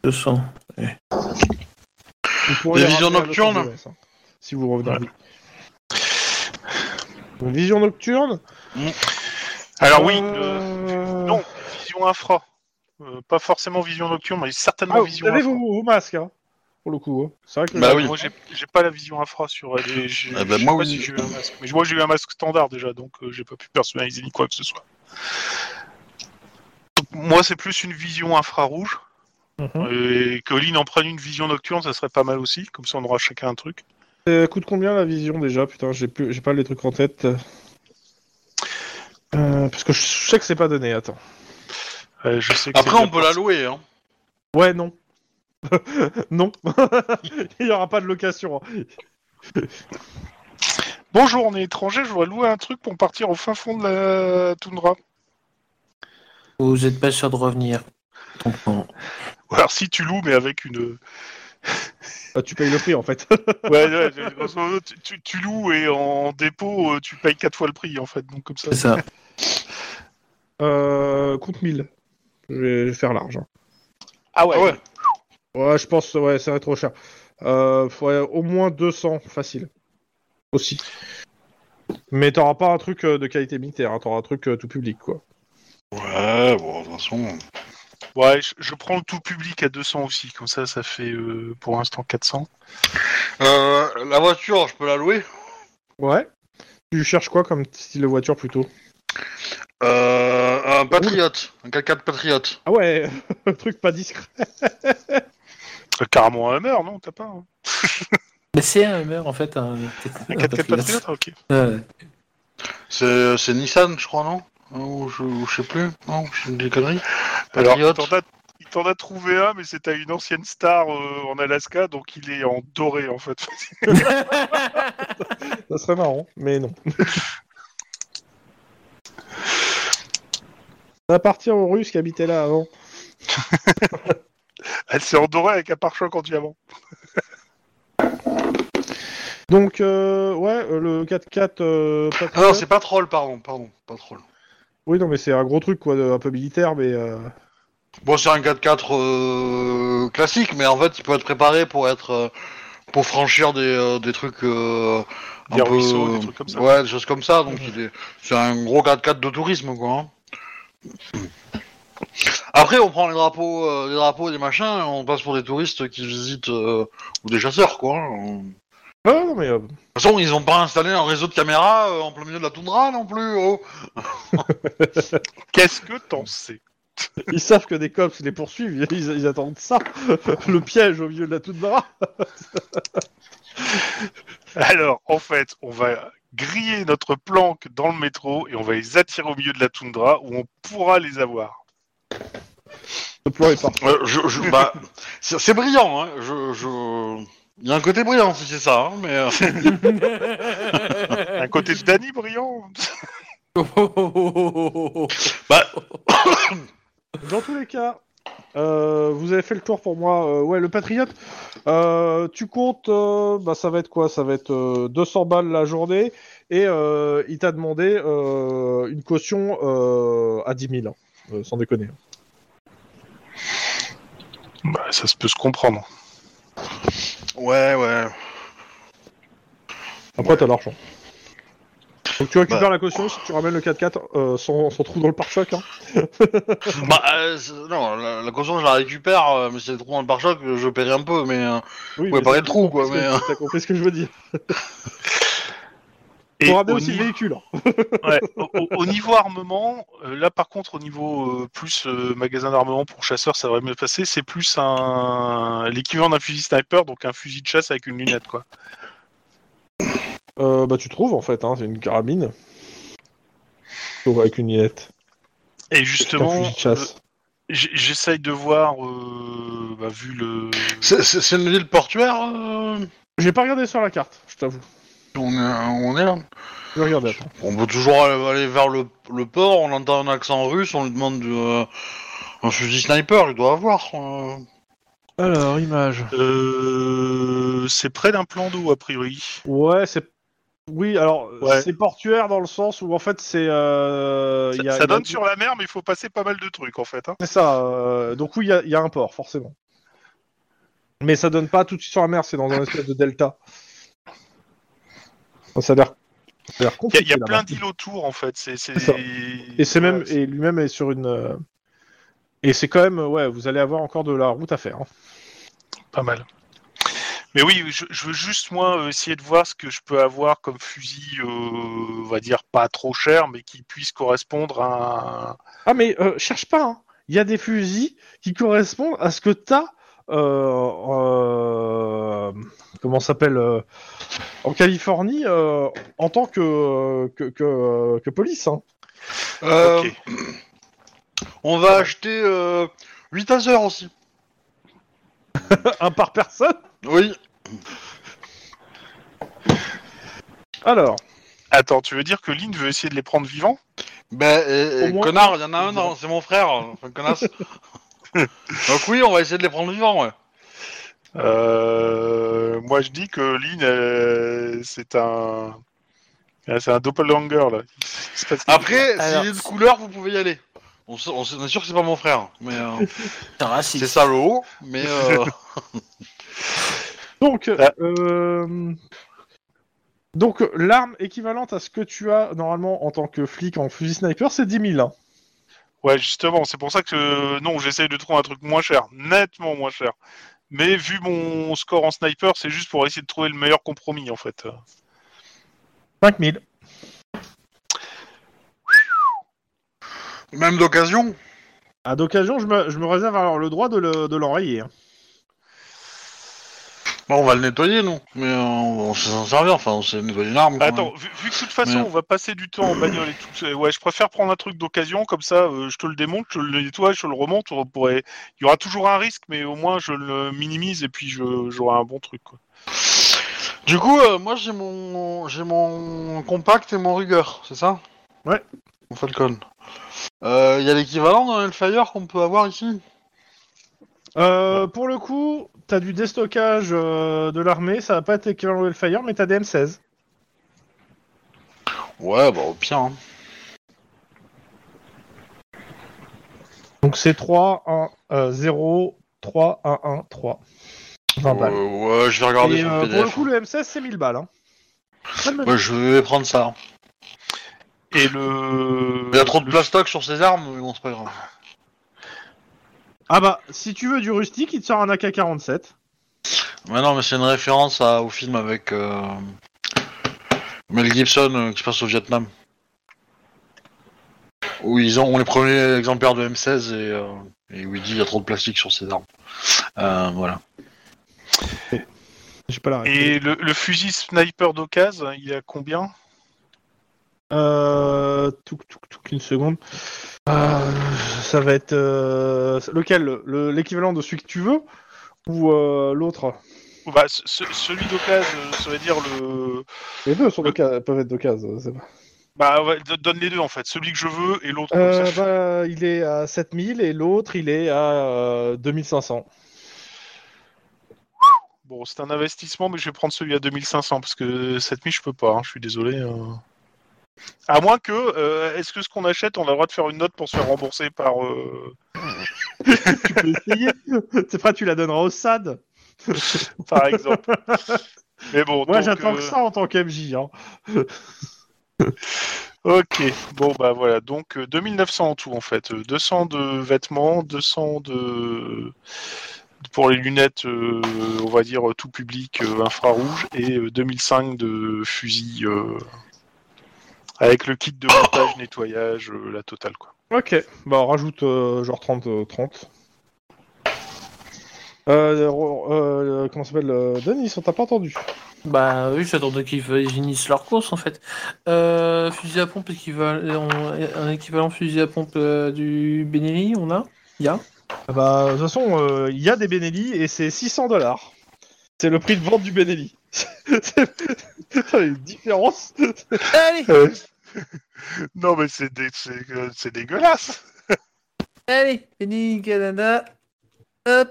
Speaker 5: 200.
Speaker 2: Vous pourrez
Speaker 1: Des
Speaker 2: les
Speaker 1: visions
Speaker 2: ramener à Los
Speaker 1: nocturnes
Speaker 2: Angeles, hein, Si vous revenez en vie. Une vision nocturne
Speaker 4: alors Ah oui, le-
Speaker 2: euh,
Speaker 4: non vision infra, Euh, pas forcément vision nocturne, mais certainement
Speaker 2: Ah,
Speaker 4: vision
Speaker 2: vous avez
Speaker 4: infra.
Speaker 2: vos, vos masques, hein, pour le coup. hein. C'est vrai que
Speaker 1: Bah oui.
Speaker 4: Moi j'ai j'ai pas la vision infra sur elle. et j'ai-
Speaker 1: Ah bah,
Speaker 4: je sais
Speaker 1: moi,
Speaker 4: pas
Speaker 1: oui.
Speaker 4: si j'ai eu un masque, mais moi j'ai eu un masque standard déjà, donc euh, j'ai pas pu personnaliser ni quoi que ce soit. Donc, moi c'est plus une vision infrarouge.
Speaker 2: Mhm.
Speaker 4: Et que Lynn en prenne une vision nocturne, ça serait pas mal aussi, comme ça on aura chacun un truc.
Speaker 2: ça Euh, coûte combien la vision déjà Putain, j'ai plus- j'ai pas les trucs en tête. Euh, parce que je sais que c'est pas donné, attends.
Speaker 4: Euh, je sais que
Speaker 1: Après,
Speaker 4: c'est
Speaker 1: on peut la louer. Hein.
Speaker 2: Ouais, non. non. Il y aura pas de location. hein.
Speaker 4: Bonjour, on est étranger, je voudrais louer un truc pour partir au fin fond de la toundra.
Speaker 5: Vous êtes pas sûr de revenir. Donc, bon.
Speaker 4: Ou alors si tu loues, mais avec une...
Speaker 2: Ah, tu payes le prix en fait.
Speaker 4: Ouais, ouais, je- grosso modo, tu- tu, tu loues et en dépôt, euh, tu payes quatre fois le prix, en fait. Donc comme ça.
Speaker 5: C'est ça.
Speaker 2: Euh, compte 1000. Je vais faire large. hein.
Speaker 4: Ah
Speaker 1: ouais.
Speaker 2: Ouais, je pense, ouais, ça va être trop cher. Euh, faut, ouais, au moins 200, facile. Aussi. Mais t'auras pas un truc euh, de qualité militaire, hein, t'auras un truc euh, tout public, quoi.
Speaker 1: Ouais, bon, de toute façon.
Speaker 4: Ouais, je, je prends le tout public à 200 aussi, comme ça, ça fait euh, pour l'instant 400.
Speaker 1: Euh, la voiture, je peux la louer.
Speaker 2: Ouais. Tu cherches quoi comme style de voiture plutôt
Speaker 1: Euh, un patriote. Un 4x4 patriote.
Speaker 2: Ah ouais, un truc pas discret.
Speaker 4: Euh, carrément un Hammer, non T'as pas hein
Speaker 5: Mais c'est un humeur en fait. Un,
Speaker 4: Un 4x4
Speaker 5: Patriote.
Speaker 4: Patriot Ok.
Speaker 5: Ouais.
Speaker 1: C'est c'est Nissan, je crois, non ou je, ou je sais plus. Non, je dis des conneries.
Speaker 4: Alors, il
Speaker 1: Patriote.
Speaker 4: t'en a- il t'en a, trouvé un, mais c'était une ancienne star euh, en Alaska, donc il est en doré, en fait.
Speaker 2: Ça serait marrant, mais non. Ça appartient aux Russes qui habitaient là avant.
Speaker 4: Elle s'est en doré avec un pare-choc en diamant.
Speaker 2: Donc, euh, ouais, euh, le 4x4 euh, Patriot.
Speaker 1: Ah non, c'est pas troll, pardon, pardon, pas troll.
Speaker 2: Oui, non, mais c'est un gros truc, quoi, de- un peu militaire, mais... euh,
Speaker 1: Bon, c'est un 4x4 euh, classique, mais en fait, il peut être préparé pour être euh, pour franchir des, euh, des trucs. euh, un
Speaker 4: Des
Speaker 1: peu-
Speaker 4: ruisseaux, des trucs comme ça.
Speaker 1: Ouais, des choses comme ça. Donc, il est- c'est un gros 4x4 de tourisme, quoi. hein. Après, on prend les drapeaux, euh, les drapeaux, et des machins, et on passe pour des touristes qui visitent euh, ou des chasseurs, quoi. hein.
Speaker 2: Ah, non, mais... euh,
Speaker 1: De toute façon, ils ont pas installé un réseau de caméras euh, en plein milieu de la toundra non plus. oh.
Speaker 4: Qu'est-ce que t'en sais
Speaker 2: Ils savent que des cops les poursuivent, ils, ils attendent ça, le piège au milieu de la toute barre.
Speaker 4: Alors, en fait, on va griller notre planque dans le métro et on va les attirer au milieu de la toundra où on pourra les avoir.
Speaker 2: Ce plan est parfait.
Speaker 1: Euh, je- je- bah, c'est c'est brillant. Hein. Je, je... Il y a un côté brillant si c'est ça, hein, mais euh,
Speaker 4: Un côté de Danny brillant.
Speaker 2: Dans tous les cas, euh, vous avez fait le tour pour moi. Euh, ouais, le Patriote, euh, tu comptes, euh, bah, ça va être quoi Ça va être euh, 200 balles la journée, et euh, il t'a demandé euh, une caution euh, à 10 000, hein, euh, sans déconner.
Speaker 4: Bah, ça se peut se comprendre.
Speaker 1: ouais, ouais.
Speaker 2: Après, t'as l'argent. Donc tu récupères
Speaker 1: Bah.
Speaker 2: la caution si tu ramènes le 4x4 euh, sans, sans trou dans le pare-choc. hein.
Speaker 1: Bah, euh, c'est- non, la, la caution, je la récupère, euh, mais c'est le trou dans le pare-choc, je paierai un peu, mais. euh,
Speaker 2: Oui,
Speaker 1: Ouais,
Speaker 2: mais
Speaker 1: pareil, le
Speaker 2: t'as
Speaker 1: trou, quoi,
Speaker 2: compris ce
Speaker 1: mais, hein.
Speaker 2: que- T'as compris ce que je veux dire.
Speaker 4: Et
Speaker 2: Pour ramener
Speaker 4: au
Speaker 2: aussi le
Speaker 4: niveau-
Speaker 2: véhicule. hein.
Speaker 4: Ouais, au, au- au niveau armement, euh, là par contre, au niveau euh, plus euh, magasin d'armement pour chasseurs, ça devrait mieux passer. C'est plus un l'équivalent d'un fusil sniper, donc un fusil de chasse avec une lunette, quoi.
Speaker 2: Euh, bah tu trouves en fait, hein, c'est une carabine. Sauf avec une lunette.
Speaker 4: Et
Speaker 2: Un
Speaker 4: justement,
Speaker 2: fusil de chasse.
Speaker 4: euh, j- j'essaye de voir, euh, bah, vu le.
Speaker 1: C'est c'est- c'est une ville portuaire euh
Speaker 2: J'ai pas regardé sur la carte, je t'avoue.
Speaker 1: On est, on est là.
Speaker 2: Je regarde.
Speaker 1: On peut toujours aller, aller vers le, le port, on entend un accent russe, on lui demande de, euh, un fusil sniper, il doit avoir. euh.
Speaker 2: Alors, image.
Speaker 4: Euh, c'est près d'un plan d'eau, a priori.
Speaker 2: Ouais, c'est. Oui, alors
Speaker 4: Ouais.
Speaker 2: c'est portuaire dans le sens où en fait c'est. euh,
Speaker 4: Ça,
Speaker 2: il y a-
Speaker 4: ça
Speaker 2: il y a-
Speaker 4: donne sur la mer, mais il faut passer pas mal de trucs, en fait. hein.
Speaker 2: C'est ça. euh, donc oui, il y a- il y, a un port forcément. Mais ça donne pas tout de suite sur la mer, c'est dans un espèce de delta. Ça a l'air. ça a l'air
Speaker 4: Il y a- il
Speaker 2: compliqué.
Speaker 4: y a,
Speaker 2: là-bas.
Speaker 4: plein d'îles autour, en fait. C'est, c'est-
Speaker 2: C'est ça. Et c'est même
Speaker 4: Ouais,
Speaker 2: et lui-même est sur une. euh, Et c'est quand même ouais, vous allez avoir encore de la route à faire. hein.
Speaker 4: pas mal. Mais oui, je, je veux juste, moi, euh, essayer de voir ce que je peux avoir comme fusil, euh, on va dire, pas trop cher, mais qui puisse correspondre à... un-
Speaker 2: Ah mais euh, cherche pas. hein. Il y a des fusils qui correspondent à ce que t'as. Euh, euh, comment ça s'appelle euh, en Californie euh, en tant que euh, que, que, que police. hein.
Speaker 1: Euh,
Speaker 4: Ok.
Speaker 1: On va acheter euh, 8 tasers aussi.
Speaker 2: Un par personne.
Speaker 1: Oui.
Speaker 2: Alors,
Speaker 4: Attends, tu veux dire que Lynn veut essayer de les prendre vivants
Speaker 1: Ben, et- et
Speaker 2: Au moins-
Speaker 1: connard, il y en a un, non, c'est mon frère. hein, Enfin, connasse. Donc oui, on va essayer de les prendre vivants, ouais.
Speaker 4: Euh, moi, je dis que Lynn, euh, c'est un... euh, C'est un doppelganger, là. Il se passe quelque chose.
Speaker 1: Après,
Speaker 5: Alors-
Speaker 1: s'il est de couleur, vous pouvez y aller. On, s- on s- on est sûr que c'est pas mon frère, mais euh,
Speaker 5: Putain, Rachid.
Speaker 1: c'est ça le haut. Mais euh,
Speaker 2: donc,
Speaker 4: Ah.
Speaker 2: euh, donc l'arme équivalente à ce que tu as normalement en tant que flic en fusil sniper, c'est 10 000. hein.
Speaker 4: Ouais, justement, c'est pour ça que euh, non, j'essaye de trouver un truc moins cher, nettement moins cher. Mais vu mon score en sniper, c'est juste pour essayer de trouver le meilleur compromis en fait.
Speaker 2: 5 000.
Speaker 1: même d'occasion.
Speaker 2: Ah, d'occasion, je me, je me réserve alors le droit de le- de l'enrayer. hein.
Speaker 1: Bah, on va le nettoyer, non Mais euh, on, on sait s'en servir, enfin, on sait nettoyer une arme. quand
Speaker 4: Attends, vu, vu que de toute façon
Speaker 1: Ouais.
Speaker 4: on va passer du temps en bagnole et tout, euh, ouais, je préfère prendre un truc d'occasion comme ça. euh, je te le démonte, je te le nettoie, je te le remonte. On pourrait... Il y aura toujours un risque, mais au moins je le minimise et puis je- j'aurai un bon truc. Quoi.
Speaker 1: Du coup, euh, moi j'ai mon j'ai mon compact et mon rigueur, c'est ça
Speaker 2: Ouais.
Speaker 1: Mon Falcon. Euh, Il y a l'équivalent d'un Hellfire qu'on peut avoir ici
Speaker 2: Euh, Pour le coup, t'as du déstockage euh, de l'armée, ça va pas être équivalent au Hellfire, mais t'as des M16.
Speaker 1: Ouais, bah au pire. hein.
Speaker 2: Donc c'est euh, 3, 1, 0, 3, 1, 1, 3. 20 balles.
Speaker 1: Euh, ouais, je vais regarder
Speaker 2: Et
Speaker 1: sur
Speaker 2: euh,
Speaker 1: le
Speaker 2: pour
Speaker 1: PDF.
Speaker 2: le coup, le M16, c'est 1000 balles. hein. Pas le même
Speaker 1: Ouais, je vais prendre ça.
Speaker 4: Et le.
Speaker 2: euh,
Speaker 1: Il y a trop de plastoc sur ses armes, mais bon, c'est pas grave.
Speaker 2: Ah bah, si tu veux du rustique, il te sort un AK-47.
Speaker 1: Mais non, mais c'est une référence à- au film avec euh, Mel Gibson euh, qui se passe au Vietnam. Où ils ont, ont les premiers exemplaires de M16 et, euh, et où il dit il y a trop de plastique sur ses armes. Euh, voilà.
Speaker 2: J'ai pas la réponse.
Speaker 4: Et le, le fusil sniper d'occasion, il y a combien
Speaker 2: Euh... Touc, touc, touc, une seconde. Euh, ça va être... euh, Lequel le- L'équivalent de celui que tu veux Ou euh, l'autre
Speaker 4: bah, ce- ce- Celui d'occasion, euh, ça veut dire le.
Speaker 2: Les deux sont d'oca- peuvent être d'occasion. c'est pas-
Speaker 4: Bah ouais, do- donne les deux en fait, celui que je veux et l'autre. comme ça,
Speaker 2: Euh,
Speaker 4: je-
Speaker 2: bah, il est à 7000 et l'autre, il est à euh, 2500.
Speaker 4: Bon, c'est un investissement, mais je vais prendre celui à 2500 parce que 7000 je peux pas, hein, je suis désolé. euh. À moins que, euh, est-ce que ce qu'on achète, on a le droit de faire une note pour se faire rembourser par. euh,
Speaker 2: tu peux essayer. C'est prêt, tu la donneras au SAD.
Speaker 4: par exemple. mais bon,
Speaker 2: Moi,
Speaker 4: donc,
Speaker 2: j'attends
Speaker 4: euh,
Speaker 2: que ça en tant qu'MJ. Hein.
Speaker 4: Ok, bon bah voilà, donc euh, 2900 en tout en fait. Euh, 200 de vêtements, 200 de. pour les lunettes, euh, on va dire euh, tout public euh, infrarouge, et euh, 2005 de fusil euh, avec le kit de montage, nettoyage, euh, la totale quoi.
Speaker 2: Ok, bah on rajoute euh, genre 30. euh, 30. Euh, ro- euh, comment ça s'appelle euh, Denis, on t'a pas entendu.
Speaker 5: Bah oui, j'attendais qu'ils finissent leur course en fait. Euh, fusil à pompe, équival- euh, on- un équivalent fusil à pompe euh, du Benelli, on a Il y a
Speaker 2: Ah Bah, de toute façon, euh, il y a des Benelli et c'est 600 dollars. C'est le prix de vente du Benelli. C'est- Putain, les différences.
Speaker 5: Allez,
Speaker 4: Euh, non, mais c'est dé- c'est, euh, c'est dégueulasse.
Speaker 5: allez, Benny Canada. Hop,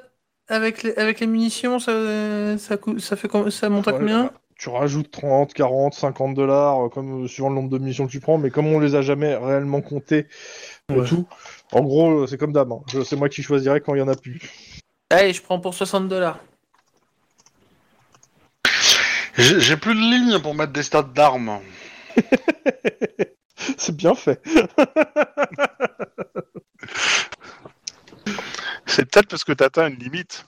Speaker 5: avec les, avec les munitions, ça, euh, ça, cou- ça, fait, com- ça monte à
Speaker 2: Ouais, bah,
Speaker 5: combien
Speaker 2: Tu rajoutes 30, 40, 50 dollars, euh, comme euh, suivant le nombre de missions que tu prends, mais comme on les a jamais réellement comptés, le tout. En gros, euh, c'est comme d'hab. hein. Je- C'est moi qui choisirais quand il y en a plus.
Speaker 5: Allez, je prends pour 60 dollars.
Speaker 1: J'ai j'ai plus de lignes pour mettre des stats d'armes.
Speaker 2: C'est bien fait.
Speaker 4: C'est peut-être parce que t'atteins une limite.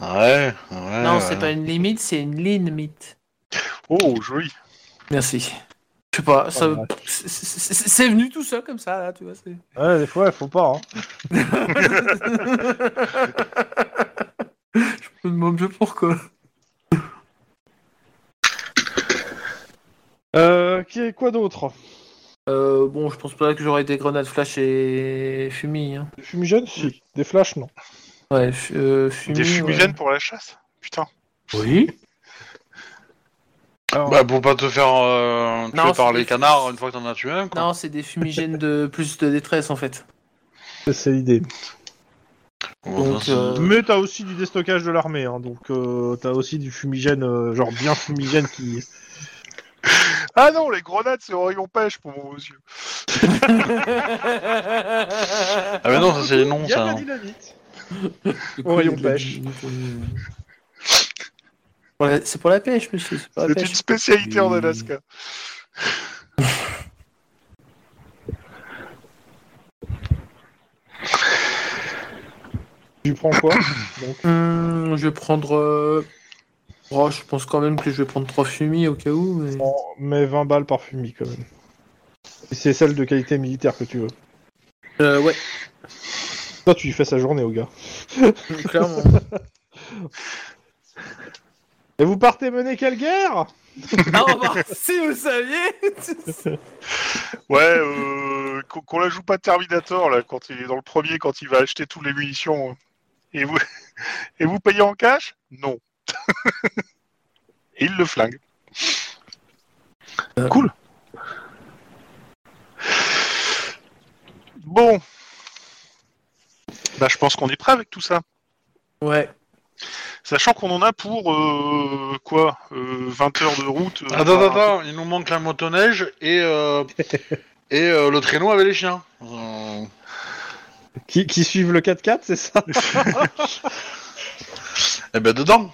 Speaker 1: Ouais, ouais.
Speaker 5: non,
Speaker 1: ouais.
Speaker 5: c'est pas une limite, c'est une limite.
Speaker 4: Oh, joli.
Speaker 5: Merci. Je sais pas, ça,
Speaker 2: vache.
Speaker 5: c'est- c'est c'est- c'est venu tout seul comme ça, là, tu vois. c'est-
Speaker 2: Ouais, des fois, il faut pas. hein.
Speaker 5: Je me demande bien pourquoi.
Speaker 2: Euh, qui est quoi d'autre
Speaker 5: Euh, bon, je pense pas que j'aurai des grenades flash et fumilles. hein.
Speaker 2: Des fumigènes Si. Des flashs, non.
Speaker 5: Ouais, fu- euh, fumilles,
Speaker 4: Des fumigènes
Speaker 5: ouais.
Speaker 4: pour la chasse Putain.
Speaker 5: Oui.
Speaker 1: Bah, pour pas te faire euh, tuer
Speaker 5: Non,
Speaker 1: par
Speaker 5: c'est-
Speaker 1: les canards une fois que t'en as tué un, quoi.
Speaker 5: Non, c'est des fumigènes de plus de détresse en fait.
Speaker 2: C'est- C'est l'idée.
Speaker 1: Bon,
Speaker 5: donc,
Speaker 1: ça, c'est-
Speaker 5: euh,
Speaker 2: Mais t'as aussi du déstockage de l'armée, hein, donc euh, t'as aussi du fumigène, euh, genre bien fumigène qui.
Speaker 4: Ah non, les grenades, c'est au rayon pêche pour vos yeux.
Speaker 1: Ah, mais non, ça c'est les noms,
Speaker 2: Il y a
Speaker 1: ça.
Speaker 2: de la
Speaker 1: hein.
Speaker 2: dynamite. Au rayon pêche.
Speaker 5: euh. Voilà, c'est pour la pêche, monsieur. C'est pour la
Speaker 4: C'est une
Speaker 5: pêche.
Speaker 4: spécialité en
Speaker 5: Oui.
Speaker 4: Alaska.
Speaker 2: Tu prends quoi
Speaker 5: Hum, je vais prendre. euh, Oh, je pense quand même que je vais prendre trois fumilles au cas où. Mais...
Speaker 2: Mais 20 balles par fumi quand même. Et c'est celle de qualité militaire que tu veux.
Speaker 5: Euh, ouais,
Speaker 2: Toi, tu y fais sa journée, au gars.
Speaker 5: clairement.
Speaker 2: Et vous partez mener quelle guerre
Speaker 5: Ah, bah, si vous saviez
Speaker 4: Ouais, euh, qu'on qu'on la joue pas Terminator, là, quand il est dans le premier, quand il va acheter toutes les munitions. euh. Et vous, et vous payez en cash Non. et il le flingue. Cool. Bon. Bah, je pense qu'on est prêt avec tout ça.
Speaker 5: Ouais.
Speaker 4: Sachant qu'on en a pour, euh, quoi, euh, 20 heures de route. euh,
Speaker 1: Attends,
Speaker 4: par-
Speaker 1: attends, attends, il nous manque la motoneige et, euh, et euh, le traîneau avec les chiens. Euh,
Speaker 2: qui, qui suivent le 4x4, c'est ça
Speaker 1: Eh ben, dedans.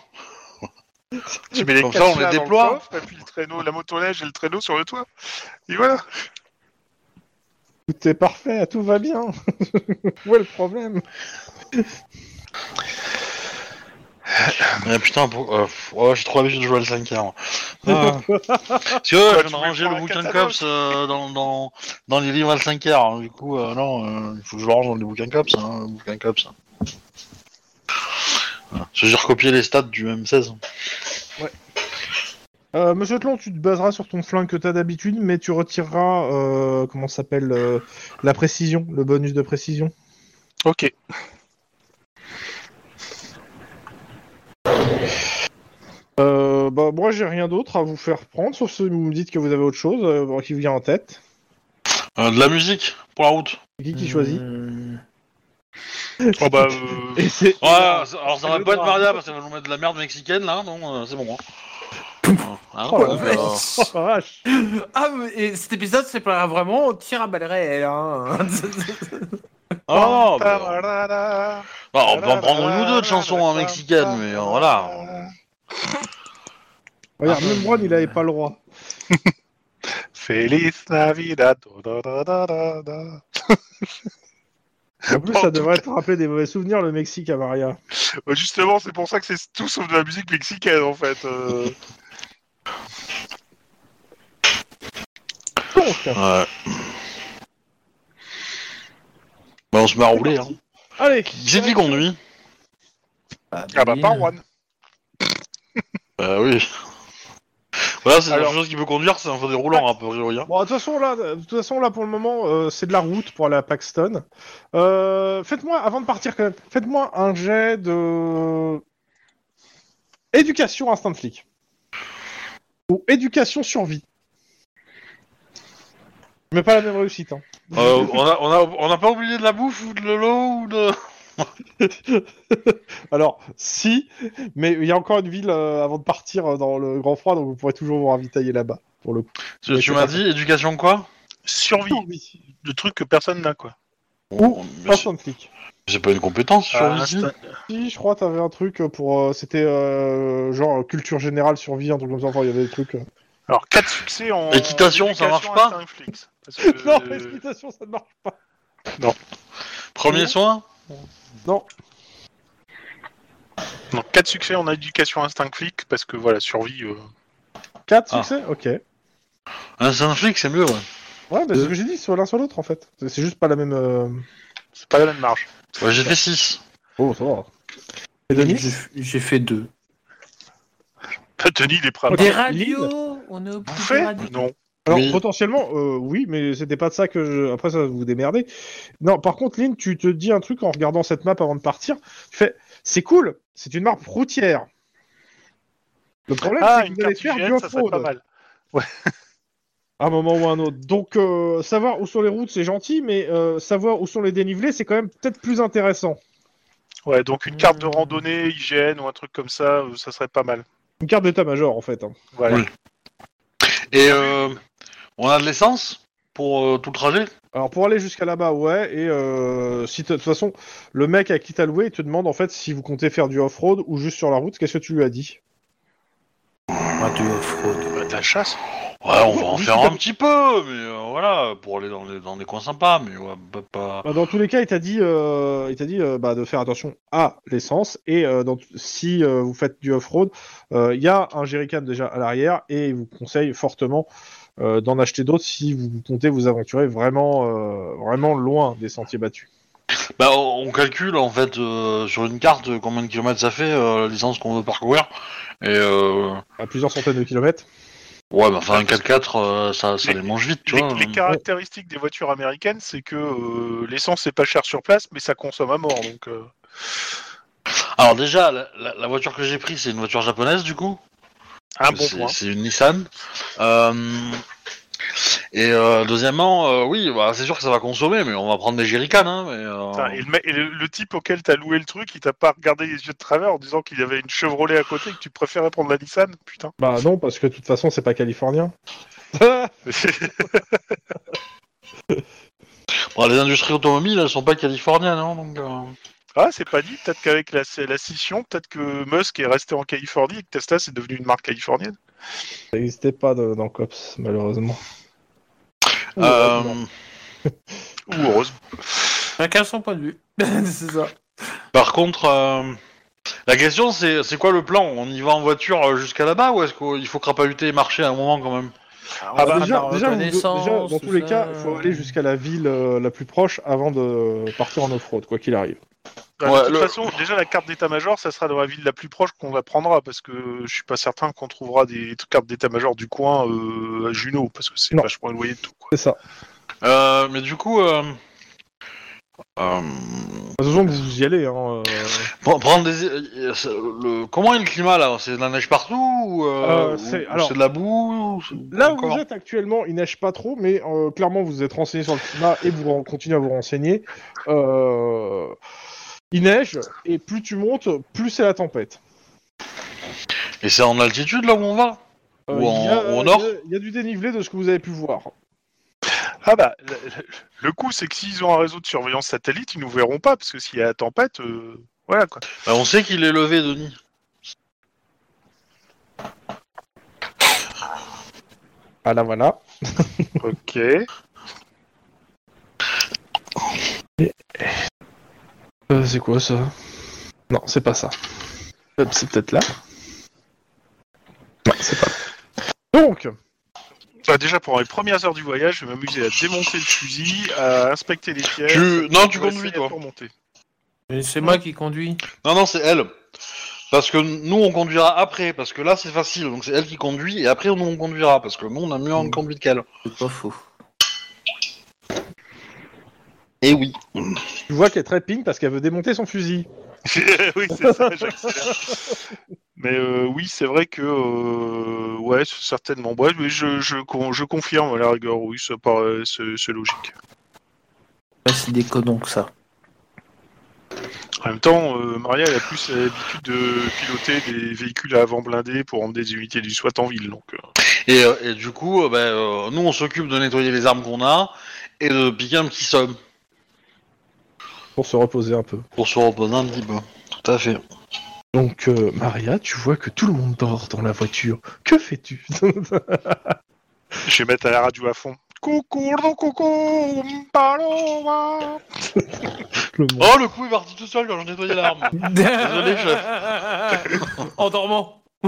Speaker 4: Tu mets les
Speaker 1: Comme
Speaker 4: quatre
Speaker 1: ça, on
Speaker 4: chiens
Speaker 1: les
Speaker 4: dans le
Speaker 1: déploie.
Speaker 4: coffre, et puis le traîneau, la motoneige et le traîneau sur le toit. Et voilà.
Speaker 2: Tout est parfait, tout va bien. Où est le problème
Speaker 1: Eh, putain, pour- euh, pff, ouais, je suis trop habitué de jouer à le 5 moi. Ah. Parce que ouais,
Speaker 4: Toi,
Speaker 1: je
Speaker 4: tu
Speaker 1: viens de
Speaker 4: voulais
Speaker 1: ranger le
Speaker 4: prendre un
Speaker 1: bouquin
Speaker 4: catalogue.
Speaker 1: Cops euh, dans, dans, dans les livres à le 5 hein. Du coup, euh, non, euh, il faut que je le range dans les bouquins Cops. Hein, le bouquin Cops. Voilà. Parce que J'ai recopié les stats du M16.
Speaker 2: Euh, Monsieur Tlon, tu te baseras sur ton flingue que t'as d'habitude, mais tu retireras, euh, comment ça s'appelle, euh, la précision, le bonus de précision.
Speaker 4: Ok.
Speaker 2: Euh, bah, moi, j'ai rien d'autre à vous faire prendre, sauf si vous me dites que vous avez autre chose euh, qui vous vient en tête.
Speaker 1: Euh, de la musique pour la route.
Speaker 2: C'est Qui qui choisit
Speaker 5: Hum,
Speaker 4: Hmm. Oh bah, euh,
Speaker 2: Et c'est-
Speaker 1: Ouais, alors ça va
Speaker 2: le
Speaker 1: pas être
Speaker 2: droit.
Speaker 1: Maria parce qu'elle va nous mettre de la merde mexicaine là, non, euh, c'est bon. Hein. Ah,
Speaker 2: Oh la
Speaker 1: euh,
Speaker 5: vache.
Speaker 2: Oh, la vache.
Speaker 5: Ah, mais et cet épisode, c'est pas vraiment on tire à balles réelles.
Speaker 1: ah,
Speaker 5: Hein.
Speaker 4: Oh,
Speaker 1: non,
Speaker 4: bah,
Speaker 1: mais, euh,
Speaker 4: tararara,
Speaker 1: bah, on peut en prendre une ou deux de
Speaker 4: bah,
Speaker 1: chansons hein, mexicaines, mais euh, voilà.
Speaker 2: Regarde,
Speaker 5: Ah,
Speaker 2: même Ron, il avait pas le droit.
Speaker 4: Feliz Navidad. da, da, da, da, da.
Speaker 2: En plus, ça devrait te rappeler des mauvais souvenirs, le Mexique à Maria.
Speaker 4: Bah, Justement, c'est pour ça que c'est tout sauf de la musique mexicaine en fait. euh.
Speaker 2: Donc,
Speaker 1: Ouais. Bah, on se met à rouler. Hein.
Speaker 2: allez,
Speaker 1: Qui c'est qui conduit
Speaker 4: Ah bah, pas Juan.
Speaker 1: Bah oui. Voilà, c'est la
Speaker 4: Alors-
Speaker 1: seule chose qui peut conduire, c'est un feu déroulant, à peu près. hein.
Speaker 2: Bon, de toute façon, là, de toute façon, là, pour le moment, euh, c'est de la route pour aller à Paxton. Euh, faites-moi, avant de partir, quand même, faites-moi un jet de. Éducation instinct de flic. Ou éducation survie. Mais pas la même réussite. Hein.
Speaker 1: Euh, on n'a on a, on a pas oublié de la bouffe ou de l'eau ou de.
Speaker 2: Alors, si, mais il y a encore une ville euh, avant de partir euh, dans le grand froid, donc vous pourrez toujours vous ravitailler là-bas, pour le coup.
Speaker 1: Tu, tu m'as dit éducation quoi
Speaker 4: Survie. Le truc que personne n'a, quoi.
Speaker 2: Ou
Speaker 1: Oh, mais c'est-
Speaker 2: instant de flic.
Speaker 1: C'est pas une compétence, survie.
Speaker 4: Ah,
Speaker 1: si.
Speaker 4: insta-
Speaker 2: Si, je crois, t'avais un truc pour. euh, C'était euh, genre euh, culture générale, survie, un truc comme ça. Enfin, il y avait des trucs. euh.
Speaker 4: Alors, 4 succès en.
Speaker 1: Équitation, ça marche pas
Speaker 4: instinct réflexe. Parce que-
Speaker 2: Non, explication, ça ne marche pas.
Speaker 1: Premier soin
Speaker 4: Donc 4 succès en éducation instinct flic, parce que voilà, survie. euh,
Speaker 2: 4
Speaker 1: Ah.
Speaker 2: succès Ok.
Speaker 1: Un saint flic, c'est mieux, ouais.
Speaker 2: Ouais, mais c'est ce que j'ai dit, soit l'un soit l'autre en fait. C'est c'est juste pas la même. euh,
Speaker 4: C'est pas la même marge.
Speaker 1: Ouais, j'ai fait 6.
Speaker 2: Oh, ça va. Et Denis
Speaker 5: J'ai- J'ai fait deux.
Speaker 4: Denis, il est prêt à
Speaker 2: Ok.
Speaker 5: Des
Speaker 2: Lille
Speaker 5: radios On est au bout des
Speaker 4: bouffer
Speaker 5: radios.
Speaker 4: Non.
Speaker 2: Alors
Speaker 1: Oui.
Speaker 2: potentiellement, euh, oui, mais c'était pas de ça que je... Après, ça va vous démerder. Non, par contre, Lynn, tu te dis un truc en regardant cette map avant de partir. Tu fais, c'est cool, c'est une map routière. Le problème,
Speaker 4: Ah,
Speaker 2: c'est
Speaker 4: une
Speaker 2: que vous allez
Speaker 4: carte
Speaker 2: faire du
Speaker 4: IGN, ça serait pas
Speaker 2: off-road
Speaker 4: mal.
Speaker 2: à un moment ou à un autre. Donc, euh, savoir où sont les routes, c'est gentil, mais euh, savoir où sont les dénivelés, c'est quand même peut-être plus intéressant.
Speaker 4: Ouais, donc une carte de randonnée, IGN ou un truc comme ça, euh, ça serait pas mal.
Speaker 2: Une carte d'état-major, en fait. hein.
Speaker 4: Voilà.
Speaker 1: Oui. Et euh, on a de l'essence pour euh, tout le trajet
Speaker 2: Alors pour aller jusqu'à là-bas, ouais, et euh, si t'as- de toute façon, le mec à qui t'as loué, il te demande en fait si vous comptez faire du off-road ou juste sur la route, qu'est-ce que tu lui as dit
Speaker 5: Ah,
Speaker 4: Bah, de la chasse.
Speaker 1: Ouais, on va en
Speaker 2: Oui,
Speaker 1: faire
Speaker 2: tout à
Speaker 1: un petit peu, mais euh, voilà, pour aller dans les, dans des coins sympas, mais ouais, bah, pas.
Speaker 2: Bah, Dans tous les cas, il t'a dit, euh, il t'a dit euh, bah, de faire attention à l'essence, et euh, dans t- si euh, vous faites du off-road, euh, il y a un jerrycan déjà à l'arrière, et il vous conseille fortement euh, d'en acheter d'autres si vous comptez vous aventurer vraiment, euh, vraiment loin des sentiers battus.
Speaker 1: Bah, on on calcule en fait euh, sur une carte euh, combien de kilomètres ça fait euh, la distance qu'on veut parcourir. Et euh,
Speaker 2: À plusieurs centaines de kilomètres.
Speaker 1: ouais, bah, enfin, un 4x4, euh, ça, ça
Speaker 4: Les-
Speaker 1: les mange vite, tu
Speaker 4: Les,
Speaker 1: vois.
Speaker 4: les caractéristiques des voitures américaines, c'est que euh, l'essence c'est pas cher sur place, mais ça consomme à mort. Donc, euh,
Speaker 1: Alors, déjà, la, la- la voiture que j'ai prise, c'est une voiture japonaise du coup.
Speaker 4: un Ah, bon
Speaker 1: C'est-
Speaker 4: point.
Speaker 1: C'est une Nissan. Euh, et euh, deuxièmement, euh, oui, bah, c'est sûr que ça va consommer, mais on va prendre des jerrycans. Hein, mais, euh,
Speaker 4: Putain, et le, mec- et le- le type auquel t'as loué le truc, il t'a pas regardé les yeux de travers en disant qu'il y avait une Chevrolet à côté et que tu préférais prendre la Nissan Putain.
Speaker 2: Bah non, parce que de toute façon, c'est pas californien.
Speaker 1: bon, bah, les industries automobiles, elles sont pas californiennes, hein, donc. euh,
Speaker 4: ah, c'est pas dit. Peut-être qu'avec la, la scission, peut-être que Musk est resté en Californie et que Tesla c'est devenu une marque californienne.
Speaker 2: Ça n'existait pas de- dans Cops, malheureusement.
Speaker 1: euh,
Speaker 4: Ou heureuse.
Speaker 5: Chacun son point de vue. c'est ça.
Speaker 1: Par contre, euh, la question c'est c'est quoi le plan On y va en voiture euh, jusqu'à là-bas ou est-ce qu'il faut crapahuter et marcher à un moment quand même
Speaker 4: Ah
Speaker 5: bah,
Speaker 2: Euh, déjà,
Speaker 5: par
Speaker 2: déjà, vous-
Speaker 5: reconnaissance,
Speaker 2: déjà, dans
Speaker 5: tout
Speaker 2: tous les
Speaker 5: ça.
Speaker 2: cas, il faut aller jusqu'à la ville euh, la plus proche avant de partir en off-road, quoi qu'il arrive.
Speaker 4: Bah,
Speaker 1: Ouais,
Speaker 4: de toute
Speaker 1: le-
Speaker 4: façon, déjà la carte d'état-major, ça sera dans la ville la plus proche qu'on la prendra, parce que je suis pas certain qu'on trouvera des cartes d'état-major du coin euh, à Juno, parce que c'est
Speaker 2: Non.
Speaker 4: vachement éloigné de tout. Quoi.
Speaker 2: C'est ça.
Speaker 1: Euh, Mais du coup, euh, euh,
Speaker 2: De toute façon, vous y allez. Hein, euh.
Speaker 1: pre- prendre des euh, c'est- le- comment est le climat là C'est de la neige partout ou
Speaker 2: Euh,
Speaker 1: euh, ou- ou
Speaker 2: c'est-
Speaker 1: c'est
Speaker 2: alors-
Speaker 1: de la boue ou- ou
Speaker 2: Là où
Speaker 1: encore
Speaker 2: vous êtes actuellement, il neige pas trop, mais euh, clairement, vous êtes renseigné sur le climat et vous ren- continuez à vous renseigner. Euh, Il neige, et plus tu montes, plus c'est la tempête.
Speaker 1: Et c'est en altitude là où on va
Speaker 2: Euh,
Speaker 1: Ou en-
Speaker 2: il y a-
Speaker 1: ou en nord
Speaker 2: il y a- Il y a du dénivelé de ce que vous avez pu voir.
Speaker 4: Ah bah, le, le- le coup, c'est que s'ils ont un réseau de surveillance satellite, ils nous verront pas, parce que s'il y a la tempête, euh, voilà quoi.
Speaker 1: Bah, On sait qu'il est levé, Denis.
Speaker 2: Ah là, voilà.
Speaker 4: Ok.
Speaker 2: Euh, c'est quoi ça Non, c'est pas ça. Hop, C'est peut-être là. Non, c'est pas. là. Donc,
Speaker 4: Bah, déjà, pendant les premières heures du voyage, je vais m'amuser à démonter le fusil, à inspecter les pièces.
Speaker 1: Tu- non, tu
Speaker 4: Ouais,
Speaker 1: conduis,
Speaker 4: c'est
Speaker 1: toi.
Speaker 4: pour monter.
Speaker 5: Mais C'est moi qui conduis.
Speaker 1: Non, non, c'est elle. Parce que nous, on conduira après. Parce que là, c'est facile. Donc, c'est elle qui conduit. Et après, nous, on conduira. Mm. Parce que nous, on a mieux en conduite qu'elle.
Speaker 5: C'est pas faux.
Speaker 1: Eh oui.
Speaker 2: Tu vois qu'elle trépigne parce qu'elle veut démonter son fusil.
Speaker 4: oui, c'est ça, j'accélère. Mais euh, oui, c'est vrai que, euh, ouais, certainement. Ouais, mais je, je, con- je confirme à la rigueur, oui, ça paraît- c'est c'est logique.
Speaker 5: Ouais, c'est déconnant que ça.
Speaker 4: En même temps, euh, Maria elle a plus l'habitude de piloter des véhicules à avant blindés pour emmener des unités du SWAT en ville. Donc, euh,
Speaker 1: Et, euh, et du coup, euh, ben, euh, nous, on s'occupe de nettoyer les armes qu'on a et de piquer un petit somme
Speaker 2: Pour se reposer un peu.
Speaker 1: pour se reposer un petit peu. Tout à fait.
Speaker 2: Donc, euh, Maria, tu vois que tout le monde dort dans la voiture. Que fais-tu
Speaker 4: je vais mettre à la radio à fond. Coucou, coucou, paloma.
Speaker 2: Le monde.
Speaker 1: Oh, le coup est parti tout seul quand j'ai nettoyé l'arme.
Speaker 5: Désolé,
Speaker 1: chef.
Speaker 5: En dormant.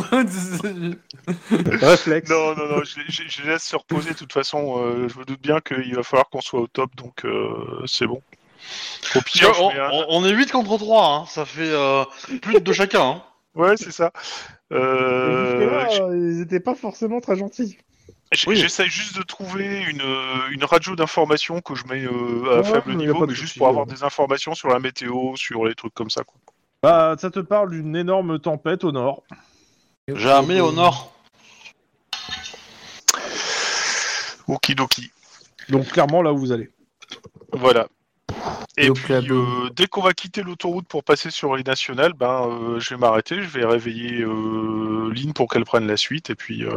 Speaker 2: Réflexe.
Speaker 4: Non, non, non, je, je- je laisse se reposer. De toute façon, euh, je me doute bien qu'il va falloir qu'on soit au top, donc euh, c'est bon. Au pire, je
Speaker 1: on,
Speaker 4: mets un-
Speaker 1: on- on est 8 contre 3, hein. ça fait euh, plus de deux chacun. hein.
Speaker 4: Ouais, c'est ça. Euh,
Speaker 2: ils étaient pas forcément très gentils.
Speaker 4: j-
Speaker 1: oui.
Speaker 4: J'essaie juste de trouver une, euh, une radio d'information que je mets euh, à
Speaker 2: Ouais,
Speaker 4: faible
Speaker 2: y a
Speaker 4: niveau,
Speaker 2: pas de
Speaker 4: mais juste
Speaker 2: souci,
Speaker 4: pour
Speaker 2: ouais.
Speaker 4: avoir des informations sur la météo, sur les trucs comme ça. Quoi.
Speaker 2: Bah, ça te parle d'une énorme tempête au nord.
Speaker 1: Jamais au nord.
Speaker 4: Okidoki.
Speaker 2: Donc, clairement, là où vous allez.
Speaker 4: Voilà. Et
Speaker 5: Yo,
Speaker 4: puis,
Speaker 5: club.
Speaker 4: euh, dès qu'on va quitter l'autoroute pour passer sur les nationales, ben, euh, je vais m'arrêter, je vais réveiller euh, Lynn pour qu'elle prenne la suite, et puis... euh,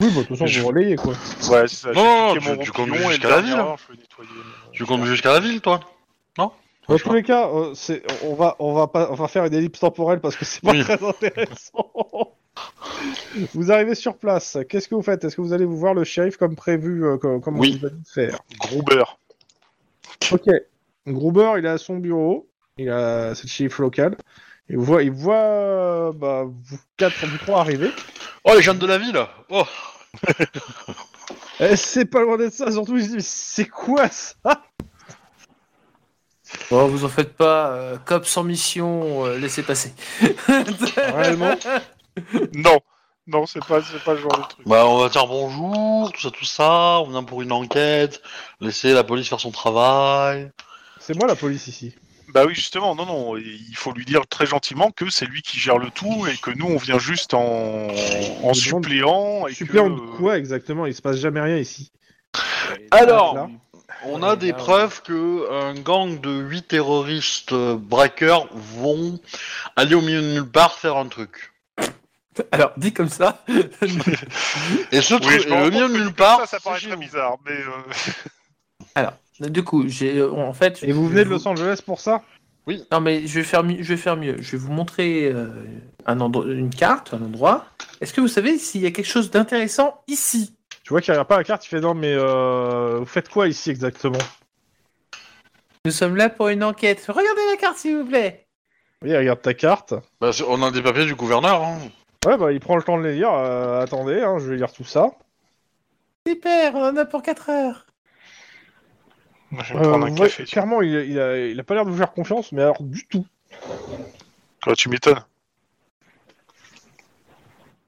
Speaker 2: Oui, bah, de toute façon,
Speaker 4: Je-
Speaker 2: vous relayez, quoi.
Speaker 4: Ouais, c'est ça.
Speaker 1: Non,
Speaker 4: j'ai piqué
Speaker 1: non, tu- tu conduis
Speaker 4: roupillon et
Speaker 1: jusqu'à
Speaker 4: le
Speaker 1: la
Speaker 4: dernier
Speaker 1: ville.
Speaker 4: heure, je vais nettoyer mon-
Speaker 1: Tu comptes jusqu'à la ville, toi
Speaker 2: Dans tous les cas, euh, c'est- on, va, on, va pas, on va faire une ellipse temporelle parce que c'est pas
Speaker 1: Oui.
Speaker 2: très intéressant. vous arrivez sur place. Qu'est-ce que vous faites Est-ce que vous allez vous voir le shérif comme prévu, euh, comme, comme
Speaker 1: Oui.
Speaker 2: on vous a dit de faire
Speaker 4: Gruber.
Speaker 2: Ok. Gruber, il est à son bureau. Il a c'est le shérif local. Il voit, il voit euh, bah, vous quatre, vous trois arriver.
Speaker 1: Oh, les jeunes de la ville Oh
Speaker 2: Eh, c'est pas loin d'être ça. Surtout, il se dit, c'est quoi ça
Speaker 5: Bon, Oh, vous en faites pas, euh, COP sans mission, euh, laissez passer.
Speaker 2: Réellement
Speaker 4: Non, non, c'est pas, c'est pas le genre de truc.
Speaker 1: Bah, on va dire bonjour, tout ça, tout ça, on vient pour une enquête, laisser la police faire son travail.
Speaker 2: C'est moi la police ici.
Speaker 4: Bah oui, justement, non, non, il faut lui dire très gentiment que c'est lui qui gère le tout et que nous, on vient juste en, en
Speaker 2: demande-
Speaker 4: suppléant. Et
Speaker 2: Suppléant
Speaker 4: que,
Speaker 2: de quoi exactement Il se passe jamais rien ici.
Speaker 1: Alors,
Speaker 2: Là.
Speaker 1: On a des preuves que un gang de 8 terroristes euh, braqueurs vont aller au milieu de nulle part faire un truc.
Speaker 5: Alors, dit comme ça,
Speaker 1: Et ce
Speaker 4: Oui,
Speaker 1: truc,
Speaker 4: euh, je
Speaker 1: et
Speaker 4: me rends
Speaker 1: le milieu
Speaker 4: compte
Speaker 1: de nulle
Speaker 4: que dit comme
Speaker 1: part,
Speaker 4: Ça, ça
Speaker 1: c'est
Speaker 4: paraît
Speaker 1: chez
Speaker 4: très
Speaker 1: vous.
Speaker 4: bizarre, mais euh,
Speaker 5: du coup, j'ai, euh, en fait,
Speaker 2: Et vous venez de Los Angeles pour ça
Speaker 5: non mais je vais faire mieux, je vais faire mieux. Je vais vous montrer euh, un endroit, une carte, un endroit. Est-ce que vous savez s'il y a quelque chose d'intéressant ici
Speaker 2: Tu vois qu'il regarde pas la carte, il fait non mais euh, vous faites quoi ici exactement
Speaker 5: Nous sommes là pour une enquête. Regardez la carte, s'il vous plaît.
Speaker 2: Oui, il regarde ta carte.
Speaker 1: Bah, c'est- on a des papiers du gouverneur. hein.
Speaker 2: Ouais bah il prend le temps de les lire. Euh, attendez, hein, je vais lire tout ça.
Speaker 5: Super, on en a pour 4 heures.
Speaker 4: je vais me prendre
Speaker 2: Euh,
Speaker 4: un
Speaker 2: ouais,
Speaker 4: café.
Speaker 2: clairement, il, il a, il a pas l'air de vous faire confiance, mais alors du tout.
Speaker 4: Quoi, tu m'étonnes.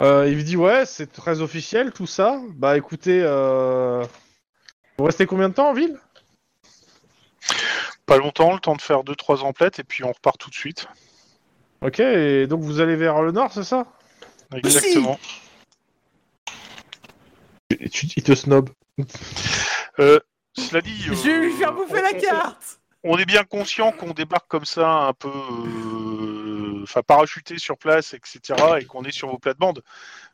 Speaker 2: Euh, il me dit ouais, c'est très officiel tout ça. Bah écoutez, euh... vous restez combien de temps en ville
Speaker 4: Pas longtemps, le temps de faire deux, trois emplettes et puis on repart tout de suite.
Speaker 2: Ok, et donc vous allez vers le nord, c'est ça
Speaker 5: Bah,
Speaker 4: Exactement.
Speaker 2: Et tu- Il te snob.
Speaker 4: Euh, cela dit.
Speaker 5: Je vais lui
Speaker 4: euh,
Speaker 5: faire bouffer la
Speaker 4: on- on-
Speaker 5: carte.
Speaker 4: on est bien conscient qu'on débarque comme ça un peu euh, enfin parachuté sur place etc et qu'on est sur vos plates-bandes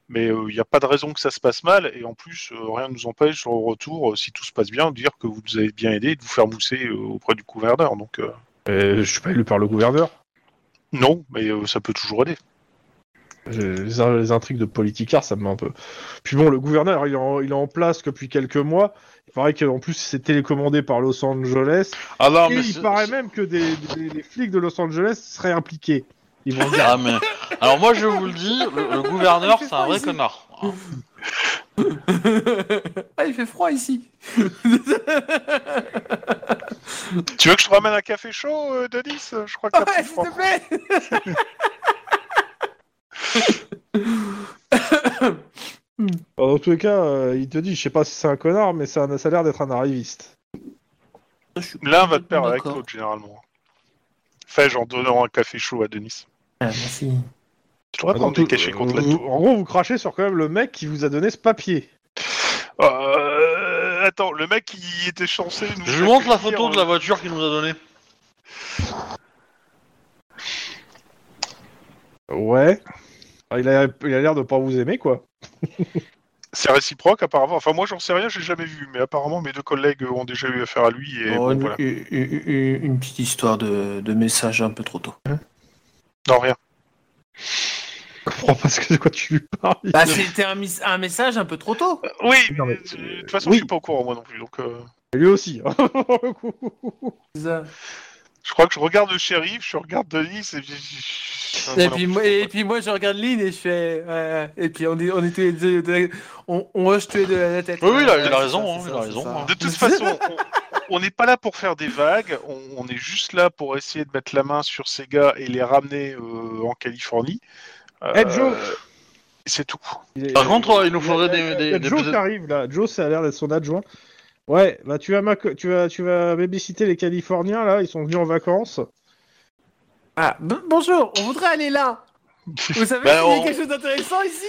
Speaker 4: mais il n'y a pas de raison que ça se passe mal et en plus euh, rien ne nous empêche au retour euh, si tout se passe bien de dire que vous nous avez bien aidé et de vous faire mousser euh, auprès du gouverneur donc euh,
Speaker 2: je suis pas élu par le gouverneur.
Speaker 4: non mais euh, ça peut toujours aider
Speaker 2: Euh, Les, in- les intrigues de politicard, ça me met un peu. Puis bon, le gouverneur, il est en, il est en place que depuis quelques mois. Il paraît qu'en plus, c'est télécommandé par Los Angeles.
Speaker 1: Ah non,
Speaker 2: Et
Speaker 1: mais
Speaker 2: il
Speaker 1: c'est-
Speaker 2: paraît
Speaker 1: c'est-
Speaker 2: même que des, des- des flics de Los Angeles seraient impliqués. Ils vont dire.
Speaker 1: Ah, mais- Alors moi, je vous le dis, le, le gouverneur, c'est un vrai
Speaker 5: Ici.
Speaker 1: connard. hein.
Speaker 5: ah, il fait froid ici.
Speaker 4: tu veux que je te ramène un café chaud euh, Denis je crois que t'as
Speaker 5: Ouais,
Speaker 4: pris
Speaker 5: s'il
Speaker 4: froid.
Speaker 5: te plaît
Speaker 2: Alors, dans tous les cas, euh, il te dit, je sais pas si c'est un connard, mais ça, ça a l'air d'être un arriviste.
Speaker 5: Je suis
Speaker 4: L'un va de pair avec
Speaker 5: d'accord.
Speaker 4: l'autre, généralement. Fais-je en donnant un café chaud à Denis.
Speaker 5: Ah, merci.
Speaker 4: Tu
Speaker 1: Ah,
Speaker 4: devrais prendre des
Speaker 2: Donc,
Speaker 4: cachets
Speaker 2: euh,
Speaker 4: contre la
Speaker 2: vous-
Speaker 4: tour.
Speaker 2: En gros, vous crachez sur quand même le mec qui vous a donné ce papier.
Speaker 4: Euh, attends, le mec qui était chancé. nous
Speaker 1: Je
Speaker 4: fait
Speaker 1: lui montre la
Speaker 4: accueillir,
Speaker 1: photo de la
Speaker 4: euh,
Speaker 1: voiture qu'il nous a donnée.
Speaker 2: Ouais. Ah, Il a il a l'air de pas vous aimer, quoi.
Speaker 4: C'est réciproque, apparemment. Enfin, moi, j'en sais rien, j'ai jamais vu. Mais apparemment, mes deux collègues ont déjà eu affaire à lui. Et
Speaker 5: Oh,
Speaker 4: bon,
Speaker 5: une,
Speaker 4: voilà.
Speaker 5: une- une- une petite histoire de, de message un peu trop tôt.
Speaker 4: Non, rien.
Speaker 2: Je comprends pas ce que de quoi tu lui parles.
Speaker 5: Bah, c'était un, mis- un message un peu trop tôt.
Speaker 4: Oui,
Speaker 2: Non, mais,
Speaker 4: mais, de toute façon,
Speaker 2: oui.
Speaker 4: je suis pas au courant, moi non plus. Donc, euh,
Speaker 2: Lui aussi. hein, pour le coup.
Speaker 5: C'est ça.
Speaker 4: je crois que je regarde le shérif, je regarde Denis, et puis.
Speaker 1: Ah,
Speaker 5: Et
Speaker 4: non,
Speaker 5: puis,
Speaker 4: je
Speaker 5: moi,
Speaker 4: comprends
Speaker 5: et puis moi, je regarde Lynn et je fais. ouais, ouais. et puis on, est- on était les deux- on, on rush tous les deux à la tête.
Speaker 1: Oui, oui, il a-
Speaker 5: Ouais,
Speaker 1: il a
Speaker 5: c'est
Speaker 1: raison,
Speaker 5: ça,
Speaker 1: hein,
Speaker 5: c'est
Speaker 1: il
Speaker 5: ça,
Speaker 1: a
Speaker 5: c'est
Speaker 1: raison,
Speaker 5: ça.
Speaker 1: hein.
Speaker 4: De toute façon, on- on n'est pas là pour faire des vagues, on, on est juste là pour essayer de mettre la main sur ces gars et les ramener euh, en Californie. Euh,
Speaker 2: Eh, Joe
Speaker 4: C'est tout.
Speaker 2: Il est-
Speaker 1: Par contre, il nous
Speaker 2: y a-
Speaker 1: faudrait
Speaker 2: y a-
Speaker 1: des-
Speaker 2: y a
Speaker 1: des-
Speaker 2: Joe
Speaker 1: des.
Speaker 2: qui arrive là. Joe, ça a l'air d'être son adjoint. Ouais, bah tu vas, mac- tu vas, tu vas babysitter les Californiens là. Ils sont venus en vacances.
Speaker 5: Ah, b- bonjour, on voudrait aller là. Vous savez,
Speaker 1: Ben,
Speaker 5: s'il y
Speaker 1: on-
Speaker 5: a quelque chose d'intéressant ici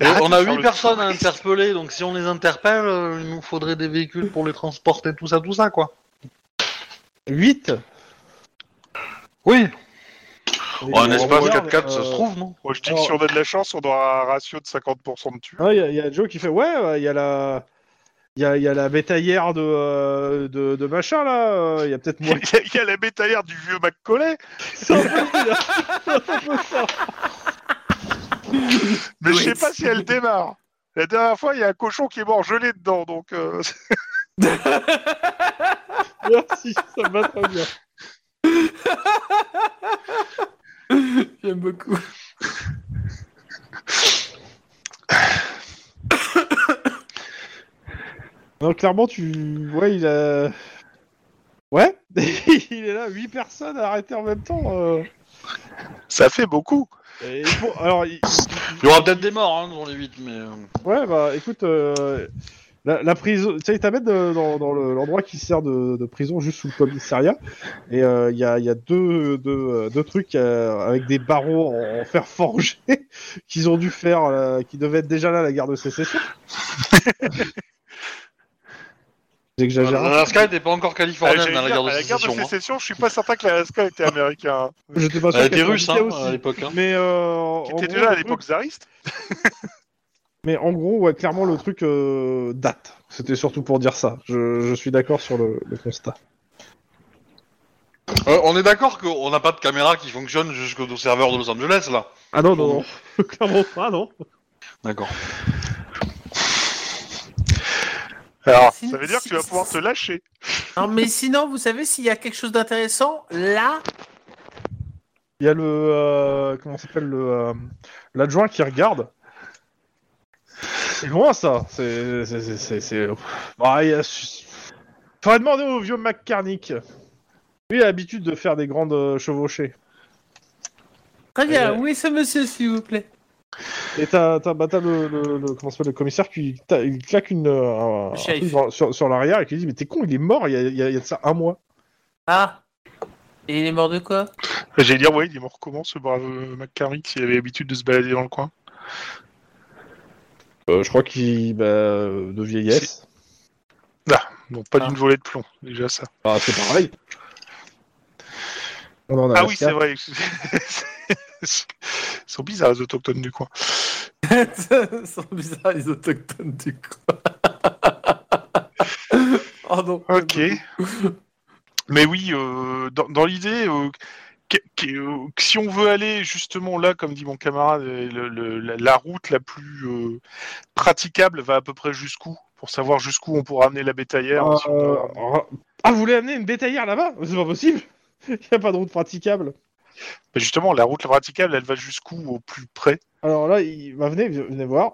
Speaker 1: Et
Speaker 4: Arrête
Speaker 1: on
Speaker 4: de
Speaker 1: a
Speaker 4: faire
Speaker 1: huit
Speaker 4: le
Speaker 1: personnes hein, à
Speaker 4: touriste.
Speaker 1: interpeller, donc si on les interpelle, euh, il nous faudrait des véhicules pour les transporter, tout ça, tout ça, quoi.
Speaker 2: 8
Speaker 1: Oui, un
Speaker 4: on
Speaker 1: espace
Speaker 4: regarde,
Speaker 1: 4x4, ça se
Speaker 2: euh,
Speaker 1: trouve, non
Speaker 4: Moi, je dis
Speaker 2: Alors-
Speaker 4: que si on a de la chance, on aura un ratio de 50% de tu.
Speaker 2: Il y, a- y a Joe qui fait Ouais, euh, il y a la. Il y a, y a la bétaillère de, euh, de, de machin là, Euh, il y a peut-être
Speaker 4: Il y,
Speaker 2: moins.
Speaker 4: a- il y a- il y a la bétaillère du vieux McCollet,
Speaker 2: C'est un peu- c'est un peu ça.
Speaker 4: mais je
Speaker 5: Oui.
Speaker 4: sais pas si elle démarre. La dernière fois, il y a un cochon qui est mort gelé dedans, donc euh,
Speaker 2: Merci, ça me va très bien.
Speaker 5: J'aime beaucoup.
Speaker 2: Non, clairement, tu. Ouais, il a. Ouais, il est là, 8 personnes arrêtées en même temps. euh.
Speaker 4: ça fait beaucoup.
Speaker 2: Et pour- Alors, il-
Speaker 1: Il y aura peut-être des morts, hein, dans les 8, mais... euh,
Speaker 2: ouais, bah écoute, euh, la, la prison. Tu sais, ils t'amènent de- dans, dans le- l'endroit qui sert de, de prison, juste sous le commissariat. Et euh, il y, a, il y a deux, deux, euh, deux trucs euh, avec des barreaux en, en fer forgé qu'ils ont dû faire, euh, qui devaient être déjà là à la guerre de sécession. J'exagère. un peu.
Speaker 1: L'Alaska n'était pas encore
Speaker 4: Euh,
Speaker 1: californienne
Speaker 4: j'allais
Speaker 1: Ah, à la
Speaker 4: dire,
Speaker 1: guerre de sécession. hein.
Speaker 4: sécession, je suis pas certain que l'Alaska était américain, hein.
Speaker 2: J'étais pas sûr
Speaker 1: Elle était
Speaker 2: qu'elle
Speaker 1: russe, hein,
Speaker 2: soit aussi.
Speaker 1: à l'époque. hein.
Speaker 2: Mais euh,
Speaker 4: qui
Speaker 2: en
Speaker 4: était
Speaker 2: gros,
Speaker 4: déjà à
Speaker 2: le
Speaker 4: l'époque zariste.
Speaker 2: Mais en gros, ouais, clairement, le truc euh, date. C'était surtout pour dire ça. Je, je suis d'accord sur le, le constat.
Speaker 1: Euh, on est d'accord qu'on n'a pas de caméra qui fonctionne jusqu'au serveur de Los Angeles, là
Speaker 2: Ah non, non, non. clairement pas, non.
Speaker 1: D'accord. Ah,
Speaker 4: Alors,
Speaker 5: Si-
Speaker 4: ça veut dire que
Speaker 5: si-
Speaker 4: tu vas pouvoir te lâcher.
Speaker 5: Non, mais sinon, vous savez, s'il y a quelque chose d'intéressant, là,
Speaker 2: Il y a le. euh, comment ça s'appelle le. euh, L'adjoint qui regarde. C'est loin, ça. C'est. c'est- c'est- c'est- c'est- Bah, il y a. su- Faudrait demander au vieux McCarnick. Lui, il a l'habitude de faire des grandes euh, chevauchées.
Speaker 5: très bien,
Speaker 2: Euh,
Speaker 5: oui, ce monsieur, s'il vous plaît.
Speaker 2: Et t'as t'as- bah, t'as le, le, le- comment ça s'appelle, le commissaire qui t'a- il claque une, euh, un- un
Speaker 5: shérif.
Speaker 2: truc dans- sur, sur l'arrière et qui dit Mais t'es con, il est mort il y, a, il y a- il y a de ça un mois.
Speaker 5: Ah Et il est mort de quoi
Speaker 4: J'ai dire, ouais, il est mort comment ce brave euh, McCarrick s'il avait l'habitude de se balader dans le coin
Speaker 2: Euh, je crois qu'il. Bah, euh, de vieillesse.
Speaker 4: Non, pas
Speaker 5: Ah.
Speaker 4: d'une volée de plomb, déjà ça.
Speaker 2: Ah, c'est pareil. On en a
Speaker 4: Ah
Speaker 2: la
Speaker 4: oui, c'est
Speaker 2: carte.
Speaker 4: vrai. Ils sont bizarres les autochtones du coin.
Speaker 5: Ils sont bizarres, les autochtones du coin. oh non.
Speaker 4: Ok. Mais oui, euh, dans, dans l'idée, euh, que- que- euh, que si on veut aller justement là, comme dit mon camarade, euh, le- le- la, la route la plus euh, praticable va à peu près jusqu'où Pour savoir jusqu'où on pourra amener la bétaillère. si on
Speaker 2: Euh,
Speaker 4: peut ramener-
Speaker 2: ra- Ah, vous voulez amener une bétaillère là-bas C'est pas possible Il n'y a pas de route praticable.
Speaker 4: Mais Bah, justement, la route praticable, elle va jusqu'où au plus près
Speaker 2: Alors là, il va venez, venez voir.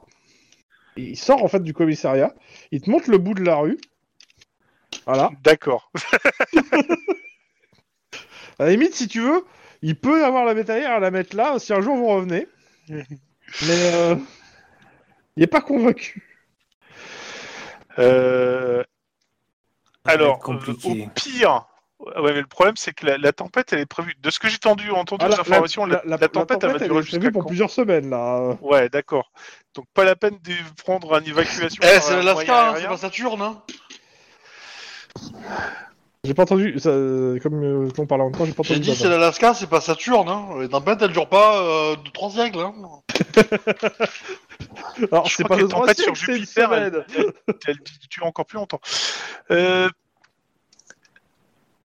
Speaker 2: Il sort en fait du commissariat. Il te montre le bout de la rue. Voilà.
Speaker 4: D'accord.
Speaker 2: À la limite, si tu veux, il peut avoir la bétaillère à la mettre là si un jour vous revenez. Mais euh, il est pas convaincu.
Speaker 4: Euh,
Speaker 5: va être
Speaker 4: Alors, euh,
Speaker 5: compliqué.
Speaker 4: au pire. Ouais, mais le problème, c'est que la, la tempête, elle est prévue. De ce que j'ai entendu, entendu
Speaker 2: Ah,
Speaker 4: des informations, la, la tempête, elle va
Speaker 2: est
Speaker 4: durer
Speaker 2: prévue
Speaker 4: jusqu'à
Speaker 2: pour
Speaker 4: quand
Speaker 2: plusieurs semaines là.
Speaker 4: Ouais, d'accord. Donc, pas la peine de prendre une évacuation.
Speaker 1: Eh,
Speaker 4: par
Speaker 1: c'est
Speaker 4: un
Speaker 1: l'Alaska,
Speaker 4: moyen
Speaker 1: hein, c'est
Speaker 4: aérien.
Speaker 1: pas Saturne. Hein.
Speaker 2: J'ai pas entendu, ça, comme euh, on parlait en même temps, j'ai pas
Speaker 1: J'ai
Speaker 2: entendu.
Speaker 1: dit,
Speaker 2: ça.
Speaker 1: c'est l'Alaska, c'est pas Saturne. Hein. Les tempêtes, elles durent pas euh, de trois siècles. Hein.
Speaker 2: Alors
Speaker 4: Je
Speaker 2: c'est pas
Speaker 4: crois que
Speaker 2: le
Speaker 4: les
Speaker 2: droit
Speaker 4: tempêtes sur
Speaker 2: c'est une
Speaker 4: Jupiter,
Speaker 2: semaine.
Speaker 4: elles, elles- elles durent encore plus longtemps. Euh,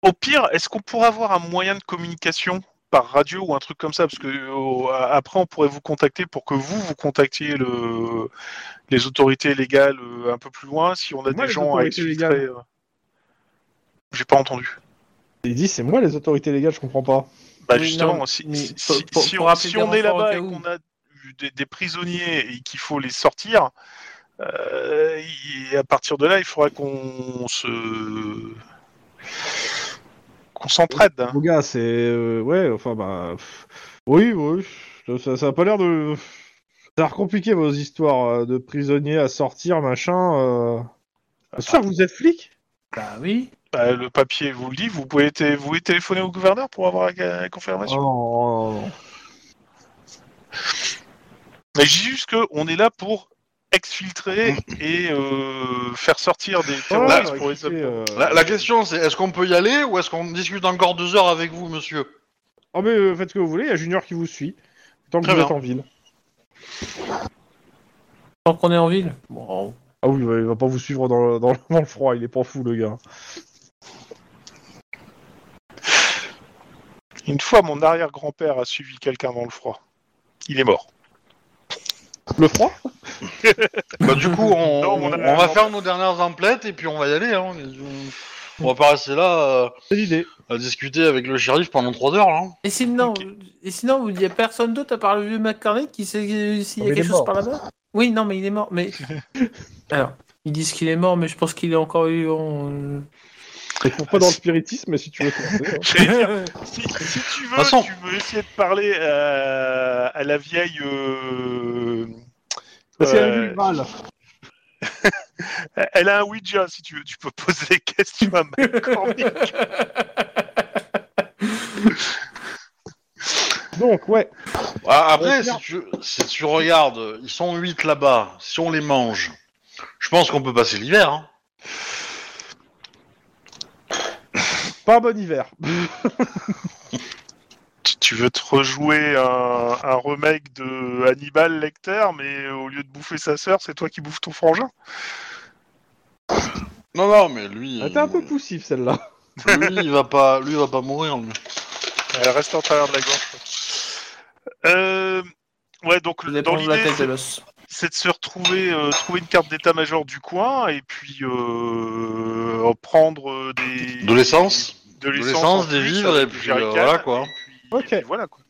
Speaker 4: au pire, est-ce qu'on pourrait avoir un moyen de communication par radio ou un truc comme ça Parce que euh, après, on pourrait vous contacter pour que vous, vous contactiez le, les autorités légales euh, un peu plus loin, si on a
Speaker 2: Moi,
Speaker 4: des
Speaker 2: les
Speaker 4: gens à
Speaker 2: autorités
Speaker 4: exfiltrer.
Speaker 2: légales.
Speaker 4: euh. J'ai pas entendu.
Speaker 2: Il dit c'est moi les autorités légales, je comprends pas.
Speaker 4: Bah
Speaker 5: Oui,
Speaker 4: justement,
Speaker 5: non,
Speaker 4: si,
Speaker 5: mais
Speaker 4: si-
Speaker 5: pour-
Speaker 4: si-
Speaker 5: pour-
Speaker 4: si
Speaker 5: pour
Speaker 4: on,
Speaker 5: appeler
Speaker 4: si
Speaker 5: des
Speaker 4: on est
Speaker 5: renforts au
Speaker 4: là-bas
Speaker 5: cas
Speaker 4: et
Speaker 5: où.
Speaker 4: qu'on a eu des, des prisonniers et qu'il faut les sortir, euh, il- à partir de là, il faudra qu'on se qu'on s'entraide. hein.
Speaker 2: Mon gars, c'est euh, ouais, enfin bah pff, oui, oui, ça- ça, ça a pas l'air de ça a l'air compliqué vos histoires euh, de prisonniers à sortir, machin. Euh... Bien sûr, vous êtes flic.
Speaker 5: Bah oui.
Speaker 4: Bah, le papier vous le dit. Vous pouvez, té- vous pouvez téléphoner au gouverneur pour avoir la, la
Speaker 2: Oh,
Speaker 5: Ah.
Speaker 4: confirmation.
Speaker 2: non, non, non.
Speaker 4: Mais je dis juste qu'on est là pour exfiltrer
Speaker 5: Ah.
Speaker 4: et euh, faire sortir des
Speaker 2: Ouais,
Speaker 5: bah,
Speaker 4: terroristes
Speaker 2: ouais,
Speaker 4: pour les
Speaker 2: Ah, écoutez, euh,
Speaker 1: La, la question, c'est est-ce qu'on peut y aller ou est-ce qu'on discute encore deux heures avec vous, monsieur
Speaker 2: Oh mais euh, faites ce que vous voulez, il y a Junior qui vous suit tant que
Speaker 1: Très
Speaker 2: vous
Speaker 1: bien.
Speaker 2: êtes en ville.
Speaker 5: Tant qu'on est en ville. euh, Bon.
Speaker 2: Ah oui, bah, il va pas vous suivre dans le, dans le- dans le froid, il est pas fou le gars.
Speaker 4: Une fois, mon arrière-grand-père a suivi quelqu'un dans le froid. Il est mort.
Speaker 2: Le froid
Speaker 1: Bah, du coup, on,
Speaker 4: Non, on
Speaker 1: on,
Speaker 4: a-
Speaker 1: va faire nos dernières emplettes et puis on va y aller. Hein. On va pas rester là euh,
Speaker 2: C'est l'idée.
Speaker 1: à discuter avec le shérif pendant trois heures. hein. Là.
Speaker 5: Et sinon,
Speaker 4: Ok.
Speaker 5: et sinon, il y a personne d'autre à part le vieux McCarney qui sait euh, s'il y
Speaker 2: Oh, Mais
Speaker 5: a
Speaker 2: il est
Speaker 5: quelque chose
Speaker 2: mort.
Speaker 5: par là-bas Oui, non, mais il est mort. Mais alors, ils disent qu'il est mort, mais je pense qu'il est encore vivant. euh,
Speaker 2: Et pour pas dans le spiritisme, mais si tu veux. foncer, hein.
Speaker 4: J'allais dire, si, si tu veux,
Speaker 1: Vincent.
Speaker 4: tu veux essayer de parler euh, à la vieille, euh,
Speaker 2: Parce qu'elle a
Speaker 4: Ouais.
Speaker 2: vu le Graal.
Speaker 4: elle a un Ouija si tu veux. Tu peux poser des questions à McCormick.
Speaker 2: Donc ouais.
Speaker 1: Ah, après,
Speaker 2: Ouais,
Speaker 1: si
Speaker 2: clair.
Speaker 1: tu, si tu regardes, ils sont huit là-bas. Si on les mange, je pense qu'on peut passer l'hiver. Hein.
Speaker 2: Pas un bon hiver.
Speaker 4: Tu- Tu veux te rejouer un, un remake de Hannibal Lecter, mais au lieu de bouffer sa sœur, c'est toi qui bouffes ton frangin.
Speaker 1: Non, non, mais lui,
Speaker 2: Elle était un peu
Speaker 4: Hmm.
Speaker 2: poussif celle-là.
Speaker 1: lui, il va pas, lui, il va pas mourir. lui.
Speaker 4: Elle reste en travers de la gorge. quoi. Euh, ouais, donc
Speaker 5: Je
Speaker 4: dans
Speaker 5: dépend de la
Speaker 4: l'idée,
Speaker 5: tête de l'os.
Speaker 4: c'est de se retrouver, euh, trouver une carte d'état-major du coin et puis euh, en prendre euh, des.
Speaker 1: De l'essence
Speaker 4: De
Speaker 1: De
Speaker 4: l'essence,
Speaker 1: l'essence,
Speaker 4: en
Speaker 1: des
Speaker 4: plus,
Speaker 1: vivres, et
Speaker 4: avec du
Speaker 1: puis euh,
Speaker 4: jerrycan,
Speaker 1: voilà quoi.
Speaker 4: puis-
Speaker 2: Ok.
Speaker 4: et puis voilà quoi.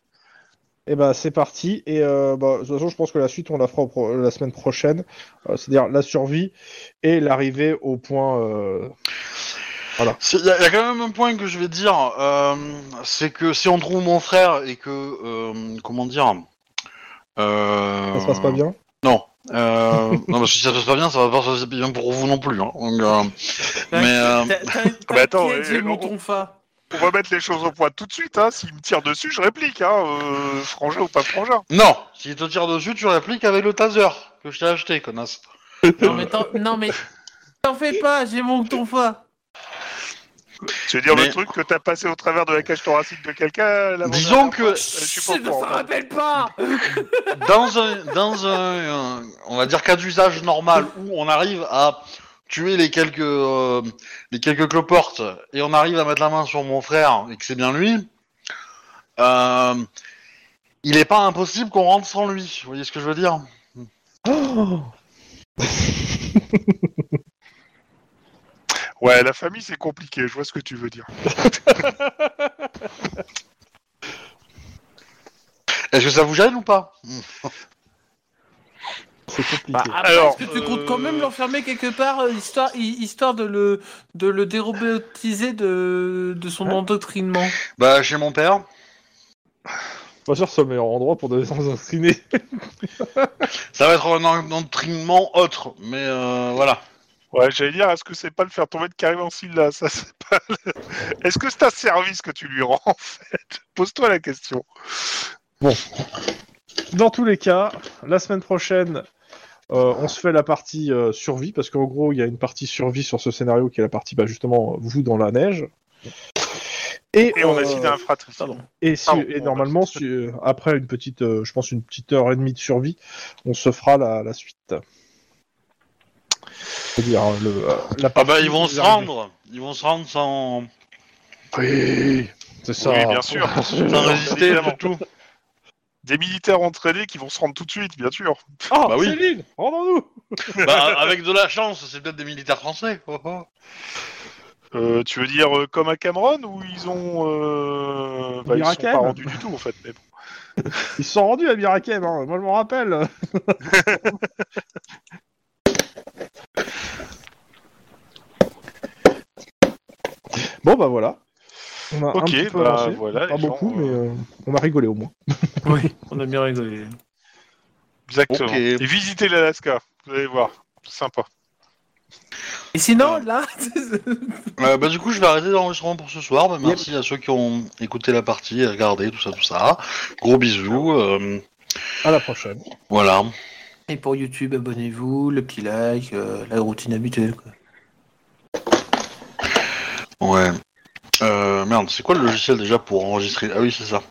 Speaker 2: Et bah c'est parti. Et euh, bah, de toute façon, je pense que la suite on la fera au pro- la semaine prochaine. Euh, C'est-à-dire la survie et l'arrivée au point. euh,
Speaker 1: Il y, a y a quand même un point que je vais dire, euh, c'est que si on trouve mon frère et que, euh, comment dire, euh,
Speaker 2: Ça se passe pas
Speaker 4: Hmm.
Speaker 2: bien.
Speaker 1: Non, euh, non, parce que si ça se passe pas bien, ça va pas se passer bien pour vous non plus. hein. Donc, euh, mais euh,
Speaker 5: T'as- t'as-
Speaker 4: mais attends,
Speaker 5: T'inquiète,
Speaker 4: euh,
Speaker 5: j'ai mon
Speaker 4: on-
Speaker 5: tonfa.
Speaker 4: On va mettre les choses au point tout de suite. Hein. S'il me tire dessus, je réplique. Hein. euh, frangin ou pas frangin.
Speaker 1: non, s'il te tire dessus, tu répliques avec le taser que je t'ai acheté, connasse.
Speaker 5: Non mais t'en- non, mais t'en fais pas, j'ai mon tonfa.
Speaker 4: Je veux dire
Speaker 1: Mais-
Speaker 4: le truc que t'as passé au travers de la cage thoracique de quelqu'un. l'avant-dernière
Speaker 1: Disons que-
Speaker 4: fois. Euh, Je suis pas au
Speaker 5: me
Speaker 4: courant.
Speaker 5: rappelle pas.
Speaker 1: dans un, dans un, un- on va dire cas d'usage normal où on arrive à tuer les quelques, euh, les quelques cloportes et on arrive à mettre la main sur mon frère et que c'est bien lui, euh, il est pas impossible qu'on rentre sans lui. Vous voyez ce que je veux dire
Speaker 4: Ouais, la famille c'est compliqué. Je vois ce que tu veux dire.
Speaker 1: Est-ce que ça vous gêne ou pas
Speaker 2: C'est compliqué.
Speaker 5: Après,
Speaker 4: Alors,
Speaker 5: Ah, bah, est-ce que tu
Speaker 4: euh,
Speaker 5: comptes quand même l'enfermer quelque part, euh, histoire, hi- histoire de le, de le dérobotiser de, de son endoctrinement
Speaker 1: Bah chez mon père.
Speaker 2: Pas sûr que c'est le meilleur endroit pour des endoctrinés.
Speaker 1: Ça va être un entraînement autre, mais euh, voilà.
Speaker 4: Ouais, j'allais dire, est-ce que c'est pas le faire tomber de Karim Ancil là Ça, c'est pas. le- Est-ce que c'est un service que tu lui rends en fait Pose-toi la question.
Speaker 2: Dans tous les cas, la semaine prochaine, euh, on se fait la partie euh, survie, parce qu'en gros, il y a une partie survie sur ce scénario qui est la partie, bah, justement, euh, vous dans la neige. Et,
Speaker 4: Et on
Speaker 2: euh,
Speaker 4: assiste à un fratricide.
Speaker 5: pardon.
Speaker 2: et, si-
Speaker 4: pardon,
Speaker 2: et
Speaker 4: on
Speaker 2: normalement,
Speaker 4: assiste.
Speaker 2: si- euh, après une petite, euh, je pense une petite heure et demie de survie, on se fera la, la suite. C'est-à-dire euh, le, euh, la
Speaker 1: Ah
Speaker 2: partie
Speaker 1: bah ils vont
Speaker 2: où
Speaker 1: se
Speaker 2: vous arrivez.
Speaker 1: rendre, ils vont se rendre sans,
Speaker 2: Oui, c'est ça.
Speaker 4: Oui, bien sûr.
Speaker 1: sans résister
Speaker 4: évidemment.
Speaker 1: du tout.
Speaker 4: Des militaires entraînés qui vont se rendre tout de suite, bien sûr.
Speaker 2: Ah,
Speaker 1: Bah oui.
Speaker 2: Céline, rendons-nous.
Speaker 1: Bah, avec de la chance, c'est peut-être des militaires français. Oh, oh.
Speaker 4: Euh, tu veux dire euh, comme à Cameron où ils ont. euh, bah, ils sont
Speaker 2: Mirakel.
Speaker 4: pas rendus du tout en fait. mais bon.
Speaker 2: Ils se sont rendus à Birakem, hein, moi je m'en rappelle. bon bah voilà. On a un petit
Speaker 4: Ok,
Speaker 2: peu
Speaker 4: bah
Speaker 2: avancé.
Speaker 4: voilà.
Speaker 2: Pas
Speaker 4: les gens,
Speaker 2: beaucoup,
Speaker 4: euh,
Speaker 2: mais euh, on a rigolé au moins.
Speaker 5: Oui, on a bien rigolé.
Speaker 4: Exactement.
Speaker 1: Ok.
Speaker 4: Et visitez l'Alaska, vous allez voir. C'est Sympa.
Speaker 5: Et sinon, là,
Speaker 1: Euh, bah, du coup, je vais arrêter l'enregistrement pour ce soir. Bah, merci à ceux qui ont écouté la partie, regardé, tout ça, tout ça. Gros bisous. euh,
Speaker 2: À la prochaine.
Speaker 1: voilà.
Speaker 5: et pour YouTube, abonnez-vous, le petit like, euh, la routine habituelle. quoi.
Speaker 1: Ouais. Euh, merde, c'est quoi le logiciel déjà pour enregistrer Ah oui, c'est ça.